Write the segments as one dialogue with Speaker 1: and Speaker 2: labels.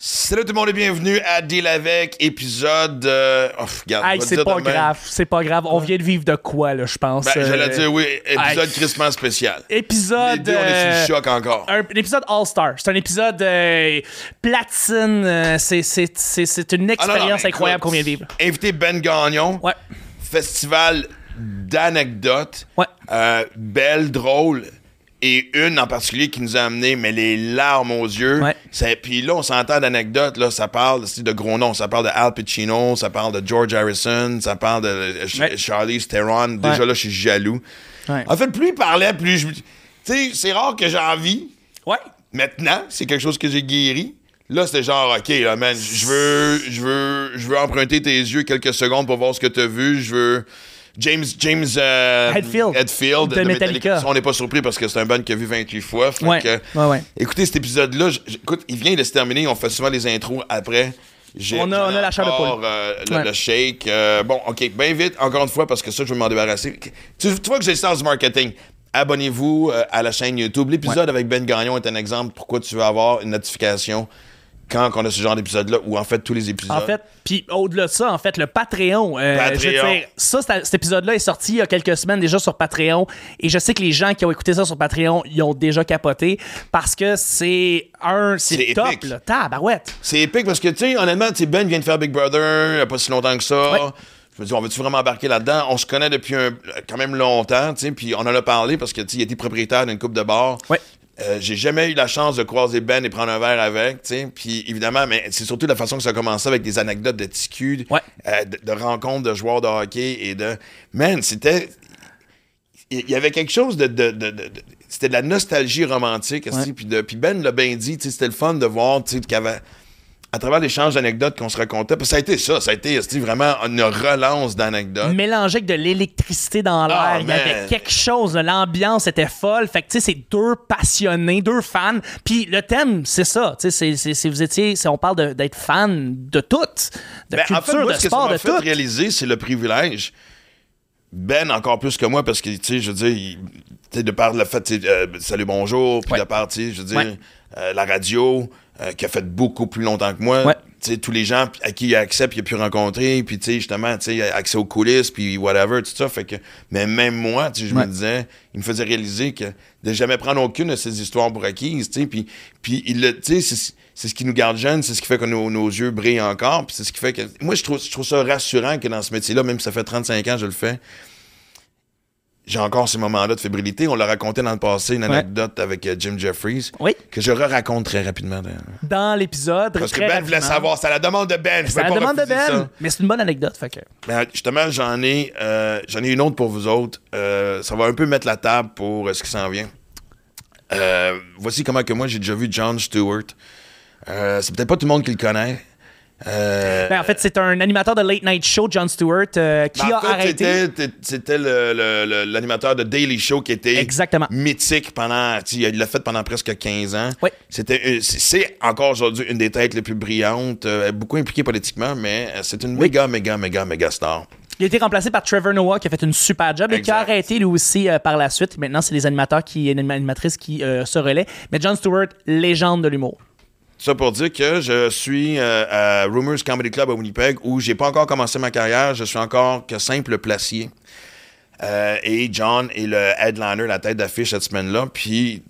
Speaker 1: Salut tout le monde et bienvenue à Deal avec épisode. euh, oh, regarde,
Speaker 2: Hey,
Speaker 1: on va
Speaker 2: c'est
Speaker 1: le dire
Speaker 2: pas
Speaker 1: de même.
Speaker 2: grave, c'est pas grave. On vient de vivre de quoi, là, je pense.
Speaker 1: Ben, J'allais
Speaker 2: Euh,
Speaker 1: dire oui, épisode
Speaker 2: hey.
Speaker 1: crissement spécial. Les
Speaker 2: Épisode.
Speaker 1: deux, on est sur
Speaker 2: euh,
Speaker 1: le choc encore. Ah,
Speaker 2: un, un épisode All-Star. C'est un épisode euh, platine. euh, c'est- c'est- C'est c'est
Speaker 1: Ah,
Speaker 2: une
Speaker 1: non, non,
Speaker 2: expérience
Speaker 1: mais
Speaker 2: incroyable
Speaker 1: écoute,
Speaker 2: qu'on vient de vivre.
Speaker 1: Invité Ben Gagnon,
Speaker 2: Ouais.
Speaker 1: festival d'anecdotes,
Speaker 2: Ouais.
Speaker 1: euh, belle, drôle, et une en particulier qui nous a amené, mais les larmes aux yeux.
Speaker 2: Ouais.
Speaker 1: C'est- Puis là, on s'entend d'anecdotes, là, ça parle c'est de gros noms, ça parle de Al Pacino, ça parle de George Harrison, ça parle de euh, Ch-
Speaker 2: Ouais.
Speaker 1: Charlize Theron. Déjà
Speaker 2: Ouais.
Speaker 1: là, je suis jaloux.
Speaker 2: Ouais.
Speaker 1: En fait, plus il parlait, plus je... me- Tu sais, c'est rare que j'ai envie.
Speaker 2: Ouais.
Speaker 1: Maintenant, c'est quelque chose que j'ai guéri. Là, c'était genre, OK, là, man, je veux, je veux, je veux emprunter tes yeux quelques secondes pour voir ce que t'as vu. Je veux. James, James euh,
Speaker 2: Hetfield.
Speaker 1: Hetfield
Speaker 2: De Metallica.
Speaker 1: Ça, On n'est pas surpris parce que c'est un band qui a vu 28 fois. Fait
Speaker 2: Ouais.
Speaker 1: que-
Speaker 2: Ouais, ouais.
Speaker 1: Écoutez, cet épisode-là, j- j- écoute, il vient de se terminer. On fait souvent les intros après. J'ai-
Speaker 2: On a-
Speaker 1: j'en
Speaker 2: on a la chair de
Speaker 1: encore,
Speaker 2: poule.
Speaker 1: euh, le,
Speaker 2: Ouais.
Speaker 1: le shake. euh, bon, OK, bien vite, encore une fois, parce que ça, je vais m'en débarrasser. Tu, tu vois que j'ai le sens du marketing. Abonnez-vous euh, à la chaîne YouTube. L'épisode avec Ben Gagnon est un exemple pourquoi tu veux avoir une notification quand on a ce genre d'épisode-là, ou en fait tous les épisodes.
Speaker 2: En fait, puis au-delà de ça, en fait, le Patreon, euh,
Speaker 1: Patreon.
Speaker 2: je veux dire, ça, c'est- cet épisode-là est sorti il y a quelques semaines déjà sur Patreon, et je sais que les gens qui ont écouté ça sur Patreon, ils ont déjà capoté parce que c'est un,
Speaker 1: C'est
Speaker 2: c'est top,
Speaker 1: épique.
Speaker 2: là, tabarouette.
Speaker 1: C'est épique parce que, tu sais, honnêtement, tu sais, Ben vient de faire Big Brother il n'y a pas si longtemps que ça.
Speaker 2: Ouais.
Speaker 1: Je me dis, on veut-tu vraiment embarquer là-dedans? On se connaît depuis un- quand même longtemps, tu sais, puis on en a parlé parce que, tu sais, il était propriétaire d'une coupe de bar.
Speaker 2: Ouais.
Speaker 1: Euh, j'ai jamais eu la chance de croiser Ben et prendre un verre avec, tu sais. Puis évidemment, mais c'est surtout la façon que ça a commencé avec des anecdotes de TQ,
Speaker 2: Ouais.
Speaker 1: euh, de, de rencontres de joueurs de hockey et de. Man, c'était. Il y avait quelque chose de. de- de- de- de- c'était de la nostalgie romantique, esti,
Speaker 2: Ouais.
Speaker 1: puis de- puis Ben l'a bien dit, tu sais, c'était le fun de voir, tu sais, qu'il y avait- À travers l'échange d'anecdotes qu'on se racontait, parce que ça a été ça, ça a été esti, vraiment une relance d'anecdotes.
Speaker 2: mélangé avec de l'électricité dans l'air.
Speaker 1: Ah,
Speaker 2: il y
Speaker 1: man.
Speaker 2: avait quelque chose. là, L'ambiance était folle. Fait que, tu sais, c'est deux passionnés, deux fans. Puis le thème, c'est ça. Tu sais, c'est- c'est- c'est- vous étiez, c'est- on parle de- d'être fan de tout. De
Speaker 1: Ben,
Speaker 2: culture,
Speaker 1: en fait, moi,
Speaker 2: de
Speaker 1: ce que
Speaker 2: sport,
Speaker 1: ça
Speaker 2: de
Speaker 1: m'a fait
Speaker 2: tout.
Speaker 1: réaliser, c'est le privilège. Ben, encore plus que moi, parce que, tu sais, je veux dire, il- tu sais, de par le fait, tu sais, euh, salut, bonjour, puis
Speaker 2: Ouais.
Speaker 1: de par, tu sais, je veux dire,
Speaker 2: Ouais.
Speaker 1: euh, la radio, euh, qui a fait beaucoup plus longtemps que moi,
Speaker 2: Ouais.
Speaker 1: tu sais, tous les gens à qui il a accès, puis il a pu rencontrer, puis, tu sais, justement, tu sais, accès aux coulisses, puis whatever, tout ça, fait que, mais même moi, tu sais, je me
Speaker 2: Ouais.
Speaker 1: disais, il me faisait réaliser que de jamais prendre aucune de ces histoires pour acquises, tu sais, puis, puis il le, tu sais, c'est- c'est ce qui nous garde jeunes, c'est ce qui fait que nos, nos yeux brillent encore, puis c'est ce qui fait que... Moi, je trouve, je trouve ça rassurant que dans ce métier-là, même si ça fait 35 ans que je le fais, j'ai encore ces moments-là de fébrilité. On l'a raconté dans le passé, une
Speaker 2: Ouais.
Speaker 1: anecdote avec euh, Jim Jeffries,
Speaker 2: Oui,
Speaker 1: que je re-raconte très rapidement. d'ailleurs.
Speaker 2: dans l'épisode.
Speaker 1: Parce que
Speaker 2: très
Speaker 1: Ben voulait
Speaker 2: rapidement.
Speaker 1: savoir, c'est à la demande de Ben. je pouvais
Speaker 2: C'est la
Speaker 1: pas
Speaker 2: demande de
Speaker 1: refuser
Speaker 2: Ben.
Speaker 1: ça.
Speaker 2: Mais c'est une bonne anecdote. Fait que.
Speaker 1: Ben, justement, j'en ai, euh, j'en ai une autre pour vous autres. Euh, ça va un peu mettre la table pour euh, ce qui s'en vient. Euh, voici comment que moi j'ai déjà vu John Stewart. Euh, c'est peut-être pas tout le monde qui le connaît. Euh,
Speaker 2: Ben, en fait, c'est un animateur de Late Night Show, John Stewart, euh, qui
Speaker 1: Ben,
Speaker 2: a
Speaker 1: en fait,
Speaker 2: arrêté.
Speaker 1: c'était- C'était le- le- le- l'animateur de Daily Show qui était
Speaker 2: Exactement.
Speaker 1: mythique pendant. tu sais, Il l'a fait pendant presque 15 ans.
Speaker 2: Oui.
Speaker 1: C'était une- C'est c'est encore aujourd'hui une des têtes les plus brillantes, euh, beaucoup impliquée politiquement, mais euh, c'est une
Speaker 2: Oui.
Speaker 1: méga, méga, méga, méga star.
Speaker 2: Il a été remplacé par Trevor Noah, qui a fait une super job et qui a
Speaker 1: Exact.
Speaker 2: arrêté lui aussi euh, par la suite. Maintenant, c'est les animateurs qui, les animatrices qui euh, se relaient. Mais John Stewart, légende de l'humour.
Speaker 1: Ça pour dire que je suis euh, à Rumors Comedy Club à Winnipeg où j'ai pas encore commencé ma carrière, je suis encore que simple placier. Euh, et John est le headliner, la tête d'affiche cette semaine-là. Puis,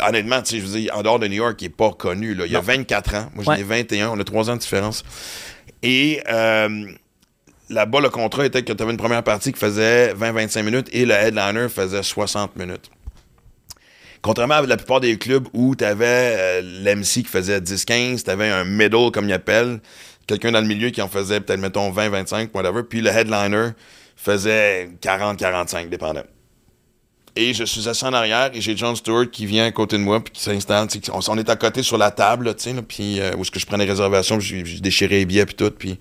Speaker 1: honnêtement, tu sais, je veux dire, en dehors de New York, il est pas connu. Là. Il a 24 ans. Moi, j'en ai
Speaker 2: Ouais.
Speaker 1: 21. On a 3 ans de différence. Et euh, là-bas, le contrat était que tu avais une première partie qui faisait 20-25 minutes et le headliner faisait 60 minutes. Contrairement à la plupart des clubs où tu avais l'MC qui faisait 10-15, tu avais un middle, comme ils appellent, quelqu'un dans le milieu qui en faisait peut-être, mettons, 20-25, whatever, puis le headliner faisait 40-45, dépendant. Et je suis assis en arrière et j'ai John Stewart qui vient à côté de moi puis qui s'installe. tu sais, On, on est à côté sur la table, là, tu sais, là, puis euh, où est-ce que je prends les réservations, puis je, je déchirais les billets puis tout, puis...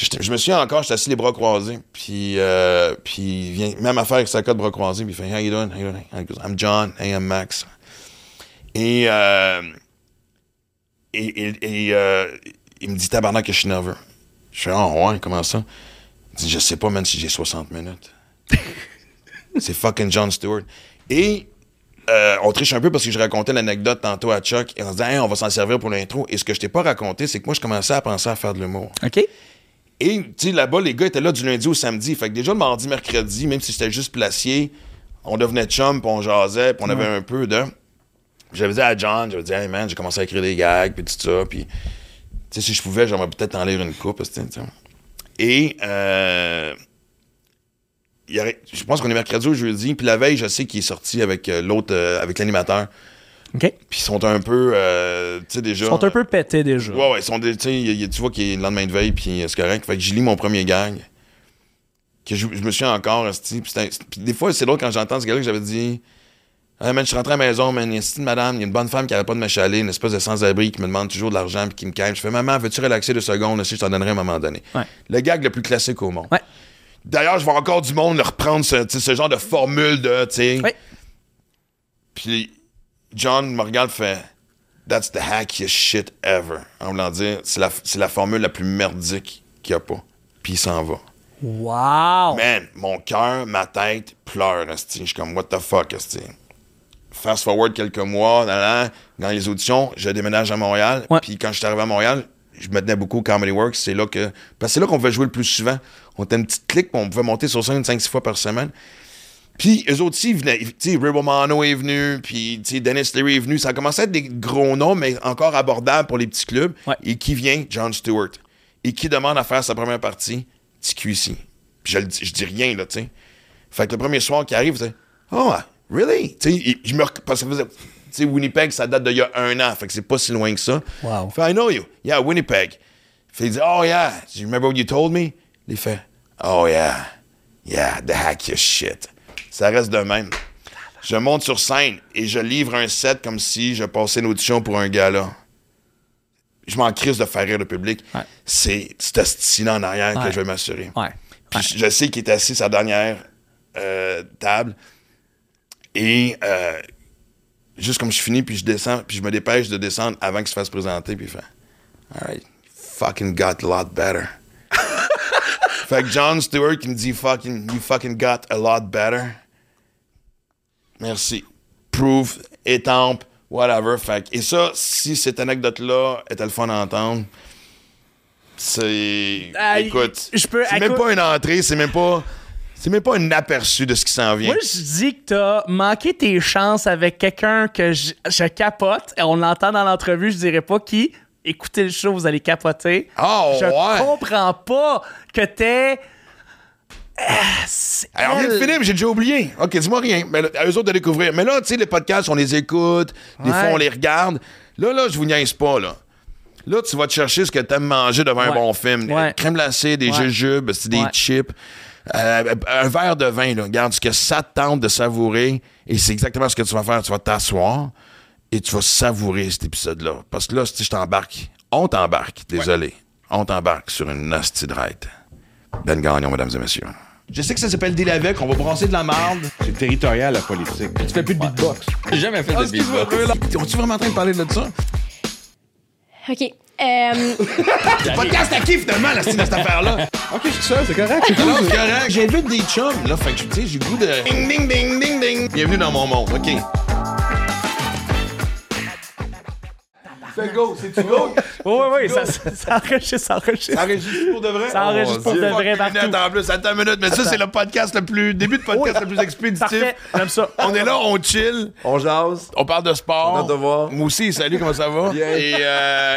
Speaker 1: j'étais- Je me souviens encore, j'étais assis les bras croisés, puis, euh, puis il vient, même affaire avec sa cote bras croisés, puis il fait « How you doing? How you doing? And he goes, I'm John, hey, I'm Max. » Et, euh, et, et- et, euh, il me dit « Tabarnak, que je suis nerveux. » Je fais « Ah ouais, comment ça? » Il dit « Je sais pas, même si j'ai 60 minutes. » C'est fucking John Stewart. Et euh, on triche un peu parce que je racontais l'anecdote tantôt à Chuck et on se disait, Hey, on va s'en servir pour l'intro. Et ce que je t'ai pas raconté, c'est que moi, je commençais à penser à faire de l'humour.
Speaker 2: OK?
Speaker 1: Et tu sais, là-bas, les gars étaient là du lundi au samedi. Fait que déjà le mardi, mercredi, même si j'étais juste placier, on devenait chum, puis on jasait, puis on avait un peu de. J'avais dit à John, j'avais dit, hey man, j'ai commencé à écrire des gags, puis tout ça, puis. Tu sais, si je pouvais, j'aimerais peut-être en lire une coupe, tu sais. Et. euh, il y aurait- je pense qu'on est mercredi ou jeudi, puis la veille, je sais qu'il est sorti avec euh, l'autre, euh, avec l'animateur.
Speaker 2: OK?
Speaker 1: Puis ils sont un peu. euh, tu sais, déjà.
Speaker 2: Ils sont un peu pétés déjà.
Speaker 1: Ouais, ouais, ils sont des- tu sais, y- y- tu vois qu'il est le lendemain de veille, puis euh, c'est correct. Fait que je lis mon premier gag. Que je, je me suis encore, esti, puis c'est un- puis des fois, c'est drôle quand j'entends ce gars-là que j'avais dit. Ah, man, je suis rentré à la maison, man, esti de madame, il y a une bonne femme qui n'arrête pas de me chaler, une espèce de sans-abri qui me demande toujours de l'argent puis qui me calme. Je fais, maman, veux-tu relaxer deux secondes? Si je t'en donnerai à un moment donné.
Speaker 2: Ouais.
Speaker 1: Le gag le plus classique au monde.
Speaker 2: Ouais.
Speaker 1: D'ailleurs, je vois encore du monde leur reprendre ce, tu sais, ce genre de formule de, tu sais.
Speaker 2: Ouais.
Speaker 1: Puis John me regarde fait That's the hackiest shit ever. En voulant dire, c'est la, c'est la formule la plus merdique qu'il n'y a pas. Puis il s'en va.
Speaker 2: Wow!
Speaker 1: Man, mon cœur, ma tête pleure, esti. Je suis comme, what the fuck, esti. Fast forward quelques mois, nan, nan, dans les auditions, je déménage à Montréal.
Speaker 2: Ouais.
Speaker 1: Puis quand je suis arrivé à Montréal, je me tenais beaucoup au Comedy Works. C'est là que. Parce que c'est là qu'on pouvait jouer le plus souvent. On était une petite clique, puis on pouvait monter sur scène 5-6 fois par semaine. Puis eux autres aussi, ils venaient. Tu sais, Ray Romano est venu, puis tu sais, Dennis Leary est venu. Ça commençait à être des gros noms, mais encore abordables pour les petits clubs.
Speaker 2: Ouais.
Speaker 1: Et qui vient? John Stewart. Et qui demande à faire sa première partie? TQC. Puis je, le dis- je dis rien, là, tu sais. Fait que le premier soir qui arrive, c'est Oh, really? Tu sais, il- je me rec- parce que ça faisait- tu sais, Winnipeg, ça date d'il y a un an, fait que c'est pas si loin que ça.
Speaker 2: Wow.
Speaker 1: Fait I know you. Yeah, Winnipeg. Fait il dit, Oh, yeah, do you remember what you told me? Il fait, Oh, yeah, yeah, the hack your shit. Ça reste de même. Je monte sur scène et je livre un set comme si je passais une audition pour un gala. Je m'en crise de faire rire le public.
Speaker 2: Ouais.
Speaker 1: C'est cet style en arrière
Speaker 2: Ouais.
Speaker 1: que je vais m'assurer.
Speaker 2: Ouais.
Speaker 1: Puis je- je sais qu'il est assis à sa dernière euh, table. Et euh, juste comme je finis, puis je descends, puis je me dépêche de descendre avant qu'il se fasse présenter, puis il fait Alright, fucking got a lot better. fait que John Stewart qui me dit fucking, You fucking got a lot better. Merci. Proof, étampe, whatever. Fait que- et ça, si cette anecdote-là était le fun à entendre, c'est.
Speaker 2: Ah,
Speaker 1: écoute,
Speaker 2: je peux-
Speaker 1: c'est même
Speaker 2: écoute-
Speaker 1: pas une entrée, c'est même pas. C'est même pas un aperçu de ce qui s'en vient.
Speaker 2: Moi, je dis que t'as manqué tes chances avec quelqu'un que je, je capote. Et on l'entend dans l'entrevue, je dirais pas qui. Écoutez le show, vous allez capoter.
Speaker 1: Oh,
Speaker 2: je
Speaker 1: ouais.
Speaker 2: comprends pas que euh, t'es.
Speaker 1: Hey, on vient de finir, mais j'ai déjà oublié. OK, dis-moi rien. Mais là, à eux autres de découvrir. Mais là, tu sais, les podcasts, on les écoute. Des
Speaker 2: Ouais.
Speaker 1: fois, on les regarde. Là, là, je vous niaise pas, là. Là, tu vas te chercher ce que t'aimes manger devant un
Speaker 2: Ouais.
Speaker 1: bon film.
Speaker 2: Ouais.
Speaker 1: Euh, Crème glacée, des
Speaker 2: Ouais.
Speaker 1: jujubes, c'est des
Speaker 2: Ouais.
Speaker 1: chips. euh, un verre de vin, là. Regarde ce que ça te tente de savourer. Et c'est exactement ce que tu vas faire. Tu vas t'asseoir et tu vas savourer cet épisode-là. Parce que là, si je t'embarque, on t'embarque, désolé. On t'embarque sur une nasty de ride. Ben Gagnon, mesdames et messieurs. Je sais que ça s'appelle Deal avec, on va brasser de la marde.
Speaker 3: C'est territorial, la politique. Tu fais plus de beatbox.
Speaker 4: J'ai jamais
Speaker 1: Ah,
Speaker 4: fait de beatbox.
Speaker 1: On est vraiment en train de parler de ça?
Speaker 5: OK. Euh,
Speaker 1: Podcast à qui finalement, la style de cette affaire-là?
Speaker 3: Ok, je suis seul, c'est correct. c'est
Speaker 1: Non,
Speaker 3: cool.
Speaker 1: c'est correct. euh, J'invite des chums, là, fait que tu sais, j'ai le goût de. Ding, ding, ding, ding, ding. Bienvenue dans mon monde, ok.
Speaker 2: Oui, oui, ça, ça, ça enregistre, ça enregistre. Ça
Speaker 1: Enregistre pour de vrai? Oh,
Speaker 2: Ça enregistre pour de vrai partout.
Speaker 1: Attends, plus, attends une minute, mais ça, c'est le podcast le plus. début de podcast le plus expéditif.
Speaker 2: Parfait, j'aime ça. Ah,
Speaker 1: On est là, on chill,
Speaker 6: On jase.
Speaker 1: on parle de sport.
Speaker 6: Content de te voir.
Speaker 1: Moi aussi, salut, comment ça va?
Speaker 6: Bien.
Speaker 1: Et, euh,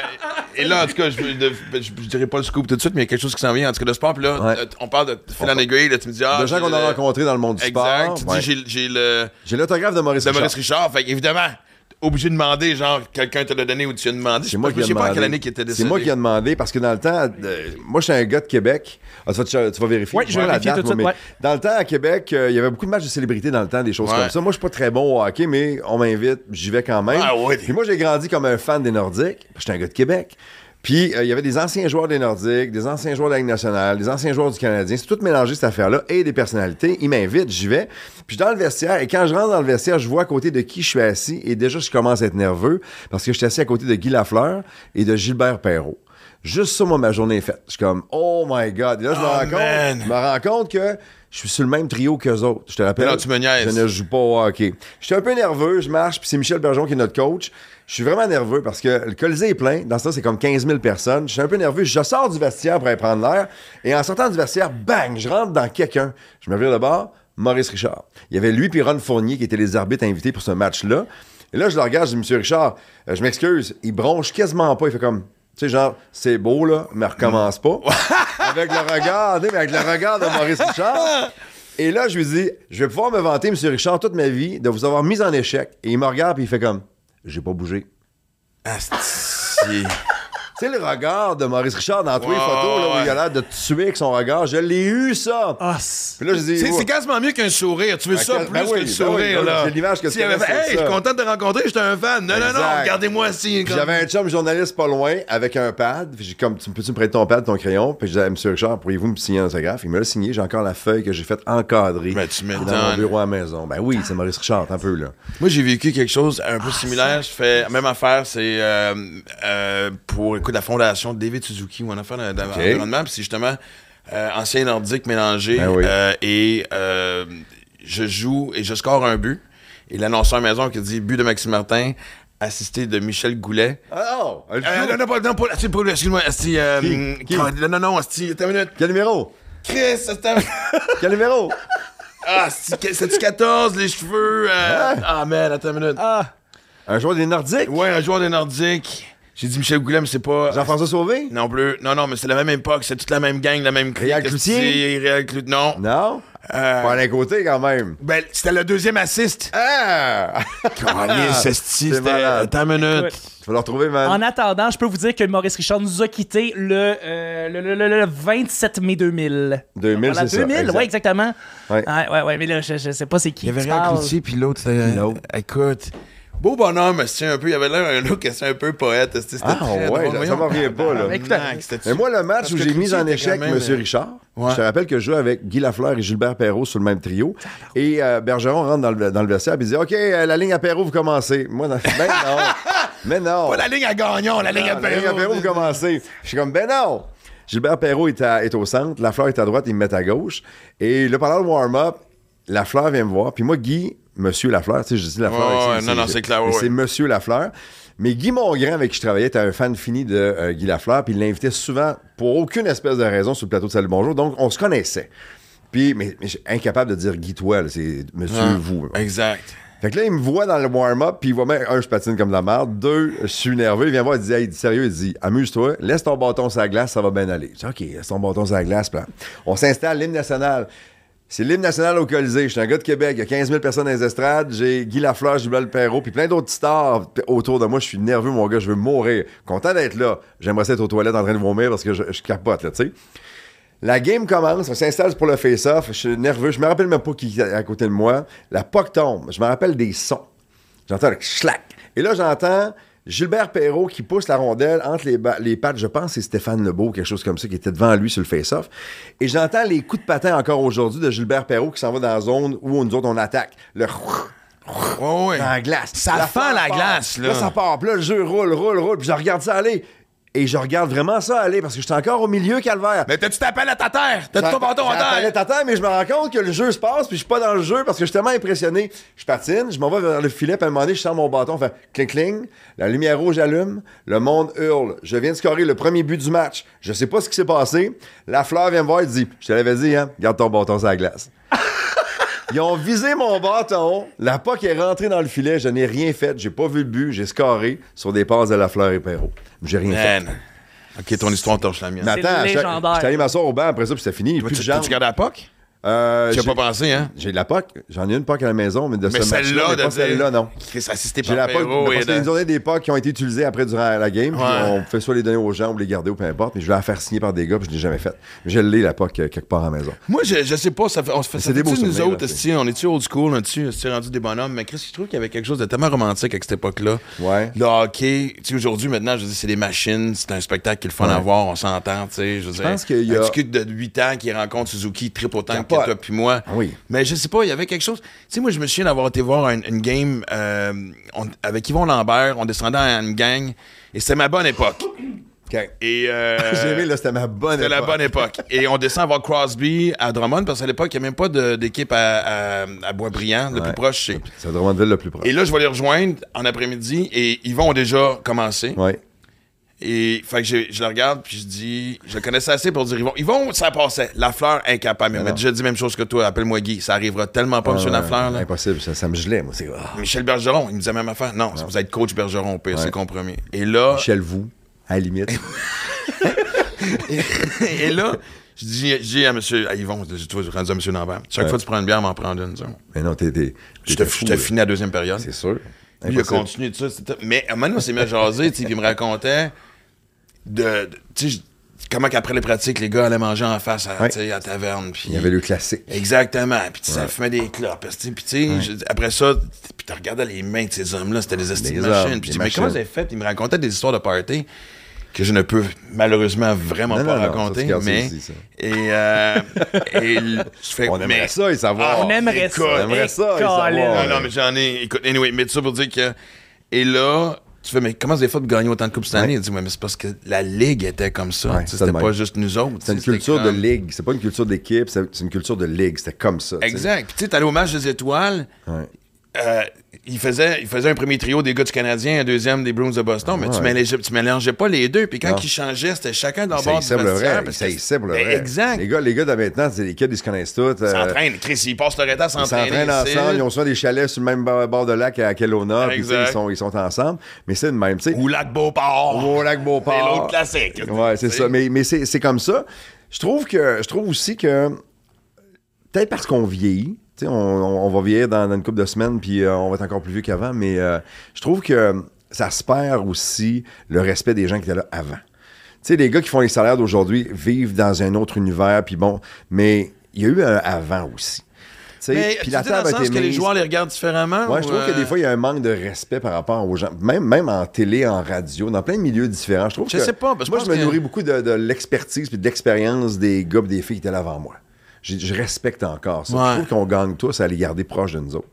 Speaker 1: et là, en tout cas, je, ben, je- je dirais pas le scoop tout de suite, mais il y a quelque chose qui s'en vient. En tout cas, de sport, puis là,
Speaker 6: Ouais.
Speaker 1: euh, on parle de fil en aiguille, là, tu me dis, ah.
Speaker 6: de gens
Speaker 1: j'ai
Speaker 6: qu'on
Speaker 1: le-
Speaker 6: a rencontrés dans le monde du
Speaker 1: Exact.
Speaker 6: sport.
Speaker 1: Tu
Speaker 6: Ouais.
Speaker 1: dis, j'ai- j'ai le.
Speaker 6: J'ai l'autographe de Maurice
Speaker 1: de Maurice
Speaker 6: Richard.
Speaker 1: Richard. Fait qu'évidemment, t'es obligé de demander, genre, quelqu'un te l'a donné ou tu as demandé.
Speaker 6: C'est moi
Speaker 1: je
Speaker 6: qui ai
Speaker 1: sais pas à
Speaker 6: demandé.
Speaker 1: quelle année qu'il était décédé.
Speaker 6: C'est moi qui ai demandé parce que dans le temps, euh, moi, j'étais un gars de Québec. Ah, tu, vas, te- tu vas vérifier.
Speaker 2: Ouais,
Speaker 6: tu
Speaker 2: je vais
Speaker 6: vois la
Speaker 2: vérifier
Speaker 6: date,
Speaker 2: tout de
Speaker 6: moi,
Speaker 2: suite,
Speaker 6: mais Dans le temps, à Québec, euh, il y avait beaucoup de matchs de célébrités dans le temps, des choses
Speaker 1: Ouais.
Speaker 6: comme ça. Moi, je suis pas très bon au hockey, mais on m'invite, j'y vais quand même.
Speaker 1: Ah ouais.
Speaker 6: Puis moi, j'ai grandi comme un fan des Nordiques. J'étais un gars de Québec. Puis, euh, il y avait des anciens joueurs des Nordiques, des anciens joueurs de la Ligue nationale, des anciens joueurs du Canadien. C'est tout mélangé, cette affaire-là, et des personnalités. Ils m'invitent, j'y vais. Puis, je suis dans le vestiaire, et quand je rentre dans le vestiaire, je vois à côté de qui je suis assis, et déjà, je commence à être nerveux, parce que je suis assis à côté de Guy Lafleur et de Gilbert Perrault. Juste ça, moi, ma journée est faite. Je suis comme, oh my God. Et là, je me
Speaker 1: Oh,
Speaker 6: rends compte,
Speaker 1: man.
Speaker 6: je me rends compte que je suis sur le même trio qu'eux autres. Je te rappelle.
Speaker 1: Mais non, tu me niaises.
Speaker 6: Je ne joue pas au hockey. J'étais un peu nerveux, je marche, puis c'est Michel Bergeon qui est notre coach. Je suis vraiment nerveux parce que le Colisée est plein. Dans ça, c'est comme 15 000 personnes. Je suis un peu nerveux. Je sors du vestiaire pour aller prendre l'air. Et en sortant du vestiaire, bang, je rentre dans quelqu'un. Je me vire de bord. Maurice Richard. Il y avait lui puis Ron Fournier qui étaient les arbitres invités pour ce match-là. Et là, je le regarde, je dis, Monsieur Richard, euh, je m'excuse, il bronche quasiment pas. Il fait comme, tu sais, genre, c'est beau, là, mais recommence pas. avec le regard, tu sais, mais avec le regard de Maurice Richard. Et là, je lui dis, je vais pouvoir me vanter, M. Richard, toute ma vie, de vous avoir mis en échec. Et il me regarde, puis il fait comme, j'ai pas bougé.
Speaker 1: Asti.
Speaker 6: Tu sais, le regard de Maurice Richard dans tous les
Speaker 1: Ouais,
Speaker 6: photos, là, où
Speaker 1: ouais.
Speaker 6: il a l'air de te tuer avec son regard, je l'ai eu, ça.
Speaker 2: Ah, c'est-
Speaker 6: Puis là, je dis,
Speaker 1: C'est
Speaker 6: ouais.
Speaker 1: c'est quasiment mieux qu'un sourire. Tu veux
Speaker 6: Ben,
Speaker 1: ça
Speaker 6: ben
Speaker 1: plus
Speaker 6: oui,
Speaker 1: que
Speaker 6: ben
Speaker 1: le sourire,
Speaker 6: oui,
Speaker 1: là.
Speaker 6: c'est l'image que tu
Speaker 1: S'il avait
Speaker 6: connais,
Speaker 1: fait,
Speaker 6: c'est
Speaker 1: Hey, je
Speaker 6: ça.
Speaker 1: suis content de te rencontrer, j'étais un fan. Non, non, non,
Speaker 6: Exact.
Speaker 1: regardez-moi ici.
Speaker 6: Puis
Speaker 1: comme-
Speaker 6: j'avais un chum journaliste pas loin avec un pad. Puis j'ai comme, tu peux-tu me prêter ton pad, ton crayon? Puis je disais, Monsieur Richard, pourriez-vous me signer un autographe? Il me l'a signé. J'ai encore la feuille que j'ai faite encadrer.
Speaker 1: Mais Ben, tu
Speaker 6: Dans mon
Speaker 1: m'étonnes.
Speaker 6: bureau à la maison. Ben oui, c'est Maurice Richard, un peu, là.
Speaker 1: Moi, j'ai vécu quelque chose un peu similaire. Je fais même affaire, c'est euh, euh, pour écoute, la fondation de David Suzuki, ou en affaire de- de- d'environnement. Puis c'est justement euh, ancien nordique mélangé.
Speaker 6: Ben oui.
Speaker 1: euh, et euh, je joue et je score un but. Et l'annonceur maison qui dit but de Maxime Martin, assisté de Michel Goulet.
Speaker 6: Oh! un
Speaker 1: Euh,
Speaker 6: jour.
Speaker 1: non, non, pas, non, pas, c'est pas, excuse-moi, asti, euh,
Speaker 6: Qui? Qui?
Speaker 1: Non, non, non, asti, attends une minute.
Speaker 6: Quel numéro?
Speaker 1: Chris, attends.
Speaker 6: Quel numéro?
Speaker 1: ah, asti, que- c'est-tu 14, les cheveux? euh,
Speaker 6: Hein?
Speaker 1: Ah, man, attends une minute.
Speaker 2: Ah,
Speaker 6: Un joueur des Nordiques?
Speaker 1: Ouais, un joueur des Nordiques. J'ai dit Michel Goulet, mais c'est pas.
Speaker 6: Jean-François Sauvé?
Speaker 1: Non plus. Non, non, mais c'est la même époque, c'est toute la même gang, la même clique.
Speaker 6: Réal Cloutier?
Speaker 1: asti, Réal Cloutier. Non.
Speaker 6: Non?
Speaker 1: Euh,
Speaker 6: Pas d'un côté, quand même.
Speaker 1: ben, c'était le deuxième assist.
Speaker 6: Ah!
Speaker 1: Ah, c'est
Speaker 6: C'est
Speaker 1: c'était. euh,
Speaker 6: malade.
Speaker 1: Attends une minute.
Speaker 6: Tu vas le retrouver, man.
Speaker 2: en attendant, je peux vous dire que Maurice Richard nous a quittés le, euh, le, le- le- le 27 mai 2000.
Speaker 6: 2000,
Speaker 2: Voilà,
Speaker 6: c'est ça.
Speaker 2: 2000,
Speaker 6: exact.
Speaker 2: ouais, exactement.
Speaker 6: Ouais.
Speaker 2: Ouais, ouais, ouais, mais là, je, je sais pas c'est qui. tu parles.
Speaker 1: puis l'autre, c'était.
Speaker 6: Non.
Speaker 1: Écoute. Beau bonhomme, asti, un peu. Il avait l'air un look assez un peu poète, asti, C'était
Speaker 6: Ah,
Speaker 1: très
Speaker 6: ouais,
Speaker 1: drôle,
Speaker 6: ça
Speaker 1: voyons.
Speaker 6: m'en revient pas, là.
Speaker 1: Tabarnak, c'était-
Speaker 6: Mais moi, le match
Speaker 1: Parce
Speaker 6: où
Speaker 1: que
Speaker 6: j'ai mis
Speaker 1: Cloutier
Speaker 6: en
Speaker 1: était
Speaker 6: échec
Speaker 1: quand même,
Speaker 6: M.
Speaker 1: euh,
Speaker 6: Richard,
Speaker 1: Ouais.
Speaker 6: je te rappelle que je jouais avec Guy Lafleur et Gilbert Perrault sur le même trio. Et euh, Bergeron rentre dans le, dans le vestiaire et dit OK, euh, la ligne à Perrault, vous commencez. Moi, dans- ben non. Mais non.
Speaker 1: Pas Oh, la ligne à Gagnon, la ligne à
Speaker 6: Ah, la ligne à Perrault, vous commencez. Je suis comme Ben non. Gilbert Perrault est, à- est au centre, Lafleur est à droite, il me met à gauche. Et là, pendant le warm-up, Lafleur vient me voir. Puis moi, Guy, Monsieur Lafleur, tu sais, je dis Lafleur.
Speaker 1: Ouais,
Speaker 6: ici,
Speaker 1: ouais, non, non, c'est clair, ouais,
Speaker 6: mais
Speaker 1: ouais.
Speaker 6: C'est Monsieur Lafleur. Mais Guy Mongrain, avec qui je travaillais, était un fan fini de euh, Guy Lafleur, puis il l'invitait souvent, pour aucune espèce de raison, sur le plateau de Salut Bonjour. Donc, on se connaissait. Puis, mais, mais je suis incapable de dire Guy toi, là, c'est Monsieur
Speaker 1: Ouais.
Speaker 6: vous.
Speaker 1: Exact.
Speaker 6: Fait que là, il me voit dans le warm-up, puis il voit même, un, je patine comme de la merde, deux, je suis nerveux, il vient voir, il dit, hey, dit, sérieux, il dit, amuse-toi, laisse ton bâton sur la glace, ça va bien aller. Je dis, OK, laisse ton bâton sur la glace, puis là, on s'installe, l'hymne national. C'est l'hymne national au Colisée. Je suis un gars de Québec. Il y a 15 000 personnes dans les estrades. J'ai Guy Lafleur, Gilbert Perrault, puis plein d'autres stars p- autour de moi. Je suis nerveux, mon gars. Je veux mourir. Content d'être là. J'aimerais ça être aux toilettes en train de vomir parce que je, je capote, là, tu sais. La game commence, on s'installe pour le face-off, je suis nerveux, je me rappelle même pas qui est à côté de moi. La POC tombe, je me rappelle des sons. J'entends le schlac. Et là, j'entends Gilbert Perrault qui pousse la rondelle entre les, ba- les pattes, je pense que c'est Stéphane Lebeau, quelque chose comme ça, qui était devant lui sur le face-off. Et j'entends les coups de patin encore aujourd'hui de Gilbert Perrault qui s'en va dans la zone où nous autres on attaque. Le
Speaker 1: Ouais, ouais.
Speaker 6: dans la glace.
Speaker 1: Ça
Speaker 6: La
Speaker 1: fend
Speaker 6: fin
Speaker 1: la
Speaker 6: part.
Speaker 1: glace, là.
Speaker 6: ça part. Puis là, le jeu roule, roule, roule. Puis je regarde ça aller. Et je regarde vraiment ça aller parce que j'étais encore au milieu, Calvaire.
Speaker 1: Mais t'as-tu ta palette à ta terre? T'as-tu ton bâton à
Speaker 6: J'attendais,
Speaker 1: terre?
Speaker 6: t'attends, mais je me rends compte que le jeu se passe, puis je suis pas dans le jeu parce que je suis tellement impressionné. Je patine, je m'en vais vers le filet, puis à un moment donné, je sens mon bâton, fait cling cling, la lumière rouge allume, le monde hurle. Je viens de scorer le premier but du match. Je sais pas ce qui s'est passé. La fleur vient me voir et dit Je te l'avais dit, hein, garde ton bâton sur la glace. Ils ont visé mon bâton. La POC est rentrée dans le filet. Je n'ai rien fait. J'ai pas vu le but. J'ai scoré sur des passes de la fleur et Perrault. J'ai rien fait.
Speaker 1: Man. Ok, ton histoire torche la mienne.
Speaker 6: Mais
Speaker 2: C'est
Speaker 6: attends, j'étais
Speaker 2: légendaire.
Speaker 6: j'étais allé m'asseoir au banc après ça, puis c'était fini. Plus
Speaker 1: tu
Speaker 6: de
Speaker 1: tu
Speaker 6: jambes.
Speaker 1: regardes la POC?
Speaker 6: Euh,
Speaker 1: Tu as
Speaker 6: j'ai-
Speaker 1: pas pensé, hein?
Speaker 6: j'ai de la POC. J'en ai une POC à la maison, mais de
Speaker 1: Mais
Speaker 6: ce match-là,
Speaker 1: celle-là,
Speaker 6: mais
Speaker 1: de
Speaker 6: pas
Speaker 1: dire-
Speaker 6: celle-là, non.
Speaker 1: Chris, assisté
Speaker 6: J'ai
Speaker 1: par
Speaker 6: la POC,
Speaker 1: Perrault et
Speaker 6: parce qu'il y a une
Speaker 1: de...
Speaker 6: journée des POC qui ont été utilisées après durant la game, puis
Speaker 1: Ouais.
Speaker 6: on fait soit les donner aux gens ou les garder ou peu importe, mais je vais la faire signer par des gars, puis je l'ai jamais faite. Mais Je l'ai, la POC, euh, quelque part à la maison.
Speaker 1: Moi, je, je sais pas, ça fait, on se fait
Speaker 6: C'est
Speaker 1: ça
Speaker 6: des
Speaker 1: fait-tu
Speaker 6: beaux
Speaker 1: nous
Speaker 6: souvenirs,
Speaker 1: autres,
Speaker 6: là,
Speaker 1: esti, on est-tu old school, on est-tu esti, rendu des bonhommes, mais Chris, je trouve qu'il y avait quelque chose de tellement romantique à cette époque-là.
Speaker 6: Ouais.
Speaker 1: Le hockey, tu sais, aujourd'hui, maintenant, je dis, c'est des machines, c'est un spectacle qu'il est le fun à voir, on s'entend, tu sais, je veux dire.
Speaker 6: pense qu'il y a-
Speaker 1: Un petit cul de 8 ans qui rencontre Suzuki, triple autant que
Speaker 6: Capote.
Speaker 1: toi puis moi.
Speaker 6: Ah oui.
Speaker 1: Mais je sais pas, il y avait quelque chose. Tu sais, moi, je me souviens d'avoir été voir une, une game euh, on- avec Yvon Lambert. On descendait en une gang. Et c'était ma bonne époque.
Speaker 6: OK.
Speaker 1: Et, euh,
Speaker 6: J'ai aimé, là, c'était ma bonne
Speaker 1: C'était la
Speaker 6: époque.
Speaker 1: bonne époque. Et on descend voir Crosby à Drummond, parce qu'à l'époque, il n'y a même pas de- d'équipe à, à, à Boisbriand, le
Speaker 6: Ouais.
Speaker 1: plus proche. c'est-
Speaker 6: C'est Drummondville le plus proche.
Speaker 1: Et là, je vais les rejoindre en après-midi, et ils vont déjà commencer.
Speaker 6: Ouais.
Speaker 1: Et fait que j'ai- je, le regarde, puis je dis, je le connaissais assez pour dire, ils vont, ils vont ça passait. La fleur, incapable. Mais on m'a
Speaker 6: non.
Speaker 1: déjà dit même chose que toi, appelle-moi Guy. Ça arrivera tellement pas, monsieur
Speaker 6: Ah,
Speaker 1: Lafleur. là.
Speaker 6: Impossible, ça, ça me gelait, moi. C'est ah.
Speaker 1: Michel Bergeron, il me disait même affaire. Non, vous êtes coach Bergeron, au pire, c'est le compromis. Et là,
Speaker 6: Michel Vous, à la limite.
Speaker 1: et là, je dis, je dis à monsieur, à Yvon, je dis, toi, je rends à monsieur Lambert. Chaque fois que tu prends une bière, m'en prends une. disons.
Speaker 6: Mais non, t'es. t'es-
Speaker 1: Je te
Speaker 6: t'étais fou,
Speaker 1: je te
Speaker 6: là.
Speaker 1: finis la deuxième période.
Speaker 6: C'est sûr.
Speaker 1: Lui, il a
Speaker 6: Impossible.
Speaker 1: continué de ça. c'était- Mais à un moment donné, on s'est mis à jaser, tu sais, puis il me racontait de. de- tu sais, je- comment qu'après les pratiques, les gars allaient manger en face à,
Speaker 6: Ouais.
Speaker 1: tu sais, à la taverne. Puis
Speaker 6: Il y avait le classique.
Speaker 1: Exactement. Puis tu sais, ça fumait des clopes. tu sais, Puis tu sais, je- après ça, t- puis tu regardais les mains de ces hommes-là, c'était des estimes
Speaker 6: Des
Speaker 1: machines.
Speaker 6: hommes,
Speaker 1: Puis
Speaker 6: des
Speaker 1: je dis, mais comment vous
Speaker 6: machines.
Speaker 1: avez fait? Il me racontait des histoires de party que je ne peux malheureusement vraiment
Speaker 6: Non,
Speaker 1: pas
Speaker 6: non, non, ça,
Speaker 1: raconter.
Speaker 6: tu gardes ça
Speaker 1: mais.
Speaker 6: aussi, ça.
Speaker 1: Et, euh, et l- je fais.
Speaker 6: On aimerait
Speaker 1: mais-
Speaker 6: ça, et savoir.
Speaker 1: Ah,
Speaker 2: On aimerait ça.
Speaker 1: écoute,
Speaker 6: On aimerait ça,
Speaker 2: Eh,
Speaker 6: et savoir.
Speaker 2: Colin.
Speaker 1: non, non, mais j'en ai. Écoute, anyway, mais tout ça pour dire que. Et là, tu fais, mais comment c'est fait de gagner autant de coupes cette année? Il dit, ouais, mais c'est parce que la ligue était comme ça.
Speaker 6: Ouais,
Speaker 1: Tu sais,
Speaker 6: c'est
Speaker 1: c'était
Speaker 6: de
Speaker 1: pas
Speaker 6: même.
Speaker 1: juste nous autres.
Speaker 6: C'est
Speaker 1: tu
Speaker 6: une
Speaker 1: sais, c'était
Speaker 6: culture de
Speaker 1: comme-
Speaker 6: ligue. C'est pas une culture d'équipe, c'est c'est une culture de ligue. C'était comme ça. tu sais.
Speaker 1: Exact. Puis tu sais, t'allais au match des étoiles.
Speaker 6: Ouais.
Speaker 1: euh, il, faisait, il faisait un premier trio des gars du Canadien, un deuxième des Bruins de Boston, mais tu,
Speaker 6: Ouais.
Speaker 1: mélangeais, tu mélangeais pas les deux. Puis quand
Speaker 6: Non.
Speaker 1: ils changeaient, c'était chacun dans le
Speaker 6: Ça
Speaker 1: bord
Speaker 6: y
Speaker 1: du
Speaker 6: semble
Speaker 1: vestiaire,
Speaker 6: vrai.
Speaker 1: parce
Speaker 6: Ça
Speaker 1: que-
Speaker 6: y semble
Speaker 1: Ben,
Speaker 6: vrai.
Speaker 1: Exact.
Speaker 6: Les gars, les gars de maintenant, c'est les kids, ils se connaissent tous.
Speaker 1: Ils
Speaker 6: euh,
Speaker 1: s'entraînent. Chris, ils passent leur temps à
Speaker 6: Ils
Speaker 1: s'entraîner.
Speaker 6: s'entraînent
Speaker 1: c'est-
Speaker 6: ensemble, ils ont souvent des chalets sur le même bord bord de lac à Kelowna, puis tu sais,
Speaker 1: Exact.
Speaker 6: ils sont, ils sont ensemble. Mais c'est le même, tu sais.
Speaker 1: Ou Lac Beauport.
Speaker 6: Au lac Beauport.
Speaker 1: C'est l'autre classique.
Speaker 6: Ouais, c'est
Speaker 1: Tu
Speaker 6: ça.
Speaker 1: sais.
Speaker 6: Mais, mais c'est c'est comme ça. Je trouve que je trouve aussi que peut-être parce qu'on vieillit, tu sais, on, on- on va vieillir dans, dans une couple de semaines, puis euh, on va être encore plus vieux qu'avant, mais euh, je trouve que ça se perd aussi le respect des gens qui étaient là avant. Tu sais, les gars qui font les salaires d'aujourd'hui vivent dans un autre univers, puis bon, mais il y a eu un avant aussi. Tu sais,
Speaker 1: Mais
Speaker 6: puis
Speaker 1: tu
Speaker 6: la
Speaker 1: dis dans
Speaker 6: table
Speaker 1: le
Speaker 6: a
Speaker 1: sens
Speaker 6: été
Speaker 1: que les
Speaker 6: mise-
Speaker 1: joueurs les regardent différemment?
Speaker 6: Ouais,
Speaker 1: ou,
Speaker 6: je trouve que
Speaker 1: euh,
Speaker 6: des fois, il y a un manque de respect par rapport aux gens, même, même en télé, en radio, dans plein de milieux différents. Je trouve
Speaker 1: Je
Speaker 6: que.
Speaker 1: sais pas, parce que
Speaker 6: moi,
Speaker 1: je
Speaker 6: je
Speaker 1: pense
Speaker 6: me
Speaker 1: que-
Speaker 6: nourris beaucoup de, de l'expertise et de l'expérience des gars et des filles qui étaient là avant moi. J'ai- Je, respecte encore ça.
Speaker 1: Ouais.
Speaker 6: Je trouve qu'on gagne tous à les garder proches de nous autres.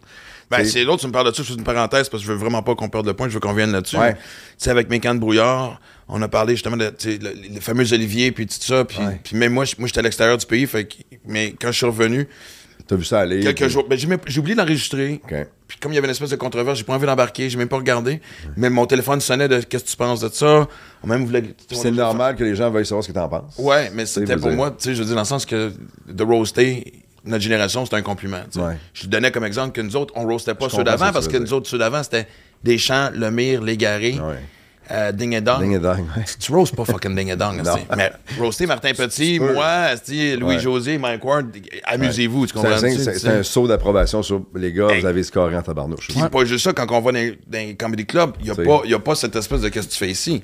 Speaker 1: Ben,
Speaker 6: T'sais,
Speaker 1: c'est l'autre, tu me parles de ça, je fais une parenthèse parce que je veux vraiment pas qu'on perde le point, je veux qu'on vienne là-dessus.
Speaker 6: Ouais.
Speaker 1: Tu sais, avec mes camps de brouillard, on a parlé justement de tu sais, le, le fameux Olivier, puis tout ça, puis,
Speaker 6: Ouais.
Speaker 1: puis même moi, je- moi j'étais à l'extérieur du pays, fait que- mais quand je suis revenu,
Speaker 6: T'as vu ça aller.
Speaker 1: quelques
Speaker 6: puis-
Speaker 1: jours, ben, j'ai même- j'ai oublié d'enregistrer.
Speaker 6: OK.
Speaker 1: Puis comme il y avait une espèce de controverse, j'ai pas envie d'embarquer, j'ai même pas regardé, mais mon téléphone sonnait de qu'est-ce que tu penses de ça, on même voulait...
Speaker 6: Puis C'est normal que les gens veuillent savoir ce que t'en penses.
Speaker 1: Ouais, mais
Speaker 6: C'est
Speaker 1: c'était pour
Speaker 6: bizarre.
Speaker 1: moi, tu sais, je veux dire, dans le sens que de roaster notre génération, c'était un compliment. tu sais.
Speaker 6: Ouais.
Speaker 1: Je le donnais comme exemple que nous autres, on roastait pas
Speaker 6: Je
Speaker 1: ceux
Speaker 6: comprends ce
Speaker 1: d'avant
Speaker 6: que
Speaker 1: parce
Speaker 6: tu
Speaker 1: que
Speaker 6: veux
Speaker 1: nous
Speaker 6: dire.
Speaker 1: autres, ceux d'avant, c'était Deschamps, Lemire, Légaré,
Speaker 6: Ouais.
Speaker 1: euh, Ding et Dong.
Speaker 6: Ding et dong, ouais.
Speaker 1: Tu roastes pas fucking Ding et Dong.
Speaker 6: Non.
Speaker 1: esti. Mais roaster Martin Petit,
Speaker 6: Tu peux.
Speaker 1: moi, esti,
Speaker 6: Ouais.
Speaker 1: Louis-José, Mike Ward, amusez-vous, tu
Speaker 6: C'est un,
Speaker 1: comprends?
Speaker 6: signe- c'est- c'est un saut d'approbation sur les gars,
Speaker 1: Hey.
Speaker 6: vous avez scoré en tabarnouche.
Speaker 1: Puis pas juste ça, quand on va dans dans les comedy clubs, il n'y a,
Speaker 6: C'est-
Speaker 1: pas- y a pas cette espèce de qu'est-ce que tu fais ici.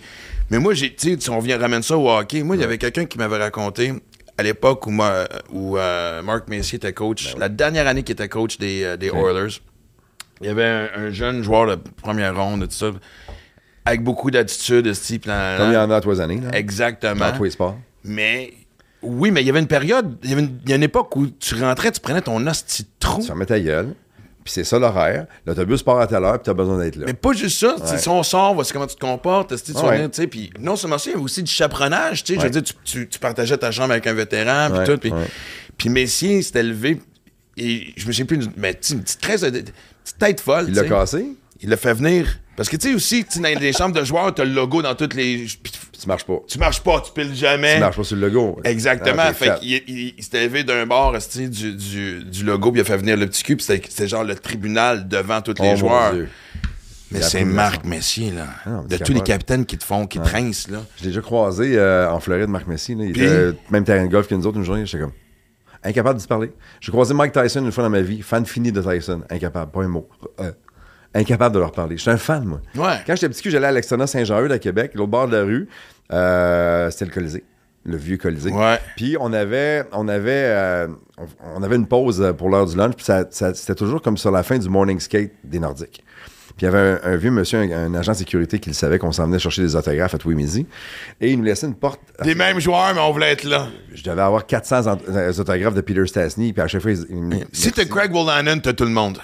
Speaker 1: Mais moi, j'ai, tu sais, si on vient ramène ça au hockey, moi, il y avait quelqu'un qui m'avait raconté à l'époque où, ma- où euh, Marc Messier était coach, la dernière année qu'il était coach des, euh, des Oilers, il y avait un, un jeune joueur de première ronde, et tout ça, avec beaucoup d'attitude, esti, puis nan, nan,
Speaker 6: Comme il y
Speaker 1: nan.
Speaker 6: en a à trois années. là.
Speaker 1: hein? Exactement.
Speaker 6: Dans tous les sports.
Speaker 1: Mais oui, mais il y avait une période, il y avait une, il y a une époque où tu rentrais, tu prenais ton hostie de trou.
Speaker 6: Tu fermes ta gueule, puis c'est ça l'horaire. L'autobus part à telle heure, puis t'as besoin d'être là.
Speaker 1: Mais pas juste ça. tu sais,
Speaker 6: Ouais.
Speaker 1: Si on sort, voici comment tu te comportes. est-ce que tu
Speaker 6: Ouais.
Speaker 1: vas venir, tu sais, puis non seulement ça, il y avait aussi du chaperonnage. tu sais, Je veux dire,
Speaker 6: Ouais.
Speaker 1: tu, tu- tu partageais ta chambre avec un vétéran. Puis
Speaker 6: Ouais,
Speaker 1: tout. Puis,
Speaker 6: ouais.
Speaker 1: puis Messier s'était levé. Et je me souviens plus, mais tu sais, une petite, tresse de- une petite tête folle.
Speaker 6: Il
Speaker 1: tu
Speaker 6: l'a
Speaker 1: sais.
Speaker 6: cassé,
Speaker 1: Il l'a fait venir. Parce que tu sais aussi, tu sais, dans les chambres de joueurs, t'as le logo dans toutes les. puis tu-
Speaker 6: tu marches pas.
Speaker 1: tu marches pas, tu piles jamais.
Speaker 6: Tu marches pas sur le logo.
Speaker 1: Exactement.
Speaker 6: Ah, t'es
Speaker 1: fait
Speaker 6: fat.
Speaker 1: qu'il il- il s'était levé d'un bord esti, du, du, du logo, puis il a fait venir le petit cul, puis c'était c'était genre le tribunal devant tous
Speaker 6: Oh,
Speaker 1: les
Speaker 6: mon
Speaker 1: joueurs.
Speaker 6: Dieu.
Speaker 1: Mais
Speaker 6: Il a
Speaker 1: c'est
Speaker 6: appris de
Speaker 1: Marc Messier, là.
Speaker 6: Ah non, mais
Speaker 1: de
Speaker 6: c'est
Speaker 1: tous les
Speaker 6: capable.
Speaker 1: capitaines qui te font, qui te rincent, là.
Speaker 6: Je l'ai déjà croisé euh, en Floride, Marc Messi. là. Il
Speaker 1: Puis?
Speaker 6: était euh, même terrain de golf que nous autres une journée. J'étais comme incapable de se parler. J'ai croisé Mike Tyson une fois dans ma vie, fan fini de Tyson. Incapable, pas un mot. Euh, incapable de leur parler. J'étais un fan, moi.
Speaker 1: Ouais.
Speaker 6: Quand j'étais petit, cul, j'allais à l'Axona Saint-Jean-Eudes à Québec, l'autre bord de la rue. euh, C'était le Colisée. Le vieux Colisée.
Speaker 1: Ouais.
Speaker 6: Puis on avait, on avait, euh, on, on avait une pause euh, pour l'heure du lunch. Puis ça, ça- c'était toujours comme sur la fin du morning skate des Nordiques. Puis il y avait un, un vieux monsieur, un, un agent de sécurité qui le savait qu'on s'en venait chercher des autographes à tous les midis. Et il nous laissait une porte. euh,
Speaker 1: Des mêmes joueurs, mais on voulait être là.
Speaker 6: Je devais avoir 400 en- euh, autographes de Peter Stasny. Puis à chaque fois, il, il me-
Speaker 1: Si t'es Craig Wildanen, t'as tout le monde.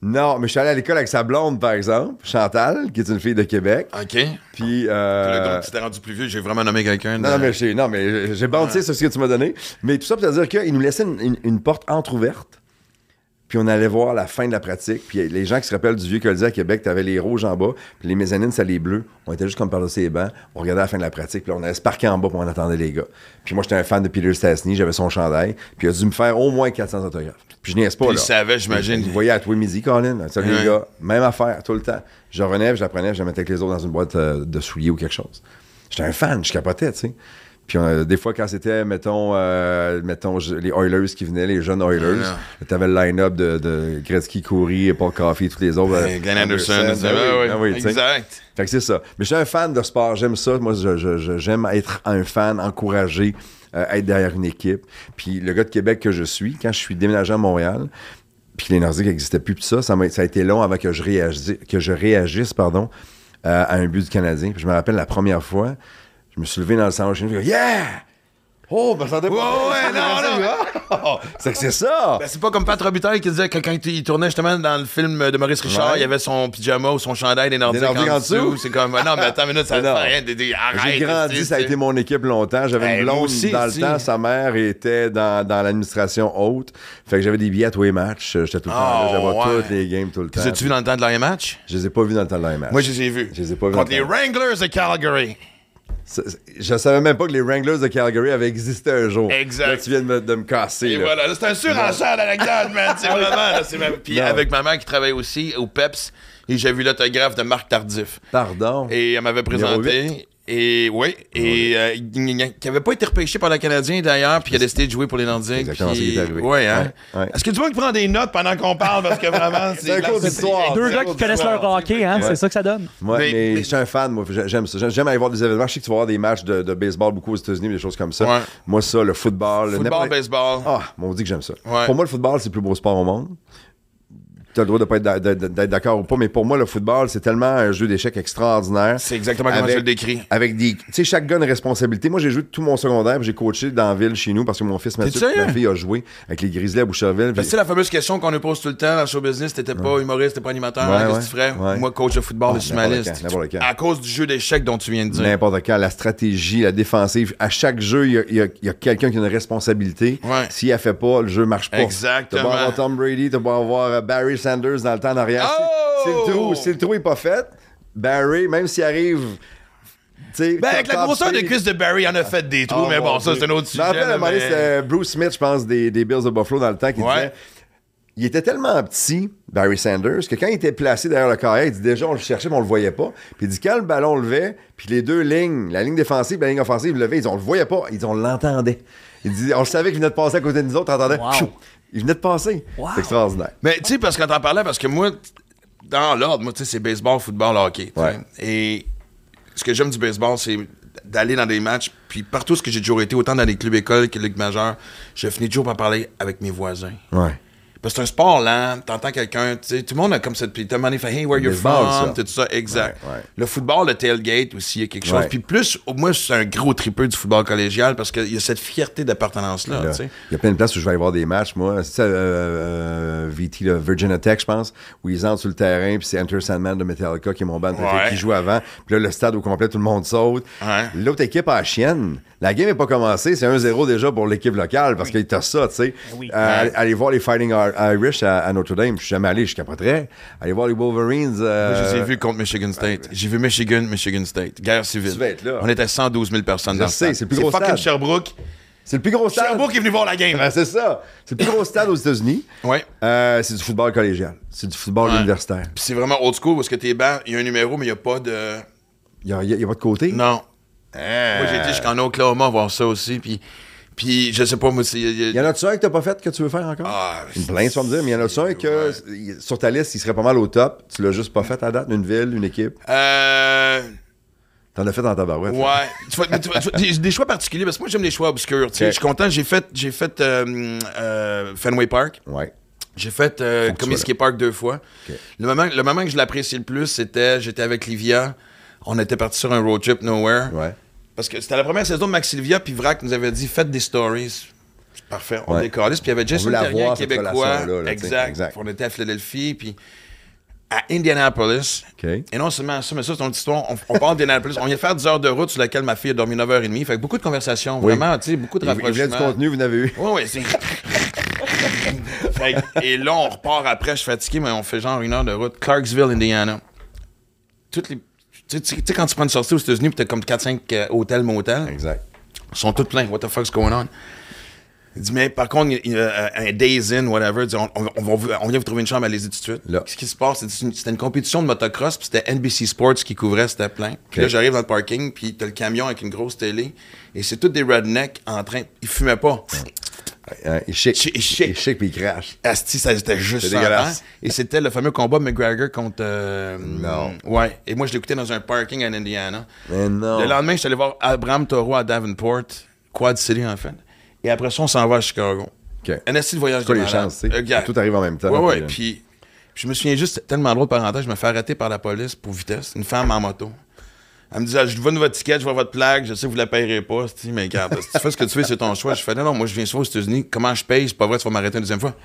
Speaker 6: Non, mais je suis allé à l'école avec sa blonde, par exemple, Chantal, qui est une fille de Québec.
Speaker 1: OK.
Speaker 6: Puis. euh,
Speaker 1: Là, donc, tu t'es rendu plus vieux, j'ai vraiment nommé quelqu'un.
Speaker 6: non,
Speaker 1: de-
Speaker 6: non, mais j'ai, non, mais j'ai bâti sur ce que tu m'as donné. Mais tout ça pour te dire qu'il nous laissait une, une- une porte entr'ouverte. Puis on allait voir la fin de la pratique. Puis les gens qui se rappellent du vieux Colisée à Québec, t'avais les rouges en bas, puis les mezzanines, c'était les bleus. On était juste comme par-dessus les bancs. On regardait la fin de la pratique. Puis là, on allait se parquer en bas, puis on attendait les gars. Puis moi, j'étais un fan de Peter Stastny, j'avais son chandail. Puis il a dû me faire au moins 400 autographes. Puis je n'y pas,
Speaker 1: Puis il
Speaker 6: là.
Speaker 1: savait, j'imagine.
Speaker 6: Il voyait à tous les midi, Colin. Salut
Speaker 1: Ouais.
Speaker 6: les gars. Même affaire, tout le temps. Je revenais, puis je la prenais, puis je la mettais avec les autres dans une boîte euh, de souliers ou quelque chose. J'étais un fan, je capotais, tu sais. Puis euh, des fois, quand c'était, mettons, euh, mettons je- les Oilers qui venaient, les jeunes Oilers,
Speaker 1: Ouais.
Speaker 6: t'avais le line-up de, de Gretzky, Coury, Paul Coffey, tous les autres.
Speaker 1: Euh,
Speaker 6: euh,
Speaker 1: Glenn Anderson,
Speaker 6: ben
Speaker 1: ah
Speaker 6: oui,
Speaker 1: ouais,
Speaker 6: ben oui, tu sais.
Speaker 1: exact.
Speaker 6: Fait que c'est ça. Mais je suis un fan de sport, j'aime ça. Moi, je- je- je- j'aime être un fan, encourager, euh, être derrière une équipe. Puis le gars de Québec que je suis, quand je suis déménagé à Montréal, puis que les Nordiques n'existaient plus, puis ça, ça, m'a- ça a été long avant que je réagisse, que je réagisse pardon, euh, à un but du Canadien. Puis je me rappelle la première fois, je me suis levé dans le salon chez nous, je dis, Yeah! Oh, ben ça dépend.
Speaker 1: Ouais, ouais, non, non.
Speaker 6: Oh, c'est que c'est ça!
Speaker 1: Ben, c'est pas comme Pat Robitaille qui disait que quand il tournait justement dans le film de Maurice Richard,
Speaker 6: Ouais.
Speaker 1: il avait son pyjama ou son chandail des Nordiques,
Speaker 6: Des Nordiques
Speaker 1: en,
Speaker 6: en
Speaker 1: dessous.
Speaker 6: dessous.
Speaker 1: C'est comme, ah non, mais attends une minute, ça
Speaker 6: Non.
Speaker 1: fait rien. des- des- Arrête.
Speaker 6: J'ai grandi,
Speaker 1: c'est-
Speaker 6: ça a
Speaker 1: c'est-
Speaker 6: été mon équipe longtemps. J'avais
Speaker 1: Hey, Ben,
Speaker 6: une
Speaker 1: moi
Speaker 6: blonde
Speaker 1: aussi,
Speaker 6: dans le
Speaker 1: si.
Speaker 6: temps. Sa mère était dans, dans l'administration haute. Fait que j'avais des billets à tous les matchs. euh, J'étais tout le temps là.
Speaker 1: Oh,
Speaker 6: J'avais
Speaker 1: ouais.
Speaker 6: toutes les games tout le
Speaker 1: Tu
Speaker 6: temps.
Speaker 1: les as-tu vu dans le temps de leur match?
Speaker 6: Je les ai pas vus dans le temps de la match.
Speaker 1: Moi, je les ai vus.
Speaker 6: Je les ai pas vus
Speaker 1: Contre les
Speaker 6: encore.
Speaker 1: Wranglers de Calgary.
Speaker 6: C'est- c'est- Je savais même pas que les Wranglers de Calgary avaient existé un jour.
Speaker 1: Exact.
Speaker 6: Là, tu viens de me, de me casser.
Speaker 1: Et
Speaker 6: là.
Speaker 1: voilà, c'est un surenchère d'anecdotes, man. C'est vraiment. là, c'est ma- Puis
Speaker 6: Non.
Speaker 1: avec ma mère qui travaille aussi au PEPS, et j'ai vu l'autographe de Marc Tardif.
Speaker 6: Pardon.
Speaker 1: Et elle m'avait présenté. Et oui, et euh, gna, gna, qui n'avait pas été repêché par le Canadien d'ailleurs, puis qui a décidé de jouer pour les Nordiques.
Speaker 6: exactement
Speaker 1: puis-
Speaker 6: ce qui est arrivé.
Speaker 1: Ouais, hein?
Speaker 6: Ouais, ouais.
Speaker 1: Est-ce que tu vois qui prend des notes pendant qu'on parle? Parce que vraiment, c'est.
Speaker 6: C'est un
Speaker 1: la-
Speaker 6: cours d'histoire.
Speaker 2: Deux
Speaker 6: c'est
Speaker 2: gars
Speaker 6: un
Speaker 2: qui
Speaker 6: autre
Speaker 2: connaissent leur
Speaker 6: histoire.
Speaker 2: hockey, hein, c'est
Speaker 6: Ouais.
Speaker 2: ça que ça donne.
Speaker 6: Moi,
Speaker 1: Mais-
Speaker 6: mais,
Speaker 1: mais-
Speaker 6: je suis un fan, moi. J'a- J'aime ça. J'aime- J'aime aller voir des événements. Je sais que tu vas voir des matchs de, de baseball beaucoup aux États-Unis, des choses comme ça.
Speaker 1: Ouais.
Speaker 6: Moi, ça, le football. le
Speaker 1: Football,
Speaker 6: n'importe-
Speaker 1: baseball.
Speaker 6: Ah, mais on dit que j'aime ça.
Speaker 1: Ouais.
Speaker 6: Pour moi, le football, c'est le plus beau sport au monde. T'as le droit de pas être d'a- d'a- d'être d'accord ou pas, mais pour moi, le football, c'est tellement un jeu d'échecs extraordinaire.
Speaker 1: C'est exactement comme
Speaker 6: Avec-
Speaker 1: je le décris.
Speaker 6: Avec des. Tu sais, chaque gars a une responsabilité. Moi, j'ai joué tout mon secondaire, puis j'ai coaché dans la ville chez nous parce que mon fils Mathieu,
Speaker 1: sérieux?
Speaker 6: ma fille a joué avec les Grizzlies à Boucherville.
Speaker 1: Ben,
Speaker 6: puis-
Speaker 1: c'est la fameuse question qu'on nous pose tout le temps dans le show business. T'étais pas humoriste, t'étais pas animateur,
Speaker 6: Ouais,
Speaker 1: hein, qu'est-ce que
Speaker 6: ouais,
Speaker 1: tu ferais?
Speaker 6: ouais. Ah,
Speaker 1: Moi, coach de football, je suis ma
Speaker 6: n'importe
Speaker 1: liste.
Speaker 6: quand, n'importe quand.
Speaker 1: À cause du jeu d'échecs dont tu viens de dire.
Speaker 6: N'importe quand, la stratégie, la défensive, à chaque jeu, il y a- il y a, il y a quelqu'un qui a une responsabilité.
Speaker 1: Ouais.
Speaker 6: S'il elle fait pas, le jeu marche pas.
Speaker 1: Exactement.
Speaker 6: T'as beau avoir Tom Brady, t'as beau avoir euh, Barry Sanders dans le temps d'arrière. Si- Si,
Speaker 1: Oh!
Speaker 6: le trou, si le trou est pas fait, Barry, même s'il arrive, tu sais,
Speaker 1: Ben,
Speaker 6: top,
Speaker 1: avec la
Speaker 6: top
Speaker 1: grosseur de
Speaker 6: speed,
Speaker 1: cuisse de Barry, il en a fait des trous,
Speaker 6: Oh,
Speaker 1: mais
Speaker 6: mon
Speaker 1: bon, ça,
Speaker 6: Dieu.
Speaker 1: c'est un autre
Speaker 6: Je
Speaker 1: sujet.
Speaker 6: me rappelle, à
Speaker 1: là,
Speaker 6: un moment donné,
Speaker 1: mais-
Speaker 6: c'était Bruce Smith, je pense, des, des Bills de Buffalo dans le temps, qui
Speaker 1: Ouais.
Speaker 6: disait. Il était tellement petit, Barry Sanders, que quand il était placé derrière le carrière, il dit déjà, on le cherchait, mais on le voyait pas. Puis il dit, quand le ballon levait, puis les deux lignes, la ligne défensive et la ligne offensive levaient, ils dit, on le voyait pas. Ils dit, on l'entendait. Il dit, on le savait qu'il venait de passer à côté de nous autres, on entendait.
Speaker 2: Wow.
Speaker 6: Pfiou! Il venait de passer.
Speaker 2: Wow.
Speaker 6: C'est extraordinaire.
Speaker 1: Mais tu sais, parce que t'en parlais, parce que moi, t- dans l'ordre, moi, tu sais, c'est baseball, football, hockey. tu sais.
Speaker 6: Ouais.
Speaker 1: Et ce que j'aime du baseball, c'est d'aller dans des matchs, puis partout ce que j'ai toujours été, autant dans les clubs écoles que les ligues majeures, je finis toujours par parler avec mes voisins.
Speaker 6: Ouais.
Speaker 1: Parce que c'est un sport lent, t'entends quelqu'un, tu sais, tout le monde a comme ça, puis t'as demandé, fait, hey, where you
Speaker 6: baseball,
Speaker 1: from,
Speaker 6: ça.
Speaker 1: tout ça, exact.
Speaker 6: Ouais, ouais.
Speaker 1: Le football, le tailgate aussi, il y a quelque chose.
Speaker 6: Ouais.
Speaker 1: Puis plus, moi, je suis un gros tripeux du football collégial parce qu'il y a cette fierté d'appartenance-là,
Speaker 6: Là,
Speaker 1: Ah, tu sais.
Speaker 6: Il y a plein de places où je vais aller voir des matchs, moi. C'est ça, euh, euh, VT, le Virginia Tech, je pense, où ils entrent sur le terrain, puis c'est Enter Sandman de Metallica, qui est mon band préféré,
Speaker 1: Ouais.
Speaker 6: qui joue avant. Puis là, le stade au complet, tout le monde saute.
Speaker 1: Ouais.
Speaker 6: L'autre équipe a la chienne. La game n'est pas commencée, c'est 1-0 déjà pour l'équipe locale, parce que t'as ça, tu sais.
Speaker 2: Oui.
Speaker 6: Euh,
Speaker 1: Ben Ouais.
Speaker 6: Aller voir les Fighting Ir- Irish à, à Notre-Dame, je suis jamais allé, je capoterais. Aller voir les Wolverines... euh,
Speaker 1: Moi, je les ai vus contre Michigan State. J'ai vu Michigan, Michigan State. Guerre civile.
Speaker 6: Tu vas être là.
Speaker 1: On était 112 000 personnes
Speaker 6: Je
Speaker 1: dans le
Speaker 6: sais,
Speaker 1: stade.
Speaker 6: c'est le plus gros
Speaker 1: fucking
Speaker 6: stade.
Speaker 1: Sherbrooke.
Speaker 6: C'est le plus gros stade.
Speaker 1: Sherbrooke est venu voir la game.
Speaker 6: Ben, c'est ça. C'est le plus gros stade aux États-Unis.
Speaker 1: Ouais.
Speaker 6: Euh, c'est du football collégial. C'est du football
Speaker 1: Ouais.
Speaker 6: universitaire.
Speaker 1: Puis c'est vraiment old school parce que t'es banc, il y a un numéro, mais il n'y a pas de.
Speaker 6: Il n'y a, pas de côté?
Speaker 1: Non.
Speaker 6: Ah.
Speaker 1: Moi, j'ai été jusqu'en Oklahoma voir ça aussi. Puis, puis je sais pas, moi, c'est.
Speaker 6: Il y en a-tu un que t'as pas fait que tu veux faire encore?
Speaker 1: Ah,
Speaker 6: une plainte, tu vas me dire, mais il y en a-tu un que il- sur ta liste, il serait pas mal au top. Tu l'as juste pas fait à date, une ville, une équipe.
Speaker 1: Euh.
Speaker 6: T'en as fait dans ta barouette.
Speaker 1: Ouais. Tu vois, mais tu vois- tu vois, des, des choix particuliers, parce que moi, j'aime les choix obscurs. tu sais.
Speaker 6: Ok.
Speaker 1: Je suis content, j'ai fait, j'ai fait euh, euh, Fenway Park.
Speaker 6: Ouais.
Speaker 1: J'ai fait euh,
Speaker 6: Faut que tu
Speaker 1: Comiskey Park deux fois.
Speaker 6: Ok.
Speaker 1: Le, moment, le moment que je l'apprécie le plus, c'était j'étais avec Livia. On était parti sur un road trip nowhere.
Speaker 6: Ouais.
Speaker 1: Parce que c'était la première saison de Max Livia, puis Vrac nous avait dit faites des stories. Parfait. On
Speaker 6: Ouais.
Speaker 1: décalisse. Puis il y avait Jess
Speaker 6: veut la
Speaker 1: Terrien,
Speaker 6: voir, cette
Speaker 1: Québécois.
Speaker 6: relation-là, là, t'sais.
Speaker 1: exact.
Speaker 6: Exact.
Speaker 1: On était à Philadelphie, puis à Indianapolis.
Speaker 6: OK.
Speaker 1: Et non seulement ça, mais ça, c'est une petite histoire. On, on part d'Indianapolis. On vient faire 10 heures de route sur laquelle ma fille a dormi 9h30. Fait que beaucoup de conversations,
Speaker 6: Oui.
Speaker 1: vraiment, tu sais, beaucoup de
Speaker 6: Il il
Speaker 1: rapprochements.
Speaker 6: voulait du contenu, vous n'avez eu.
Speaker 1: Oui, oui, c'est. Fait que- et là, on repart après, je suis fatigué, mais on fait genre une heure de route. Clarksville, Indiana. Toutes les. Tu sais- tu sais, quand tu prends une sortie aux États-Unis, puis t'as comme 4-5 euh, hôtels, motels.
Speaker 6: Exact.
Speaker 1: Ils sont tous pleins. What the fuck's going on? Il dit, mais par contre, il y a, euh, un days in, whatever, il dit, on, on- on va vous- on vient vous trouver une chambre, allez-y tout de suite.
Speaker 6: Là.
Speaker 1: Ce qui se passe, c'est une- c'était une compétition de motocross, puis c'était NBC Sports qui couvrait, c'était plein. Puis là, j'arrive dans le parking, puis t'as le camion avec une grosse télé, et c'est tous des rednecks en train. Ils fumaient pas.
Speaker 6: Hein, il chic.
Speaker 1: Chi- il
Speaker 6: Il
Speaker 1: chic.
Speaker 6: chic. puis il crache.
Speaker 1: Asti, ça c'était juste
Speaker 6: C'est
Speaker 1: ça.
Speaker 6: dégueulasse.
Speaker 1: hein. Et c'était le fameux combat McGregor contre. euh,
Speaker 6: Non.
Speaker 1: Ouais. Et moi, je l'écoutais dans un parking en Indiana.
Speaker 6: Mais non.
Speaker 1: Le lendemain, je suis allé voir Abraham Toro à Davenport, Quad City, en fait. Et après ça, on s'en va à Chicago.
Speaker 6: OK.
Speaker 1: Un asti de voyage
Speaker 6: C'est quoi
Speaker 1: de
Speaker 6: les
Speaker 1: malade.
Speaker 6: chances, tu sais?
Speaker 1: Euh, gars.
Speaker 6: Tout arrive en même temps,
Speaker 1: Ouais, ouais.
Speaker 6: puis, euh,
Speaker 1: Puis, puis je me souviens juste, tellement drôle de parenthèse, je me fais arrêter par la police pour vitesse. Une femme en moto. Elle me disait, je vois votre ticket, je vois votre plaque, je sais que vous la payerez pas. Je dis, mais regarde, si tu fais ce que tu veux, c'est ton choix. Je fais, non, non, moi, je viens souvent aux États-Unis. Comment je paye? C'est pas vrai, tu vas m'arrêter une deuxième fois.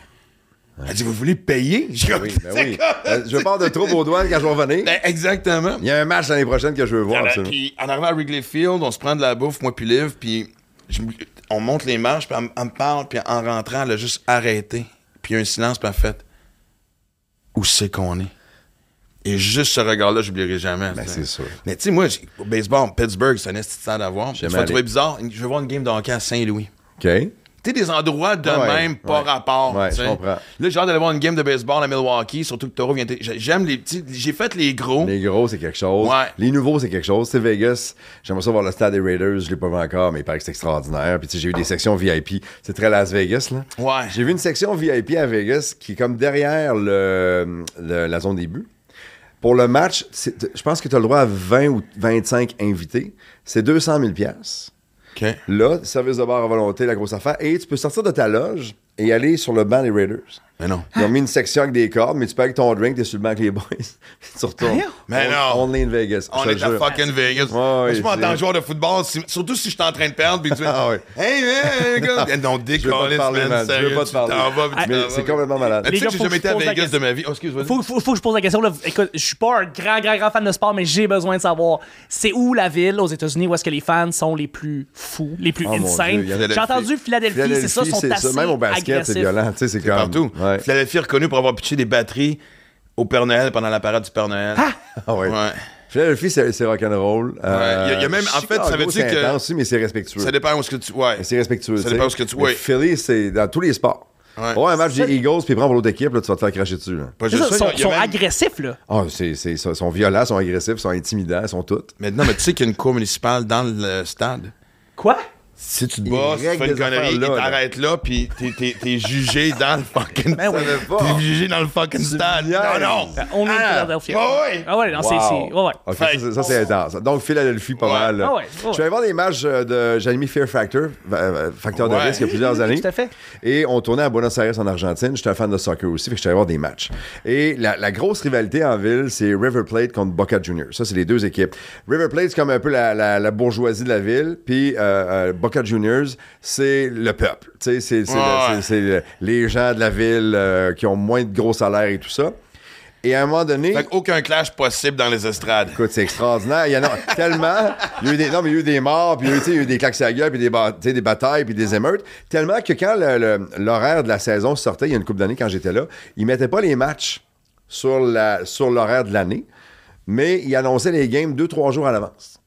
Speaker 1: Elle dit, vous voulez payer? Je
Speaker 6: Ben oui, ben oui. Euh, Je pars de trop aux douanes quand je vais revenir.
Speaker 1: Ben, exactement.
Speaker 6: Il y a un match l'année prochaine que je veux voir,
Speaker 1: Alors,
Speaker 6: absolument.
Speaker 1: Puis en arrivant à Wrigley Field, on se prend de la bouffe, moi puis Liv, puis je- on monte les marches, puis elle, m- elle me parle, puis en rentrant, elle a juste arrêté. Puis il y a un silence, puis elle a fait Où c'est qu'on est Et juste ce regard-là, j'oublierai jamais.
Speaker 6: Ben,
Speaker 1: tu sais.
Speaker 6: c'est sûr.
Speaker 1: Mais tu sais, moi, j'ai- au baseball, Pittsburgh, c'est un esthétique d'avoir. Je
Speaker 6: J'aime
Speaker 1: vais
Speaker 6: aller.
Speaker 1: trouver bizarre. Je vais voir une game de hockey à Saint-Louis.
Speaker 6: OK.
Speaker 1: Tu sais, des endroits de
Speaker 6: Ouais,
Speaker 1: même, pas
Speaker 6: ouais.
Speaker 1: rapport.
Speaker 6: Ouais,
Speaker 1: tu sais.
Speaker 6: je comprends.
Speaker 1: Là, j'ai hâte d'aller voir une game de baseball à Milwaukee, surtout que Toro vient. t- j'ai- J'aime les petits. J'ai fait les gros.
Speaker 6: Les gros, c'est quelque chose.
Speaker 1: Ouais.
Speaker 6: Les nouveaux, c'est quelque chose. C'est Vegas. J'aimerais ça voir le stade des Raiders. Je l'ai pas vu encore, mais il paraît que c'est extraordinaire. Puis tu sais, j'ai eu des sections VIP. C'est très Las Vegas, là.
Speaker 1: Ouais.
Speaker 6: J'ai vu une section VIP à Vegas qui est comme derrière le, le- la zone des buts. Pour le match, c'est- je pense que tu as le droit à 20 ou 25 invités. C'est 200 000 piastres.
Speaker 1: OK.
Speaker 6: Là, service de bar à volonté, la grosse affaire. Et tu peux sortir de ta loge et aller sur le banc des Raiders.
Speaker 1: Mais non.
Speaker 6: Ils ont mis une section avec des cordes, mais tu peux avec ton drink, t'es sur le banc avec les boys. tu retournes.
Speaker 2: Voyons.
Speaker 1: Mais
Speaker 6: On-
Speaker 1: non.
Speaker 6: Only in Vegas.
Speaker 1: On
Speaker 6: je te
Speaker 1: est à
Speaker 6: jure.
Speaker 1: fucking Vegas. Moi,
Speaker 6: ouais,
Speaker 1: je m'entends
Speaker 6: c'est-
Speaker 1: joueur de football, si- surtout si je suis en train de perdre. Puis tu dis,
Speaker 6: Ah ouais.
Speaker 1: hey, man, gars. Eh, Non,
Speaker 6: Je veux pas te
Speaker 1: décolle,
Speaker 6: parler,
Speaker 1: man.
Speaker 6: man. Je
Speaker 1: Sérieux,
Speaker 6: veux pas te
Speaker 1: tu
Speaker 6: parler.
Speaker 1: t'en vas, puis tu
Speaker 6: Mais
Speaker 1: t'en vas,
Speaker 6: c'est
Speaker 1: mais-
Speaker 6: complètement malade.
Speaker 1: Mais Tu
Speaker 2: Les
Speaker 1: sais
Speaker 2: gars,
Speaker 1: que j'ai
Speaker 2: faut
Speaker 1: jamais
Speaker 2: que
Speaker 1: été
Speaker 2: je
Speaker 1: à
Speaker 2: pose la
Speaker 1: Vegas de
Speaker 2: question.
Speaker 1: ma vie. Oh, excuse-moi.
Speaker 2: Faut, faut, faut que je pose la question. Là. Écoute, je suis pas un grand, grand, grand fan de sport, mais j'ai besoin de savoir c'est où la ville aux États-Unis où est-ce que les fans sont les plus fous, les plus
Speaker 6: Oh, mon
Speaker 2: insane.
Speaker 6: Dieu, Philadelphie.
Speaker 2: J'ai entendu Philadelphie, c'est ça, sont
Speaker 6: c'est
Speaker 2: assez
Speaker 6: Même au basket, c'est
Speaker 2: agressifs.
Speaker 6: violent. Tu sais, c'est comme.
Speaker 1: Partout.
Speaker 6: Ouais.
Speaker 1: Philadelphie est reconnue pour avoir pitché des batteries au Père Noël pendant la parade du Père Noël.
Speaker 6: Ah ouais.
Speaker 1: Ouais.
Speaker 6: Philadelphie, c'est c'est rock'n'roll. Euh,
Speaker 1: Ouais, il y a- il y a même- en fait, ça veut
Speaker 6: Chicago,
Speaker 1: dire
Speaker 6: c'est
Speaker 1: que-
Speaker 6: intense aussi, mais c'est respectueux.
Speaker 1: Ça dépend où ce que tu. Ouais.
Speaker 6: Mais C'est respectueux.
Speaker 1: Ça
Speaker 6: tu
Speaker 1: dépend
Speaker 6: sais.
Speaker 1: où ce que tu.
Speaker 6: Mais
Speaker 1: Ouais.
Speaker 6: Philly, c'est dans tous les sports.
Speaker 1: Ouais.
Speaker 6: Ouais, un match des Eagles, puis prends pour l'autre équipe, là, tu vas te faire cracher dessus. Là.
Speaker 1: Pas
Speaker 2: C'est
Speaker 1: juste ça,
Speaker 2: ça, sont,
Speaker 1: il y a
Speaker 2: sont
Speaker 1: même-
Speaker 2: agressifs, là.
Speaker 6: Ah, c'est, c'est, ils sont violents, ils sont agressifs, ils sont intimidants, ils sont tous.
Speaker 1: Mais non, mais tu sais qu'il y a une cour municipale dans le stade.
Speaker 2: Quoi?
Speaker 1: Si tu te
Speaker 6: Ils
Speaker 1: bats, si tu
Speaker 6: règlent
Speaker 1: fais une
Speaker 6: des affaires
Speaker 1: connerie, ils
Speaker 6: là, là.
Speaker 1: t'arrêtent là, puis t'es- t'es t'es jugé dans le fucking
Speaker 2: Ben oui.
Speaker 1: stade.
Speaker 6: savais pas.
Speaker 1: T'es jugé dans le fucking stade. Non,
Speaker 6: niaises.
Speaker 1: non.
Speaker 2: On est de
Speaker 1: Ah,
Speaker 2: Philadelphie.
Speaker 1: ouais, ouais.
Speaker 2: Ah ouais, non, c'est.
Speaker 6: Wow.
Speaker 2: c'est- ouais, ouais.
Speaker 6: Ok, ça, c'est- ça, c'est intense. Donc, Philadelphie, pas
Speaker 1: Ouais.
Speaker 6: mal. là.
Speaker 2: Ah ouais, ouais.
Speaker 6: Je suis allé voir des matchs euh, de. J'ai animé Fear Factor, euh, Facteur de
Speaker 1: Ouais.
Speaker 6: risque, il y a plusieurs années.
Speaker 2: Tout à fait.
Speaker 6: Et on tournait à Buenos Aires, en Argentine. J'étais un fan de soccer aussi, fait que je suis allé voir des matchs. Et la, la grosse rivalité en ville, c'est River Plate contre Boca Juniors. Ça, c'est les deux équipes. River Plate, c'est comme un peu la, la- la bourgeoisie de la ville. Puis euh, euh, Boca Juniors, c'est le peuple. Tu sais, c'est c'est le-
Speaker 1: Ouais, ouais.
Speaker 6: c'est- c'est le- les gens de la ville euh, qui ont moins de gros salaires et tout ça. Et à un moment donné.
Speaker 1: Fait qu'aucun clash possible dans les estrades.
Speaker 6: Écoute, c'est extraordinaire. Il y en a tellement. Il y a eu des, non, mais il y a eu des morts, puis il y a eu, tu sais, il y a eu des claques à la gueule, puis des, ba- tu sais, des batailles, puis des émeutes. Tellement que quand le- le- l'horaire de la saison sortait, il y a une couple d'années, quand j'étais là, ils mettaient pas les matchs sur la- sur l'horaire sur de l'année, mais ils annonçaient les games deux, trois jours à l'avance.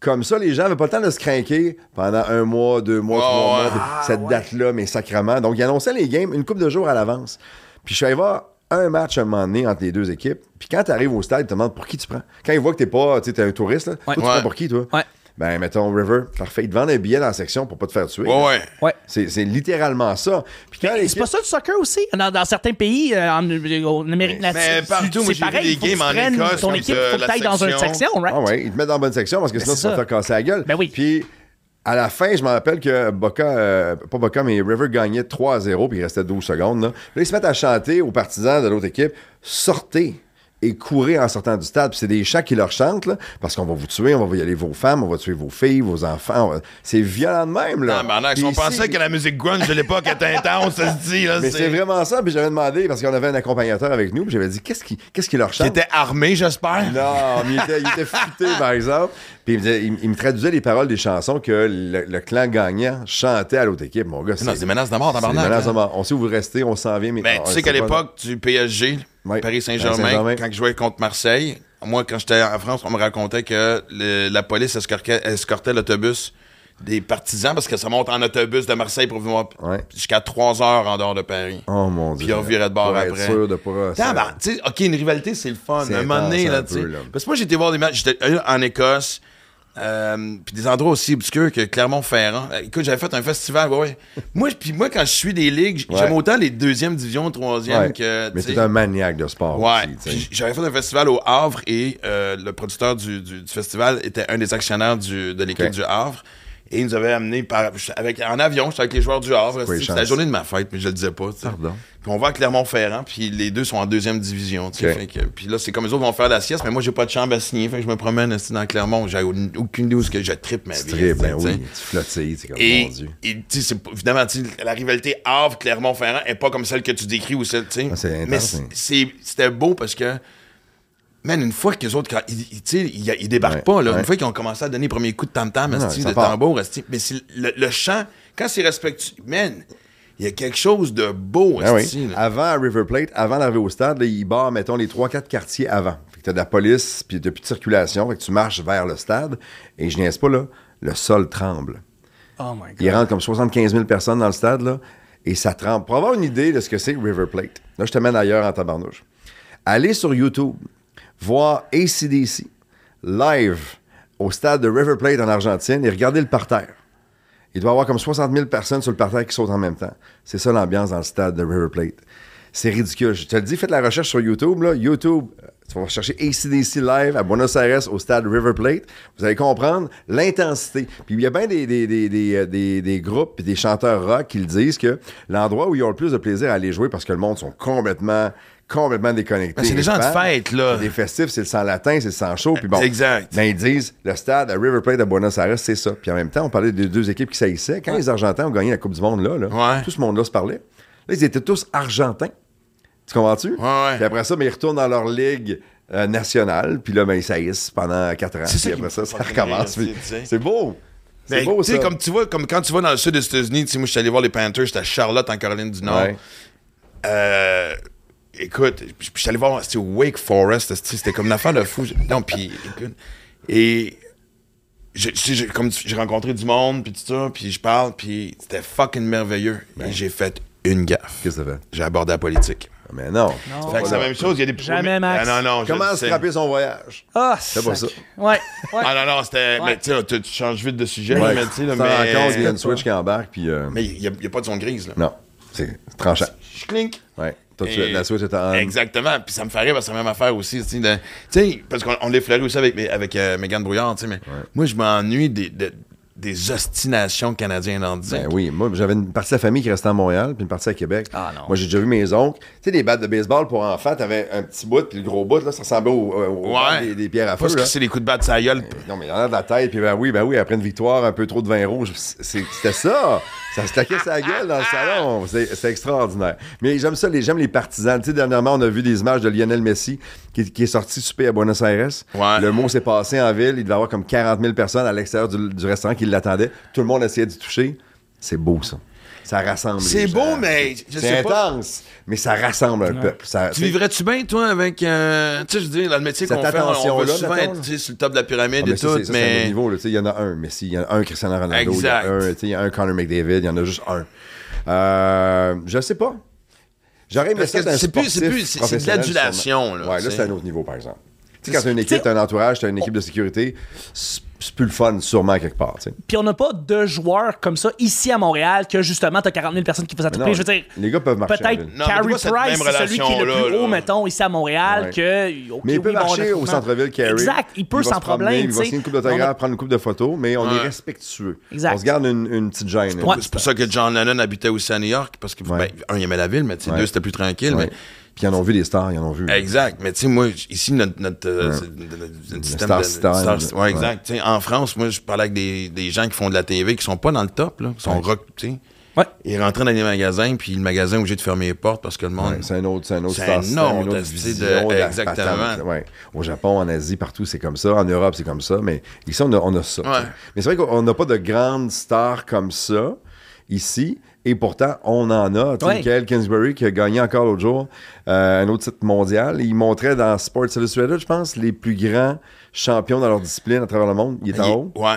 Speaker 6: Comme ça, les gens n'avaient pas le temps de se craquer pendant un mois, deux
Speaker 1: Oh,
Speaker 6: mois, trois
Speaker 1: ouais.
Speaker 6: mois, cette date-là, mais sacrement. Donc, ils annonçaient les games une coupe de jours à l'avance. Puis je suis allé voir un match à un moment donné entre les deux équipes. Puis quand tu arrives au stade, ils te demandent pour qui tu prends. Quand ils voient que t'es pas, tu sais, t'es un touriste, là, toi, tu
Speaker 2: Ouais.
Speaker 6: prends pour qui, toi?
Speaker 2: Ouais.
Speaker 6: Ben, mettons River, parfait. Ils te vendent un billet dans la section pour pas te faire tuer.
Speaker 1: Ouais, ouais.
Speaker 2: Ouais.
Speaker 6: C'est c'est littéralement ça. Puis quand
Speaker 2: C'est pas ça du soccer aussi? Dans, dans certains pays, euh, en, en Amérique latine,
Speaker 1: mais
Speaker 2: tu-
Speaker 1: partout, moi, j'ai
Speaker 2: c'est
Speaker 1: vu
Speaker 2: pareil,
Speaker 1: des
Speaker 2: faut que tu
Speaker 1: games en
Speaker 2: prennes
Speaker 1: Écosse,
Speaker 2: ton
Speaker 1: comme
Speaker 2: équipe,
Speaker 1: ça,
Speaker 2: faut que
Speaker 1: la
Speaker 2: t'ailles dans une
Speaker 1: section.
Speaker 2: section, right? Ben,
Speaker 6: Ah ouais, ils te mettent dans la bonne section parce que sinon
Speaker 2: c'est
Speaker 6: tu vas te
Speaker 2: ça.
Speaker 6: faire casser la gueule.
Speaker 2: Ben oui.
Speaker 6: Puis à la fin, je me rappelle que Boca, euh, pas Boca, mais River gagnait 3 à 0 puis il restait 12 secondes. Là, Là, ils se mettent à chanter aux partisans de l'autre équipe Sortez, et courez en sortant du stade. Puis c'est des chats qui leur chantent, là, parce qu'on va vous tuer, on va violer vos femmes, on va tuer vos filles, vos enfants. on va- C'est violent de même, là.
Speaker 1: Tabarnak, si
Speaker 6: Puis
Speaker 1: on
Speaker 6: ici-
Speaker 1: pensait que la musique grunge de l'époque était intense, ça se dit. Là,
Speaker 6: Mais c'est vraiment ça. Puis j'avais demandé, parce qu'on avait un accompagnateur avec nous, puis j'avais dit, qu'est-ce qui, qu'est-ce qui leur
Speaker 1: Qui
Speaker 6: chante?
Speaker 1: était armé, j'espère.
Speaker 6: Non, mais il était, il était futé, par exemple. Puis il me, disait- il- il me traduisait les paroles des chansons que le, le clan gagnant chantait à l'autre équipe, mon gars.
Speaker 1: Non, c'est des menaces de mort,
Speaker 6: c'est des
Speaker 1: tabarnak,
Speaker 6: menaces de
Speaker 1: hein.
Speaker 6: mort. On sait où vous restez, on s'en vient, mais.
Speaker 1: Ben,
Speaker 6: on-
Speaker 1: tu
Speaker 6: on
Speaker 1: sais qu'à
Speaker 6: Ah, pas-
Speaker 1: l'époque du PSG,
Speaker 6: Ouais.
Speaker 1: Paris Saint-Germain,
Speaker 6: Paris Saint-Germain.
Speaker 1: quand je jouais contre Marseille, moi, quand j'étais en France, on me racontait que le- la police escorquait- escortait l'autobus des partisans parce que ça monte en autobus de Marseille pour venir
Speaker 6: Ouais.
Speaker 1: jusqu'à 3 heures en dehors de Paris.
Speaker 6: Oh mon dieu.
Speaker 1: Puis on revirait de bord
Speaker 6: Pour
Speaker 1: après.
Speaker 6: Être sûr de pas.
Speaker 1: Tabarnak, tu sais, OK, une rivalité, c'est le fun.
Speaker 6: C'est
Speaker 1: un moment donné,
Speaker 6: intense
Speaker 1: là,
Speaker 6: un
Speaker 1: tu sais.
Speaker 6: peu, là.
Speaker 1: Parce que moi, j'étais voir des matchs. J'étais allé en Écosse, euh, puis des endroits aussi obscurs que Clermont-Ferrand. Euh, Écoute, j'avais fait un festival, ouais, ouais. moi, puis moi, quand je suis des ligues, j-
Speaker 6: Ouais.
Speaker 1: j'aime autant les deuxièmes divisions, troisième
Speaker 6: Ouais.
Speaker 1: que.
Speaker 6: mais
Speaker 1: tu sais.
Speaker 6: t'es un maniaque de sport
Speaker 1: Ouais.
Speaker 6: aussi, tu sais.
Speaker 1: Puis J'avais fait un festival au Havre et euh, le producteur du, du- du festival était un des actionnaires du- de l'équipe
Speaker 6: Ok.
Speaker 1: du Havre. Et il nous avait amené par, avec, en avion, j'étais avec les joueurs du Havre.
Speaker 6: quoi les
Speaker 1: C'était la
Speaker 6: chances?
Speaker 1: journée de ma fête, mais je le disais pas. tu sais.
Speaker 6: Pardon.
Speaker 1: Puis on va à Clermont-Ferrand, puis les deux sont en deuxième division. tu sais.
Speaker 6: Ok.
Speaker 1: Fait que- puis là, c'est comme les autres vont faire la sieste, mais moi, j'ai pas de chambre à signer. Fait que je me promène esti, dans Clermont. J'ai au- aucune idée où est-ce que je tripe ma vie.
Speaker 6: C'est très
Speaker 1: ben,
Speaker 6: bien,
Speaker 1: tu sais.
Speaker 6: oui. Tu flottilles, c'est comme
Speaker 1: Et,
Speaker 6: mon dieu.
Speaker 1: et, tu sais, c'est pas- évidemment, tu sais, la rivalité Havre-Clermont-Ferrand est pas comme celle que tu décris ou celle, tu sais.
Speaker 6: Ah, c'est intense,
Speaker 1: Mais c'est-
Speaker 6: hein.
Speaker 1: c'est- c'était beau parce que, man, une fois que les autres, quand, ils, ils- tu sais, ils, ils débarquent
Speaker 6: Ouais,
Speaker 1: pas, là, une
Speaker 6: ouais.
Speaker 1: fois qu'ils ont commencé à donner les premiers coups de tam-tam, esti,
Speaker 6: ça
Speaker 1: de
Speaker 6: part.
Speaker 1: tambour, esti, mais c'est le, le chant, quand c'est respectueux, man, il y a quelque chose de beau,
Speaker 6: Ah oui.
Speaker 1: esti, Ben là.
Speaker 6: Avant à River Plate, avant d'arriver au stade, là, ils barrent, mettons, les 3-4 quartiers avant. Fait que t'as de la police, puis t'as plus de circulation, fait que tu marches vers le stade, et je niaise pas, là, le sol tremble.
Speaker 2: Oh my God.
Speaker 6: Il rentre comme 75 000 personnes dans le stade, là, et ça tremble. Pour avoir une idée de ce que c'est River Plate, là, je te mène ailleurs en tabarnouche. Allez sur YouTube, voir ACDC live au stade de River Plate en Argentine et regardez le parterre. Il doit y avoir comme 60 000 personnes sur le parterre qui sautent en même temps. C'est ça l'ambiance dans le stade de River Plate. C'est ridicule. Je te le dis, faites la recherche sur YouTube. Là. YouTube, euh, tu vas chercher ACDC Live à Buenos Aires au stade River Plate. Vous allez comprendre l'intensité. Puis il y a bien des, des, des, des, euh, des- des groupes et des chanteurs rock qui le disent que l'endroit où ils ont le plus de plaisir à aller jouer parce que le monde sont complètement complètement déconnectés.
Speaker 1: Ben, c'est des
Speaker 6: Les
Speaker 1: gens de
Speaker 6: fans,
Speaker 1: fête, là.
Speaker 6: c'est Des festifs, c'est le sang latin, c'est le sang chaud. Puis bon,
Speaker 1: Exact.
Speaker 6: ben, ils disent le stade à River Plate à Buenos Aires, c'est ça. Puis en même temps, on parlait des deux équipes qui saillissaient. Quand les Argentins ont gagné la Coupe du Monde, là, là,
Speaker 1: Ouais.
Speaker 6: tout ce monde-là se parlait. Là, ils étaient tous Argentins. Tu comprends-tu?
Speaker 1: ouais.
Speaker 6: Puis après ça, mais ils retournent dans leur ligue euh, nationale. Puis là, ben, ils saillissent pendant quatre ans.
Speaker 1: C'est ça
Speaker 6: Puis
Speaker 1: qui
Speaker 6: après
Speaker 1: me
Speaker 6: ça,
Speaker 1: fait
Speaker 6: ça
Speaker 1: fucking
Speaker 6: recommence.
Speaker 1: rire,
Speaker 6: Puis
Speaker 1: tu sais.
Speaker 6: C'est beau. C'est
Speaker 1: Ben,
Speaker 6: beau,
Speaker 1: tu sais,
Speaker 6: ça.
Speaker 1: comme tu vois, comme quand tu vas dans le sud des États-Unis, tu sais, moi, je suis allé voir les Panthers, j'étais à Charlotte, en Caroline du Nord.
Speaker 6: Ouais.
Speaker 1: Euh, écoute, je je suis allé voir, c'était au Wake Forest, c'était c'était comme une affaire de fou. Non, puis, écoute, et je- tu sais, j'ai- comme tu- j'ai rencontré du monde, puis tout ça, puis je parle, puis c'était fucking merveilleux. Et j'ai fait une gaffe.
Speaker 6: Qu'est-ce que ça fait?
Speaker 1: J'ai abordé la politique.
Speaker 6: Mais non.
Speaker 2: Non.
Speaker 1: Fait que c'est la même chose, il y a des
Speaker 2: Jamais, Max.
Speaker 1: Ah, non, non, je
Speaker 6: Oh, Comment
Speaker 1: le sais.
Speaker 6: scraper son voyage?
Speaker 2: Ah,
Speaker 6: C'est pas
Speaker 2: sac.
Speaker 6: ça.
Speaker 2: Ouais. ouais.
Speaker 1: Ah non, non, c'était.
Speaker 2: Ouais.
Speaker 1: Mais tu sais, tu tu changes vite de sujet,
Speaker 6: Ouais.
Speaker 1: mais tu sais, là,
Speaker 6: Tu t'en rends compte, il y a
Speaker 1: mais.
Speaker 6: une switch qui embarque. Puis, euh,
Speaker 1: Mais il n'y a, il y a pas de zone grise, là.
Speaker 6: Non, c'est tranchant.
Speaker 1: Je clink.
Speaker 6: Ouais. Toi, tu-
Speaker 1: Et-
Speaker 6: la switch est en.
Speaker 1: Exactement. Puis ça me fait rire parce que c'est la même affaire aussi. Tu sais, de- tu sais, parce qu'on on l'effleurait aussi avec, avec euh, Mégane Brouillard. tu sais, Mais moi, je m'ennuie des, de- des ostinations canadiennes en disant.
Speaker 6: Ben oui, moi j'avais une partie de la famille qui restait à Montréal, puis une partie à Québec.
Speaker 2: Ah non.
Speaker 6: Moi j'ai déjà vu mes oncles. Tu sais, des battes de baseball pour enfants, t'avais un petit bout, puis le gros bout, là, ça ressemblait au, au- au
Speaker 1: Ouais.
Speaker 6: des, des pierres à feu.
Speaker 1: Parce
Speaker 6: là. Ben,
Speaker 1: que c'est les coups de batte de sa gueule.
Speaker 6: euh, Non, mais il y en a de la tête, puis ben oui, ben oui, après une victoire, un peu trop de vin rouge, c'est- c'était ça. Ça se taquait sa gueule dans le salon. C'est c'est extraordinaire. Mais j'aime ça, les, j'aime les partisans. Tu sais, dernièrement, on a vu des images de Lionel Messi qui, qui est sorti souper à Buenos Aires.
Speaker 1: Ouais.
Speaker 6: Le mot s'est passé en ville. Il devait y avoir comme 40 000 personnes à l'extérieur du, du restaurant qui l'attendaient. Tout le monde essayait d'y toucher. C'est beau, ça. Ça rassemble. les
Speaker 1: C'est
Speaker 6: gens.
Speaker 1: beau, mais je
Speaker 6: C'est
Speaker 1: sais pas.
Speaker 6: intense, mais ça rassemble un peuple. Ça-
Speaker 1: Tu vivrais-tu bien, toi, avec. euh, tu sais, je veux dire, dans le métier
Speaker 6: Cette
Speaker 1: qu'on fait, on- on va
Speaker 6: attention-là,
Speaker 1: souvent
Speaker 6: mettons,
Speaker 1: être tu sais, sur le top de la pyramide
Speaker 6: Ah, mais
Speaker 1: et
Speaker 6: ça,
Speaker 1: tout.
Speaker 6: c'est- ça, c'est un autre
Speaker 1: mais.
Speaker 6: niveau, là. Tu sais, Il y en a un Messi, il y en a un Cristiano Ronaldo, il y,
Speaker 1: Exact.
Speaker 6: a un, tu sais, il y a un Connor McDavid, il y en a juste un. Euh, je sais pas. J'aurais aimé
Speaker 1: Parce
Speaker 6: ça
Speaker 1: que
Speaker 6: d'un
Speaker 1: c'est plus- c'est
Speaker 6: sportif
Speaker 1: plus- c'est- c'est de
Speaker 6: professionnel,
Speaker 1: l'adulation,
Speaker 6: sûrement.
Speaker 1: là,
Speaker 6: Ouais,
Speaker 1: tu
Speaker 6: là,
Speaker 1: sais. Oh.
Speaker 6: c'est un autre niveau, par exemple. Tu sais, quand t'as une équipe, t'as un entourage, t'as une équipe de sécurité, c'est c'est plus le fun, sûrement, quelque part, tu sais.
Speaker 2: Puis on n'a pas de joueurs comme ça ici à Montréal que justement, t'as 40 000 personnes qui font ça
Speaker 6: non,
Speaker 2: Je veux dire,
Speaker 6: les gars peuvent marcher en ville.
Speaker 2: Peut-être
Speaker 1: Non, mais des
Speaker 2: Carey
Speaker 1: fois, cette même
Speaker 2: Price, c'est celui qui est le
Speaker 1: relation-là,
Speaker 2: plus haut,
Speaker 1: là.
Speaker 2: mettons, ici à Montréal.
Speaker 6: Ouais.
Speaker 2: Que, ok,
Speaker 6: Mais il peut
Speaker 2: oui, bon, on a
Speaker 6: marcher au
Speaker 2: trouvé-
Speaker 6: centre-ville, Carrie.
Speaker 2: Exact, il peut sans problème.
Speaker 6: Il va
Speaker 2: tu sais.
Speaker 6: signer une coupe
Speaker 2: On a-
Speaker 6: d'autographe, prendre une coupe de photos, mais on
Speaker 1: Ouais.
Speaker 6: est respectueux.
Speaker 2: Exact.
Speaker 6: On se garde une, une petite gêne.
Speaker 2: Ouais.
Speaker 1: C'est pour ça que John Lennon habitait aussi à New York, parce que,
Speaker 6: Ouais.
Speaker 1: ben, un, il aimait la ville, mais tu sais,
Speaker 6: Ouais.
Speaker 1: deux, c'était plus tranquille.
Speaker 6: Ouais.
Speaker 1: Mais
Speaker 6: Puis ils en ont vu des stars, ils en ont vu.
Speaker 1: Exact. Mais tu sais, moi, j- ici, notre, notre, euh, c'est- notre- notre système
Speaker 6: star
Speaker 1: de-
Speaker 6: system,
Speaker 1: star-
Speaker 6: ouais.
Speaker 1: ouais, exact. Tu sais, en France, moi, je parlais avec des, des gens qui font de la TV qui sont pas dans le top, là, qui sont rock, tu sais.
Speaker 2: Ouais.
Speaker 1: Ils rentraient dans les magasins, puis le magasin est obligé de fermer les portes parce que le monde.
Speaker 6: Ouais, c'est un autre, c'est un autre
Speaker 1: C'est
Speaker 6: star
Speaker 1: un
Speaker 6: system, une
Speaker 1: autre
Speaker 6: autre
Speaker 1: style de-
Speaker 6: vision de la
Speaker 1: exactement.
Speaker 6: patente, ouais. Au Japon, en Asie, partout, c'est comme ça. En Europe, c'est comme ça. Mais ici, on a, on a ça. tu sais. Mais c'est vrai qu'on n'a pas de grandes stars comme ça ici. Et pourtant, on en a. Tu sais,
Speaker 2: Ouais.
Speaker 6: Michael Kingsbury qui a gagné encore l'autre jour euh, un autre titre mondial. Il montrait dans Sports Illustrated, je pense, les plus grands champions dans leur discipline à travers le monde. Il est
Speaker 1: Il-
Speaker 6: en haut.
Speaker 1: Ouais.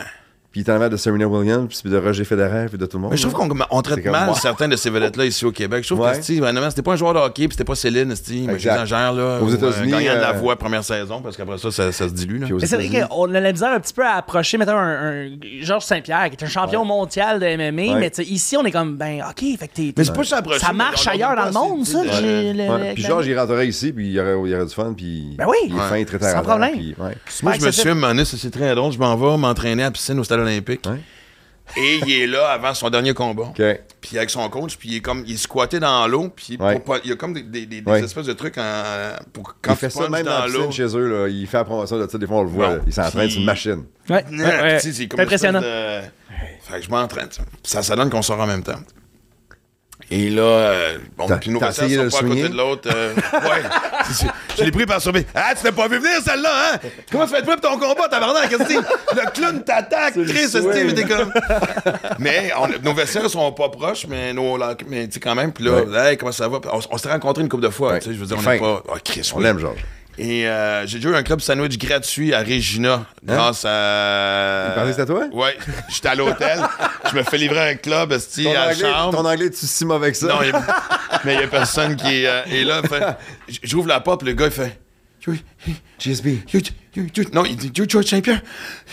Speaker 6: Puis il est en avant de Serena Williams, puis de Roger Federer, puis de tout le monde.
Speaker 1: Mais je trouve qu'on on traite
Speaker 6: C'est comme
Speaker 1: mal
Speaker 6: moi.
Speaker 1: certains de ces vedettes-là ici au Québec. Je trouve
Speaker 6: Ouais.
Speaker 1: que Steve, vraiment, c'était pas un joueur de hockey, puis c'était pas Céline, Steve. Mais
Speaker 6: Exact.
Speaker 1: j'exagère, là.
Speaker 6: Aux
Speaker 1: ou, euh,
Speaker 6: États-Unis,
Speaker 1: Gagnant de la
Speaker 6: euh,
Speaker 1: voix première saison, parce qu'après ça, ça, ça se dilue, là.
Speaker 6: Puis aux
Speaker 2: Mais c'est vrai
Speaker 6: États-Unis.
Speaker 2: qu'on a la misère un petit peu à approcher, mettons, un, un Georges Saint-Pierre, qui est un champion mondial de MMA,
Speaker 6: Ouais.
Speaker 2: mais tu sais, ici, on est comme, ben, OK, fait que t'es.
Speaker 1: Mais c'est pas juste approcher,
Speaker 2: Ça
Speaker 1: mais
Speaker 2: marche
Speaker 1: on- on
Speaker 2: ailleurs
Speaker 1: donne
Speaker 2: dans le
Speaker 1: pas
Speaker 2: monde,
Speaker 1: assez
Speaker 2: ça.
Speaker 1: de-
Speaker 2: que j'ai- le-
Speaker 6: Ouais.
Speaker 2: le-
Speaker 6: Puis Georges, il rentrerait ici, puis il y aurait, il y aurait du fun, puis
Speaker 2: Ben oui.
Speaker 6: il est fin, très
Speaker 2: Sans
Speaker 6: terre à terre,
Speaker 2: problème.
Speaker 6: puis- ouais.
Speaker 1: Moi, je me
Speaker 2: accepté.
Speaker 1: suis amené, ça c'est très drôle, je m'en vais m'entraîner à la piscine au stade olympique.
Speaker 6: Ouais.
Speaker 1: Et il est là avant son dernier combat.
Speaker 6: OK.
Speaker 1: Puis avec son coach, puis il est comme il est squatté dans l'eau, puis pour
Speaker 6: Ouais.
Speaker 1: pas- il y a comme des, des- des- des
Speaker 6: Ouais.
Speaker 1: espèces de trucs en- pour quand
Speaker 6: il fait
Speaker 1: tu
Speaker 6: ça
Speaker 1: punches
Speaker 6: même dans la
Speaker 1: dans l'eau.
Speaker 6: piscine chez eux. Là. Il fait la promotion de ça. Des fois, on le voit.
Speaker 1: Non.
Speaker 6: là. Il s'entraîne,
Speaker 1: Puis-
Speaker 6: c'est une machine.
Speaker 2: Ouais,
Speaker 1: Non,
Speaker 2: ouais, ouais.
Speaker 1: puis tu sais, c'est comme
Speaker 2: C'est impressionnant.
Speaker 1: une espèce de- Fait que je m'entraîne. tu sais. Ça, ça donne qu'on sort en même temps. Et là, euh, bon,
Speaker 6: T'as-
Speaker 1: puis nos
Speaker 6: t'as
Speaker 1: patients
Speaker 6: essayé
Speaker 1: sont
Speaker 6: de
Speaker 1: pas à
Speaker 6: le
Speaker 1: côté
Speaker 6: swinguer?
Speaker 1: de l'autre. euh, ouais. C'est- c'est- Je l'ai pris par surprise. Ah, tu t'es pas vu venir celle-là, hein? Comment tu fais de prêt pour ton combat, tabarnak? Qu'est-ce que c'est? Le clown t'attaque, Chris, ce Steve, t'es comme. Mais on- nos vaisselles sont pas proches, mais nos. la- Mais tu sais, quand même, puis là, hey, comment ça va? Puis On, s- on s'est rencontrés une couple de fois,
Speaker 6: Ouais.
Speaker 1: tu sais, je veux dire, on
Speaker 6: Fin.
Speaker 1: n'est pas. Ah, Chris,
Speaker 6: On
Speaker 1: oui.
Speaker 6: l'aime, Georges.
Speaker 1: Et euh, j'ai déjà eu un club sandwich gratuit à Regina grâce à.
Speaker 6: Hein? Il pensait que c'était toi?
Speaker 1: Oui. J'étais à l'hôtel. je me fais livrer un club esti,
Speaker 6: Ton
Speaker 1: à la
Speaker 6: anglais,
Speaker 1: chambre.
Speaker 6: ton anglais, tu si mauvais que ça.
Speaker 1: Non, il y a- mais il n'y a personne qui est, euh, est là. Fait- j- J'ouvre la porte, le gars, il fait. You-
Speaker 6: GSB.
Speaker 1: you- you- you- Non, il dit, You George St. Pierre?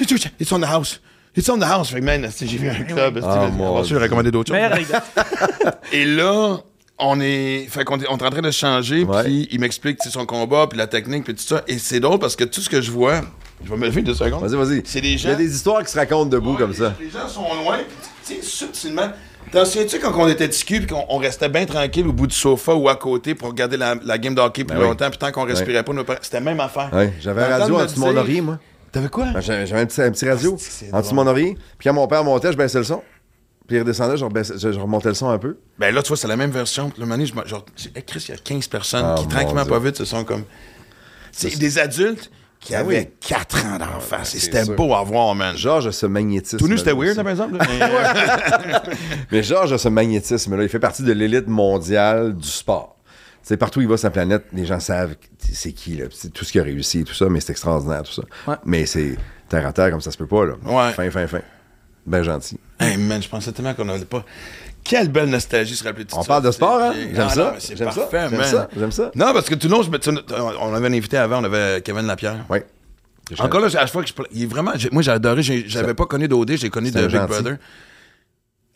Speaker 1: You George- It's on the house. It's on the house. Fait que, man, esti, j'ai vu un club. esti,
Speaker 6: Ah,
Speaker 1: vas-y,
Speaker 6: mon
Speaker 1: on va-tu recommander d'autres choses.
Speaker 2: Meilleure anecdote.
Speaker 1: Et là, on est, fait qu'on est, on est en train de se changer,
Speaker 6: Ouais.
Speaker 1: puis il m'explique tu sais, son combat, puis la technique, puis tout ça. Et c'est drôle parce que tout ce que je vois, je vais me lever deux secondes.
Speaker 6: Vas-y, vas-y.
Speaker 1: C'est des gens.
Speaker 6: Il y a des histoires qui se racontent debout
Speaker 1: Ouais,
Speaker 6: comme
Speaker 1: les-
Speaker 6: ça.
Speaker 1: Les gens sont loin, tu sais, subtilement. T'en souviens-tu quand on était petits culs, puis qu'on on restait bien tranquille au bout du sofa ou à côté pour regarder la, la game d'hockey plus
Speaker 6: Ben oui.
Speaker 1: longtemps, puis tant qu'on respirait pas, nos parents- c'était la même affaire.
Speaker 6: Ouais, J'avais
Speaker 1: Dans le
Speaker 6: un radio
Speaker 1: temps de
Speaker 6: en
Speaker 1: me
Speaker 6: dessous de mon
Speaker 1: dire-
Speaker 6: oreiller, moi.
Speaker 1: T'avais quoi?
Speaker 6: Ben, J'avais j'avais un petit, un petit radio
Speaker 1: Ah, c'est- c'est
Speaker 6: en dessous de
Speaker 1: drôle.
Speaker 6: mon oreiller. Puis quand mon père montait, je baissais le son. Puis il redescendait, je, rebaissais- je- je remontais le son un peu.
Speaker 1: Ben là, tu vois, c'est la même version. Puis le moment donné, je me- genre, j'ai- hey, Chris, il y a 15 personnes
Speaker 6: Ah,
Speaker 1: qui,
Speaker 6: mon
Speaker 1: tranquillement,
Speaker 6: Dieu.
Speaker 1: pas vite, se sont comme. C'est des adultes qui
Speaker 6: Ah oui.
Speaker 1: avaient 4 ans d'en face. Et
Speaker 6: c'est
Speaker 1: c'était
Speaker 6: sûr.
Speaker 1: beau à voir, man.
Speaker 6: Georges a ce magnétisme.
Speaker 1: Tout nu, c'était
Speaker 6: là,
Speaker 1: weird,
Speaker 6: aussi.
Speaker 1: là, par exemple. là. Mais, euh,
Speaker 6: Mais Georges a ce magnétisme-là. Il fait partie de l'élite mondiale du sport. Tu sais, partout où il va sur la planète, les gens savent que c'est qui, là. C'est tout ce qu'il a réussi et tout ça, mais c'est extraordinaire, tout ça.
Speaker 2: Ouais.
Speaker 6: Mais c'est terre à terre comme ça se peut pas, là.
Speaker 1: Ouais.
Speaker 6: Fin, fin, fin. Ben gentil.
Speaker 1: hey, man, je pensais tellement qu'on n'avait pas. Quelle belle nostalgie se rappeler de tout
Speaker 6: On
Speaker 1: ça,
Speaker 6: parle de
Speaker 1: tu sais.
Speaker 6: sport, hein?
Speaker 1: Puis-
Speaker 6: J'aime
Speaker 1: Ah,
Speaker 6: ça.
Speaker 1: non, mais C'est
Speaker 6: J'aime ça.
Speaker 1: parfait,
Speaker 6: J'aime
Speaker 1: man.
Speaker 6: ça. J'aime ça.
Speaker 1: Non, parce que tout le long, je me- tu- on avait un invité avant, on avait Kevin Lapierre.
Speaker 6: Oui.
Speaker 1: Encore là, à chaque fois que je. pla- Il est vraiment. j'ai- Moi, j'ai adoré. j'ai- J'avais pas connu d'OD, j'ai connu
Speaker 6: C'est
Speaker 1: de
Speaker 6: un
Speaker 1: Big
Speaker 6: gentil.
Speaker 1: Brother.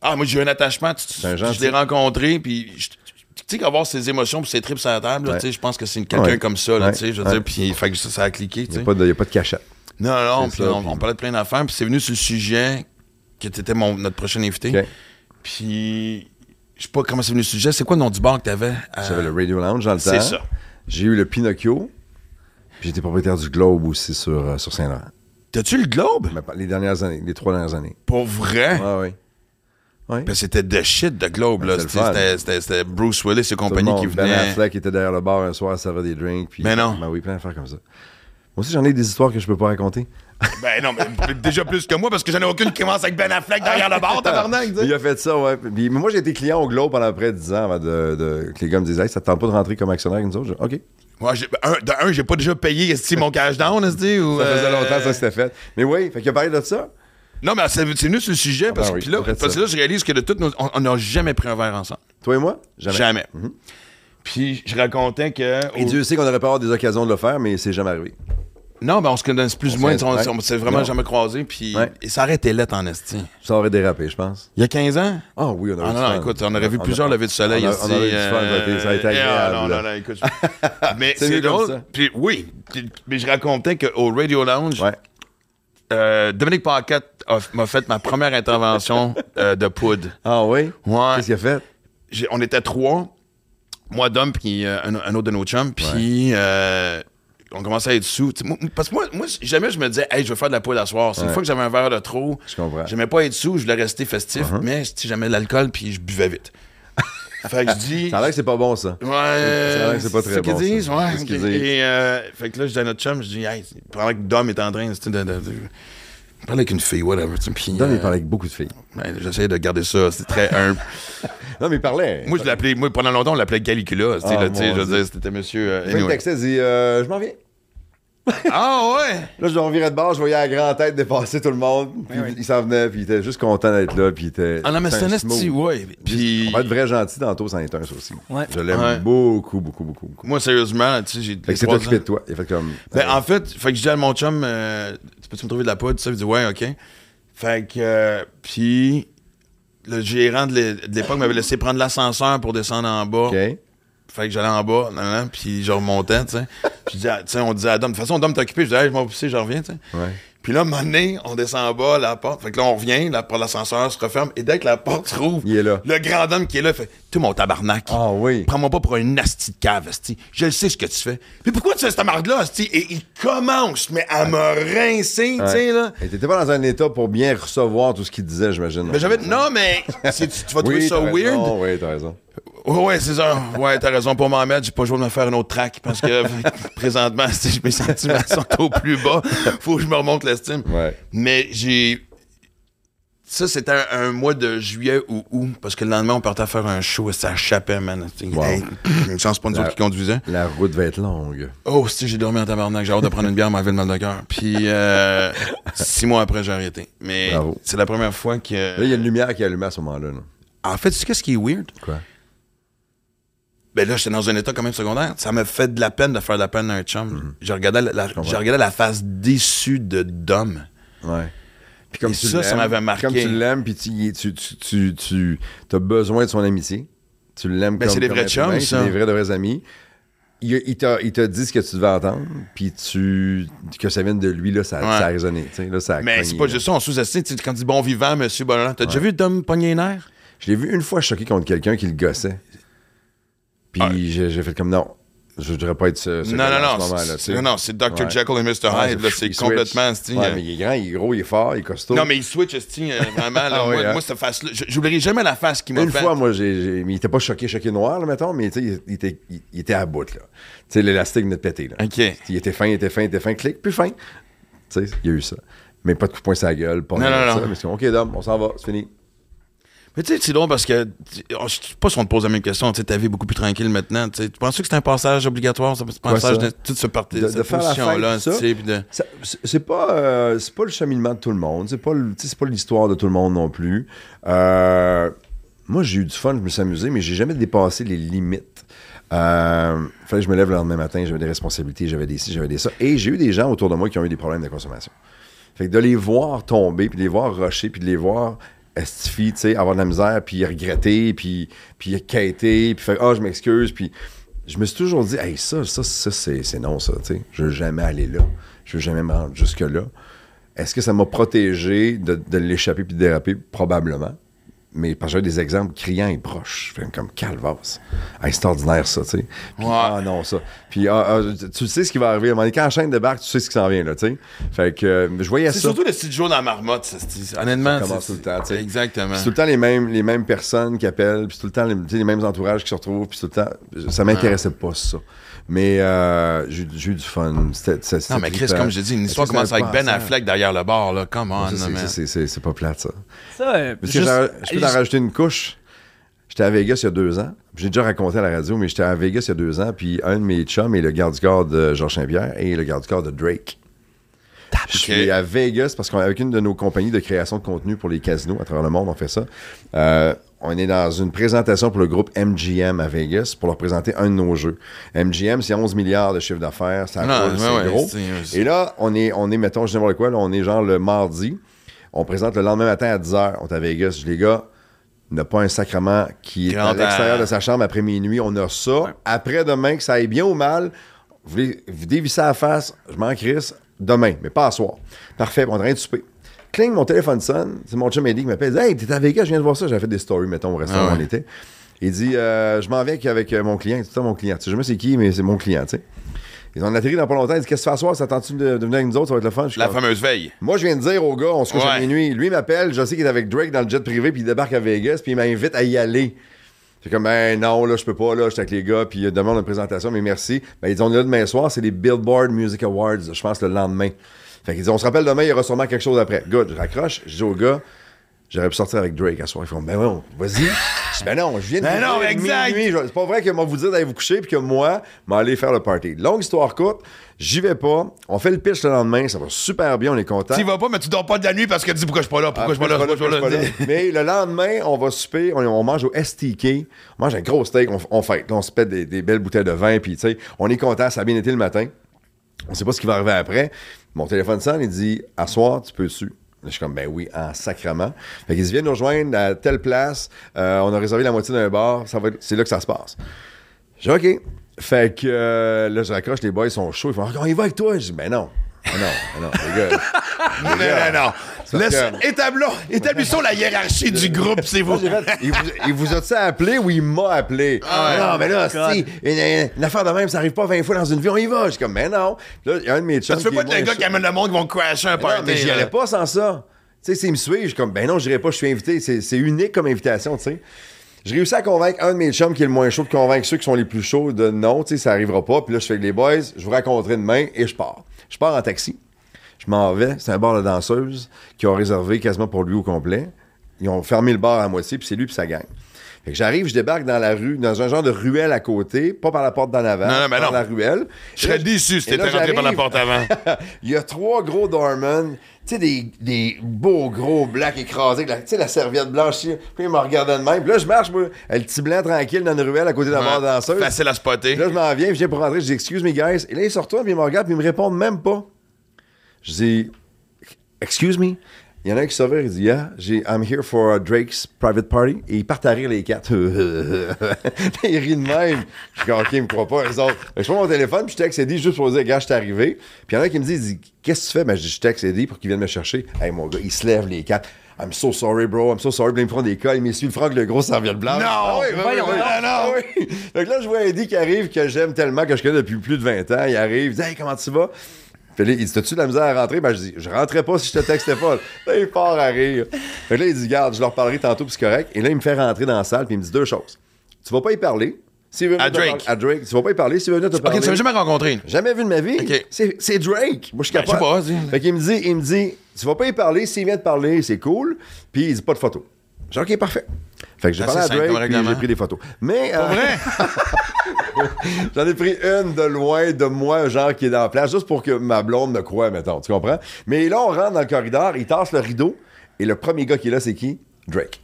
Speaker 1: Ah, moi, j'ai eu un attachement. tu- tu-
Speaker 6: un
Speaker 1: je
Speaker 6: gentil.
Speaker 1: l'ai rencontré, puis. je- Tu sais, qu'avoir ses émotions puis ses tripes sur la table, là,
Speaker 6: Ouais.
Speaker 1: tu sais, je pense que c'est une- quelqu'un
Speaker 6: Ouais.
Speaker 1: comme ça, là,
Speaker 6: Ouais.
Speaker 1: tu sais, je veux
Speaker 6: Ouais.
Speaker 1: dire, puis fait que ça, ça a cliqué, tu
Speaker 6: Il
Speaker 1: sais.
Speaker 6: n'y a, pas de- y a pas de cachette.
Speaker 1: Non, non,
Speaker 6: C'est
Speaker 1: puis
Speaker 6: ça,
Speaker 1: on,
Speaker 6: puis-
Speaker 1: on parlait de plein d'affaires, puis c'est venu sur le sujet que t'étais mon, notre prochain invité.
Speaker 6: OK.
Speaker 1: Puis, je sais pas comment c'est venu le sujet, c'est quoi le nom du bar que t'avais? euh, à-
Speaker 6: J'avais le Radio Lounge dans le temps.
Speaker 1: c'est ça.
Speaker 6: J'ai eu le Pinocchio. puis J'étais propriétaire du Globe aussi sur, euh, sur Saint-Laurent.
Speaker 1: T'as-tu le Globe?
Speaker 6: Mais pas- Les dernières années, les trois dernières années.
Speaker 1: Pour vrai?
Speaker 6: Ah oui.
Speaker 1: Parce
Speaker 6: Oui.
Speaker 1: que Ben, c'était de shit, de Globe, là.
Speaker 6: Ben, C'est
Speaker 1: C'était-
Speaker 6: le fun.
Speaker 1: C'était c'était- c'était Bruce Willis et
Speaker 6: Tout le
Speaker 1: compagnie
Speaker 6: monde,
Speaker 1: qui
Speaker 6: Ben
Speaker 1: venaient.
Speaker 6: Affleck était derrière le bar un soir, ça va des drinks. Puis,
Speaker 1: Mais non.
Speaker 6: Ben oui, plein d'affaires comme ça. Moi aussi, j'en ai des histoires que je peux pas raconter.
Speaker 1: Ben non, mais déjà plus que moi, parce que j'en ai aucune qui commence avec Ben Affleck derrière le bar, tabarnak, tu sais.
Speaker 6: Ah, Il a fait ça, ouais. Puis, mais moi, j'ai été client au Globe pendant près de 10 ans avant de, de- que les gars me disaient, hey, ça te tente pas de rentrer comme actionnaire avec nous autres? Je- OK.
Speaker 1: Moi, j'ai- ben, un, de un, j'ai pas déjà payé esti, mon cash down, esti, ou,
Speaker 6: Ça faisait
Speaker 1: euh,
Speaker 6: longtemps que ça s'était fait. Mais oui, fait qu'il a parlé de ça.
Speaker 1: Non, mais c'est c'est venu sur le sujet, parce,
Speaker 6: ben
Speaker 1: que
Speaker 6: oui,
Speaker 1: puis là,
Speaker 6: en fait,
Speaker 1: parce que
Speaker 6: ça.
Speaker 1: là, je réalise que de toutes nos. on- On n'a jamais pris un verre ensemble.
Speaker 6: Toi et moi? Jamais. Mhm.
Speaker 1: Jamais. Puis je racontais que.
Speaker 6: Et Dieu sait qu'on aurait pas avoir des occasions de le faire, mais c'est jamais arrivé.
Speaker 1: Non, mais on se connaît plus ou
Speaker 6: On
Speaker 1: moins.
Speaker 6: s'est-
Speaker 1: On
Speaker 6: ouais.
Speaker 1: on s'est vraiment
Speaker 6: Non.
Speaker 1: jamais croisés. Puis
Speaker 6: Ouais.
Speaker 1: et ça aurait été lettre en esti.
Speaker 6: Ça aurait dérapé, je pense.
Speaker 1: Il y a 15 ans?
Speaker 6: Ah oui, on aurait
Speaker 1: Ah non,
Speaker 6: eu du
Speaker 1: non,
Speaker 6: fun.
Speaker 1: écoute, on aurait vu
Speaker 6: a-
Speaker 1: plusieurs levées de soleil
Speaker 6: on a-
Speaker 1: ici.
Speaker 6: On aurait eu du fun, ça a été- ça a été
Speaker 1: euh,
Speaker 6: agréable.
Speaker 1: non, non, non, écoute. je- mais
Speaker 6: C'est
Speaker 1: c'est
Speaker 6: mieux comme
Speaker 1: drôle.
Speaker 6: ça.
Speaker 1: Puis oui, puis- mais je racontais qu'au Radio Lounge,
Speaker 6: Ouais.
Speaker 1: euh, Dominique Paquette a- m'a fait ma première intervention euh, de poudre.
Speaker 6: Ah oui?
Speaker 1: Ouais.
Speaker 6: Qu'est-ce qu'il a fait?
Speaker 1: J'ai- on était trois. moi, Dom, puis euh, un, un autre de nos chums, puis euh, on commençait à être sous. Tu sais, moi- parce que moi, moi, jamais je me disais, hey, je veux faire de la poule à soir. C'est une
Speaker 6: Ouais.
Speaker 1: fois que j'avais un verre de trop.
Speaker 6: Je comprends. Uh-huh.
Speaker 1: J'aimais pas être sous, je voulais rester festif, mais tu sais, j'aimais de l'alcool, puis je buvais vite. fait que je dis.
Speaker 6: Ça a l'air que c'est pas bon, ça.
Speaker 1: Ouais.
Speaker 6: a l'air que c'est pas très
Speaker 1: ce qu'ils
Speaker 6: bon, ça.
Speaker 1: disent, ouais.
Speaker 6: C'est ce qu'ils
Speaker 1: ok.
Speaker 6: disent.
Speaker 1: Et euh, fait que là, je dis à notre chum, je dis, hey, c'est- pendant que Dom est en train, tu sais, de. de, de- parler avec une fille, whatever. tu sais, Puis,
Speaker 6: Donne,
Speaker 1: euh,
Speaker 6: il parlait avec beaucoup de filles.
Speaker 1: ouais, j'essayais de garder ça, c'est très humble.
Speaker 6: Non, mais il parlait.
Speaker 1: Moi, je l'appelais, moi, pendant longtemps, on l'appelait Calicula. Tu sais,
Speaker 6: Ah,
Speaker 1: là, tu sais,
Speaker 6: mon
Speaker 1: je veux
Speaker 6: Dieu.
Speaker 1: dire, c'était monsieur. euh,
Speaker 6: Fait que le
Speaker 1: anyway.
Speaker 6: texte, il dit euh, Je m'en viens.
Speaker 1: Ah, ouais!
Speaker 6: Là, je le revirais de bord, je voyais la grande tête dépasser tout le monde. Puis il s'en venait, puis il était juste content d'être là. Puis il était.
Speaker 1: Ah non, mais c'est un
Speaker 6: smooth.
Speaker 1: esti, ouais. Puis,
Speaker 6: On va être vrai gentil tantôt, c'en est un, ça aussi.
Speaker 2: Ouais.
Speaker 6: Je l'aime
Speaker 1: Ouais.
Speaker 6: beaucoup, beaucoup, beaucoup, beaucoup.
Speaker 1: moi, sérieusement, tu sais, j'ai.
Speaker 6: Fait que c'est
Speaker 1: trois
Speaker 6: occupé
Speaker 1: ans.
Speaker 6: de toi. Il a fait comme. euh,
Speaker 1: Ben, en fait, fait que je dis à mon chum, euh, tu peux-tu me trouver de la poudre? Ça, il dit, ouais, OK. Fait que, euh, puis, le gérant de l'é- de l'époque m'avait laissé prendre l'ascenseur pour descendre en bas.
Speaker 6: OK.
Speaker 1: Fait que j'allais en bas, nan, nan, puis je remontais, tu sais. Puis, je dis à- tu sais, on disait à Dom, de toute façon, Dom, t'es occupé. Je dis, hey, je m'en vais pousser, je reviens, tu sais.
Speaker 6: Ouais.
Speaker 1: Puis là, un moment donné, on descend en bas, la porte. Fait que là, on revient, la, l'ascenseur se referme. Et dès que la porte se rouvre,
Speaker 6: Il est là.
Speaker 1: le grand homme qui est là fait Tout mon tabarnak.
Speaker 6: Ah oui.
Speaker 1: Prends-moi pas pour un nasty de cave, esti. Je le sais ce que tu fais. Mais pourquoi tu fais cette marde-là, esti? Et il commence, mais à me rincer, tu sais, là.
Speaker 6: Et t'étais pas dans un état pour bien recevoir tout ce qu'il disait, j'imagine.
Speaker 1: Mais Ben, j'avais dit, non, mais c'est- tu, tu vas trouver
Speaker 6: Oui,
Speaker 1: ça
Speaker 6: t'as
Speaker 1: weird.
Speaker 6: raison, Oui, t'as raison.
Speaker 1: Ouais, ouais, c'est ça. Ouais, t'as raison pour m'en mettre. J'ai pas le choix de me faire un autre track parce que présentement, si mes sentiments sont au plus bas, faut que je me remonte l'estime.
Speaker 6: Ouais.
Speaker 1: Mais j'ai. Ça, c'était un, un mois de juillet ou août, parce que le lendemain, on partait faire un show et ça chapait, man. T'sais,
Speaker 6: Wow.
Speaker 1: hey, une chance pour nous autres qui conduisaient.
Speaker 6: La route va être longue.
Speaker 1: Oh, si j'ai dormi en tabarnak, j'ai hâte de prendre une bière, m'enlever le mal de cœur. Puis, euh, six mois après, j'ai arrêté. Mais
Speaker 6: Bravo.
Speaker 1: c'est la première fois que.
Speaker 6: Là, il y a une lumière qui est allumée à ce moment-là. là.
Speaker 1: En fait, tu sais qu'est-ce qui est weird?
Speaker 6: Quoi?
Speaker 1: Ben là, j'étais dans un état quand même secondaire. Ça me fait de la peine de faire de la peine à un chum.
Speaker 6: Mhm.
Speaker 1: Je, regardais la, la- je regardais la face déçue de Dom.
Speaker 6: Ouais. Puis comme
Speaker 1: Et
Speaker 6: tu
Speaker 1: ça, ça
Speaker 6: l'aimes,
Speaker 1: m'avait marqué.
Speaker 6: Comme tu l'aimes, puis tu, tu, tu, tu, tu as besoin de son amitié. Tu l'aimes
Speaker 1: Ben,
Speaker 6: comme
Speaker 1: c'est des
Speaker 6: comme
Speaker 1: vrais
Speaker 6: être
Speaker 1: chums,
Speaker 6: humain,
Speaker 1: ça.
Speaker 6: C'est des vrais, de vrais amis. Il, il t'a, il t'a dit ce que tu devais entendre, puis tu, que ça vienne de lui, là, ça,
Speaker 1: Ouais.
Speaker 6: ça a résonné. tu sais, Là, ça a
Speaker 1: Mais
Speaker 6: cogné,
Speaker 1: c'est pas
Speaker 6: là.
Speaker 1: juste ça, on sous-estime. tu sais, Quand tu dis bon vivant, monsieur Bonhomme, t'as déjà vu Dom pogner les nerfs?
Speaker 6: Je l'ai vu une fois choqué contre quelqu'un qui le gossait. Puis
Speaker 1: Ah.
Speaker 6: j'ai, j'ai fait comme non, je voudrais pas être ce, ce
Speaker 1: Non,
Speaker 6: gars-là
Speaker 1: non,
Speaker 6: en
Speaker 1: non,
Speaker 6: ce moment-là,
Speaker 1: c'est-
Speaker 6: tu sais.
Speaker 1: non, non, c'est Dr.
Speaker 6: Ouais.
Speaker 1: Jekyll et Mr.
Speaker 6: Ouais,
Speaker 1: Hyde, là, c'est
Speaker 6: il switch.
Speaker 1: complètement, c'est-
Speaker 6: Ouais, mais il est grand, il est gros, il est fort, il est costaud.
Speaker 1: Non, mais il switch, esti, euh, vraiment, là,
Speaker 6: Ah oui,
Speaker 1: moi,
Speaker 6: hein.
Speaker 1: moi, cette face-là, je- j'oublierai jamais la face qui m'a
Speaker 6: Une
Speaker 1: fait.
Speaker 6: fois, moi, j'ai, j'ai- mais il était pas choqué, choqué noir, là, mettons, mais tu sais, il, il était, il, il était à bout, là. Tu sais, l'élastique venait de péter, là.
Speaker 1: OK.
Speaker 6: Il était fin, il était fin, il était fin, clic, plus fin. Tu sais, il y a eu ça. Mais pas de coup de poing sur la gueule, pas
Speaker 1: Non, non,
Speaker 6: rien de ça.
Speaker 1: non.
Speaker 6: Mais c'est comme, OK, Dom, on s'en va, c'est fini.
Speaker 1: Mais tu sais, c'est drôle parce que, tu- oh, je sais pas si on te pose la même question, tu sais, ta vie est beaucoup plus tranquille maintenant, tu sais. Tu penses que c'est un passage obligatoire, ce passage
Speaker 6: ça?
Speaker 1: de toute ce parti-
Speaker 6: De- de
Speaker 1: cette
Speaker 6: faire la fête,
Speaker 1: position-là,
Speaker 6: tout ça?
Speaker 1: tu sais, puis de-
Speaker 6: Ça- c'est c'est pas, euh, c'est pas le cheminement de tout le monde. C'est pas, le- tu sais, c'est pas l'histoire de tout le monde non plus. Euh, moi, j'ai eu du fun, je me suis amusé, mais j'ai jamais dépassé les limites. Euh, fallait que je me lève le lendemain matin, j'avais des responsabilités, j'avais des ci, j'avais des ça. Et j'ai eu des gens autour de moi qui ont eu des problèmes de consommation. Fait que de les voir tomber, puis de les voir rusher, puis de les voir estifier, tu sais, avoir de la misère, puis regretter, puis, puis quêter, puis faire « Ah, je m'excuse », puis je me suis toujours dit « Hey, ça, ça, ça, c'est c'est non, ça, tu sais. Je veux jamais aller là. Je veux jamais me rendre jusque-là. » Est-ce que ça m'a protégé de, de l'échapper puis de déraper? Probablement. Mais parce que j'avais des exemples criants et proches. Fait Comme Calvas. Hey, c'est ordinaire, ça, tu sais. Puis,
Speaker 1: Ouais.
Speaker 6: Ah non, ça. Puis ah, ah, tu- tu sais ce qui va arriver. À un moment donné, quand la chaîne débarque, tu sais ce qui s'en vient, là, tu sais. Fait que euh, je voyais
Speaker 1: C'est
Speaker 6: ça.
Speaker 1: surtout le petit Joe dans la marmotte, ça, c'est- honnêtement.
Speaker 6: Ça commence
Speaker 1: c'est-
Speaker 6: tout le temps, tu sais.
Speaker 1: Exactement.
Speaker 6: Puis c'est tout le temps les mêmes, les mêmes personnes qui appellent, puis c'est tout le temps les, tu sais, les mêmes entourages qui se retrouvent, puis c'est tout le temps. Ça m'intéressait pas, ça. Mais euh, j'ai j'ai eu du fun. C'était- c'était- c'était
Speaker 1: Non, mais Chris,
Speaker 6: trippant.
Speaker 1: comme je dis, une
Speaker 6: Est-ce
Speaker 1: histoire
Speaker 6: que c'est un
Speaker 1: commence avec Ben
Speaker 6: passant?
Speaker 1: Affleck derrière le bar, là. Come on,
Speaker 6: Ça, c'est-
Speaker 1: man.
Speaker 6: ça, c'est- C'est c'est pas plate, ça.
Speaker 2: Ça, euh,
Speaker 6: Parce
Speaker 2: juste-
Speaker 6: que j'en- je peux t'en rajouter une couche. J'étais à Vegas il y a deux ans. J'ai déjà raconté à la radio, mais j'étais à Vegas il y a deux ans. Puis un de mes chums est le garde du corps de Georges Saint-Pierre et le garde du corps de Drake. Je suis
Speaker 1: Ok.
Speaker 6: à Vegas parce qu'avec une de nos compagnies de création de contenu pour les casinos à travers le monde, on fait ça. Euh, on est dans une présentation pour le groupe MGM à Vegas pour leur présenter un de nos jeux. MGM, c'est 11 milliards de chiffre d'affaires. Ça
Speaker 1: Non,
Speaker 6: roule,
Speaker 1: ouais, ouais,
Speaker 6: c'est gros.
Speaker 1: c'est-
Speaker 6: Et là, on est, on est mettons, je sais pas quoi, là, on est genre le mardi. On présente le lendemain matin à 10h. On est à Vegas. Je dis, les gars, n'a pas un sacrement qui est
Speaker 1: Grand
Speaker 6: à l'extérieur
Speaker 1: à-
Speaker 6: de sa chambre après minuit. On a ça. Après demain, que ça aille bien ou mal, vous, voulez- vous dévissez la face, je m'en crisse, demain, mais pas à soir. Parfait, on est en train de souper. Cling, mon téléphone sonne. C'est mon chum Eddie qui m'appelle. Il dit, Hey, t'es à Vegas, je viens de voir ça. J'avais fait des stories, mettons, au restaurant
Speaker 1: Ah ouais.
Speaker 6: où on était. Il dit euh, Je m'en viens avec euh, mon client. C'est ça, mon client. Tu sais jamais c'est qui, mais c'est mon client, tu sais. Ils ont atterri dans pas longtemps. Il dit Qu'est-ce que tu fais à soir Ça tente-tu de, de venir avec nous autres Ça va être le fun. Je suis
Speaker 1: La
Speaker 6: comme,
Speaker 1: fameuse veille.
Speaker 6: Moi, je viens de dire au gars, on se couche à
Speaker 1: Ouais.
Speaker 6: minuit. Lui il m'appelle, je sais qu'il est avec Drake dans le jet privé, puis il débarque à Vegas, puis il m'invite à y aller. J'ai comme, ben non, là, je peux pas, là, j'étais avec les gars, puis euh, demain, on a une présentation, mais merci. Ben, ils disent, on est là demain soir, c'est les Billboard Music Awards, je pense, le lendemain. Fait qu'ils disent, on se rappelle demain, il y aura sûrement quelque chose après. Good, je raccroche, je dis au gars, j'aurais pu sortir avec Drake à soir. Ils font, ben non, vas-y. Je dis, ben non, je viens de
Speaker 1: Ben
Speaker 6: vous
Speaker 1: non,
Speaker 6: dire
Speaker 1: exact.
Speaker 6: minuit, je- C'est pas vrai que moi vous dire d'aller vous coucher, puis que moi, m'aller faire le party. Longue histoire courte, j'y vais pas, on fait le pitch le lendemain, ça va super bien, on est content.
Speaker 1: Tu y vas pas, mais tu dors pas de la nuit parce que tu dis pourquoi je suis pas là, pourquoi je suis pas là, pourquoi je
Speaker 6: Ah,
Speaker 1: suis pas là.
Speaker 6: Mais le lendemain, on va souper, on, on mange au STK, on mange un gros steak, on, on fête, on se pète des, des belles bouteilles de vin, puis tu sais, on est content, ça a bien été le matin. On sait pas ce qui va arriver après. Mon téléphone sonne, il dit À soir, tu peux dessus. Je suis comme, ben oui, en sacrement. Fait qu'ils viennent nous rejoindre à telle place, euh, on a réservé la moitié d'un bar, ça va être- c'est là que ça se passe. J'ai dit, OK. Fait que euh, là, je raccroche, les boys sont chauds. Ils font, Ah, on y va avec toi. Je dis, ben non. Ben non, ben non, les gars.
Speaker 1: Non, non, non. Laisse,
Speaker 6: que-
Speaker 1: établons, établissons la hiérarchie du groupe, c'est vous.
Speaker 6: J'ai fait, il vous, il vous a-tu appelé ou il m'a appelé? non, mais là,
Speaker 2: God.
Speaker 6: si, une, une- une affaire de même, ça arrive pas 20 fois dans une vie, on y va. Je suis comme, mais non. Là, il y a un de mes chums.
Speaker 1: Tu peux
Speaker 6: qui
Speaker 1: pas
Speaker 6: est
Speaker 1: être le
Speaker 6: moins
Speaker 1: gars
Speaker 6: chaud.
Speaker 1: qui amène le monde qui vont crasher un
Speaker 6: Mais non,
Speaker 1: party.
Speaker 6: mais j'y
Speaker 1: là.
Speaker 6: allais pas sans ça. Tu sais, s'ils me suivent, je suis comme, ben non, j'irai pas, je suis invité. C'est c'est unique comme invitation, tu sais. Je réussis à convaincre un de mes chums qui est le moins chaud de convaincre ceux qui sont les plus chauds de non, tu sais, ça arrivera pas. Puis là, je fais avec les boys, je vous raconterai demain et je pars. Je pars en taxi. Je m'en vais. C'est un bar de danseuses qui ont réservé quasiment pour lui au complet. Ils ont fermé le bar à moitié, puis c'est lui, puis ça gagne. Fait que j'arrive, je débarque dans la rue, dans un genre de ruelle à côté, pas par la porte d'en avant,
Speaker 1: Non, non, ben
Speaker 6: par
Speaker 1: non.
Speaker 6: la ruelle.
Speaker 1: Je serais
Speaker 6: Et là,
Speaker 1: déçu si
Speaker 6: et là,
Speaker 1: t'étais rentré par la
Speaker 6: j'arrive.
Speaker 1: porte avant.
Speaker 6: Il y a trois gros Dorman, tu sais, des, des beaux gros blacks écrasés, avec la- tu sais, la serviette blanche, ici. puis ils me regardaient de même. Puis là, je marche, moi, le petit blanc tranquille dans une ruelle à côté de la barre danseuse.
Speaker 1: Facile à spotter.
Speaker 6: Puis là, je m'en viens, puis je viens pour rentrer, je dis, excuse mes guys. Et là, ils se retournent, puis ils me regardent, puis ils me répondent même pas. Je dis, excuse me. Il y en a un qui se revient, il dit, yeah, j'ai, I'm here for uh, Drake's private party. Et ils partent à rire, les quatre. ils rient de même. Je dis, OK, ils me croient pas, eux autres. Fait que Je prends mon téléphone, puis je texte Eddie juste pour dire, gars, je suis arrivé. Puis il y en a un qui me dit, il dit, qu'est-ce que tu fais? Ben, je dis, je texte Eddie pour qu'il vienne me chercher. Hey, mon gars, ils se lèvent, les quatre. I'm so sorry, bro. I'm so sorry. Puis là, ils me font des cols. Ils m'essuient le franc avec le gros serviette blanche.
Speaker 1: Non!
Speaker 6: Ah oui, oui, oui,
Speaker 1: Voyons
Speaker 6: oui.
Speaker 1: donc.
Speaker 6: Ah oui. Fait que là, je vois Eddie qui arrive, que j'aime tellement, que je connais depuis plus de 20 ans. Il arrive, il dit Hey, comment tu vas? Puis là, il dit T'as-tu de la misère à rentrer? Ben, je dis Je rentrais pas si je te textais pas. Là, il part à rire. Fait que là, il dit Garde, je leur parlerai tantôt, puis c'est correct. Et là, il me fait rentrer dans la salle, puis il me dit deux choses. Tu vas pas y parler. S'il veut venir
Speaker 1: À
Speaker 6: te
Speaker 1: Drake.
Speaker 6: parler- À Drake. Tu vas pas y parler s'il veut venir te
Speaker 1: Ok,
Speaker 6: parler.
Speaker 1: tu m'as jamais rencontré.
Speaker 6: Jamais vu de ma vie.
Speaker 1: Ok.
Speaker 6: C'est, c'est Drake. Moi, je suis capable.
Speaker 1: Ben, je sais pas, dis.
Speaker 6: Fait qu'il me dit, il me dit, tu vas pas y parler. S'il vient te parler, c'est cool. Puis il dit pas de photos. J'ai dit, OK, parfait. Fait que j'ai
Speaker 1: Assez
Speaker 6: parlé à
Speaker 1: Ah, simple comme
Speaker 6: Drake, puis
Speaker 1: règlement.
Speaker 6: j'ai pris des photos. Mais. euh,
Speaker 1: Vrai?
Speaker 6: J'en ai pris une de loin de moi, genre qui est dans la place, juste pour que ma blonde me croie, mettons. Tu comprends? Mais là, on rentre dans le corridor, il tasse le rideau, et le premier gars qui est là, c'est qui? Drake.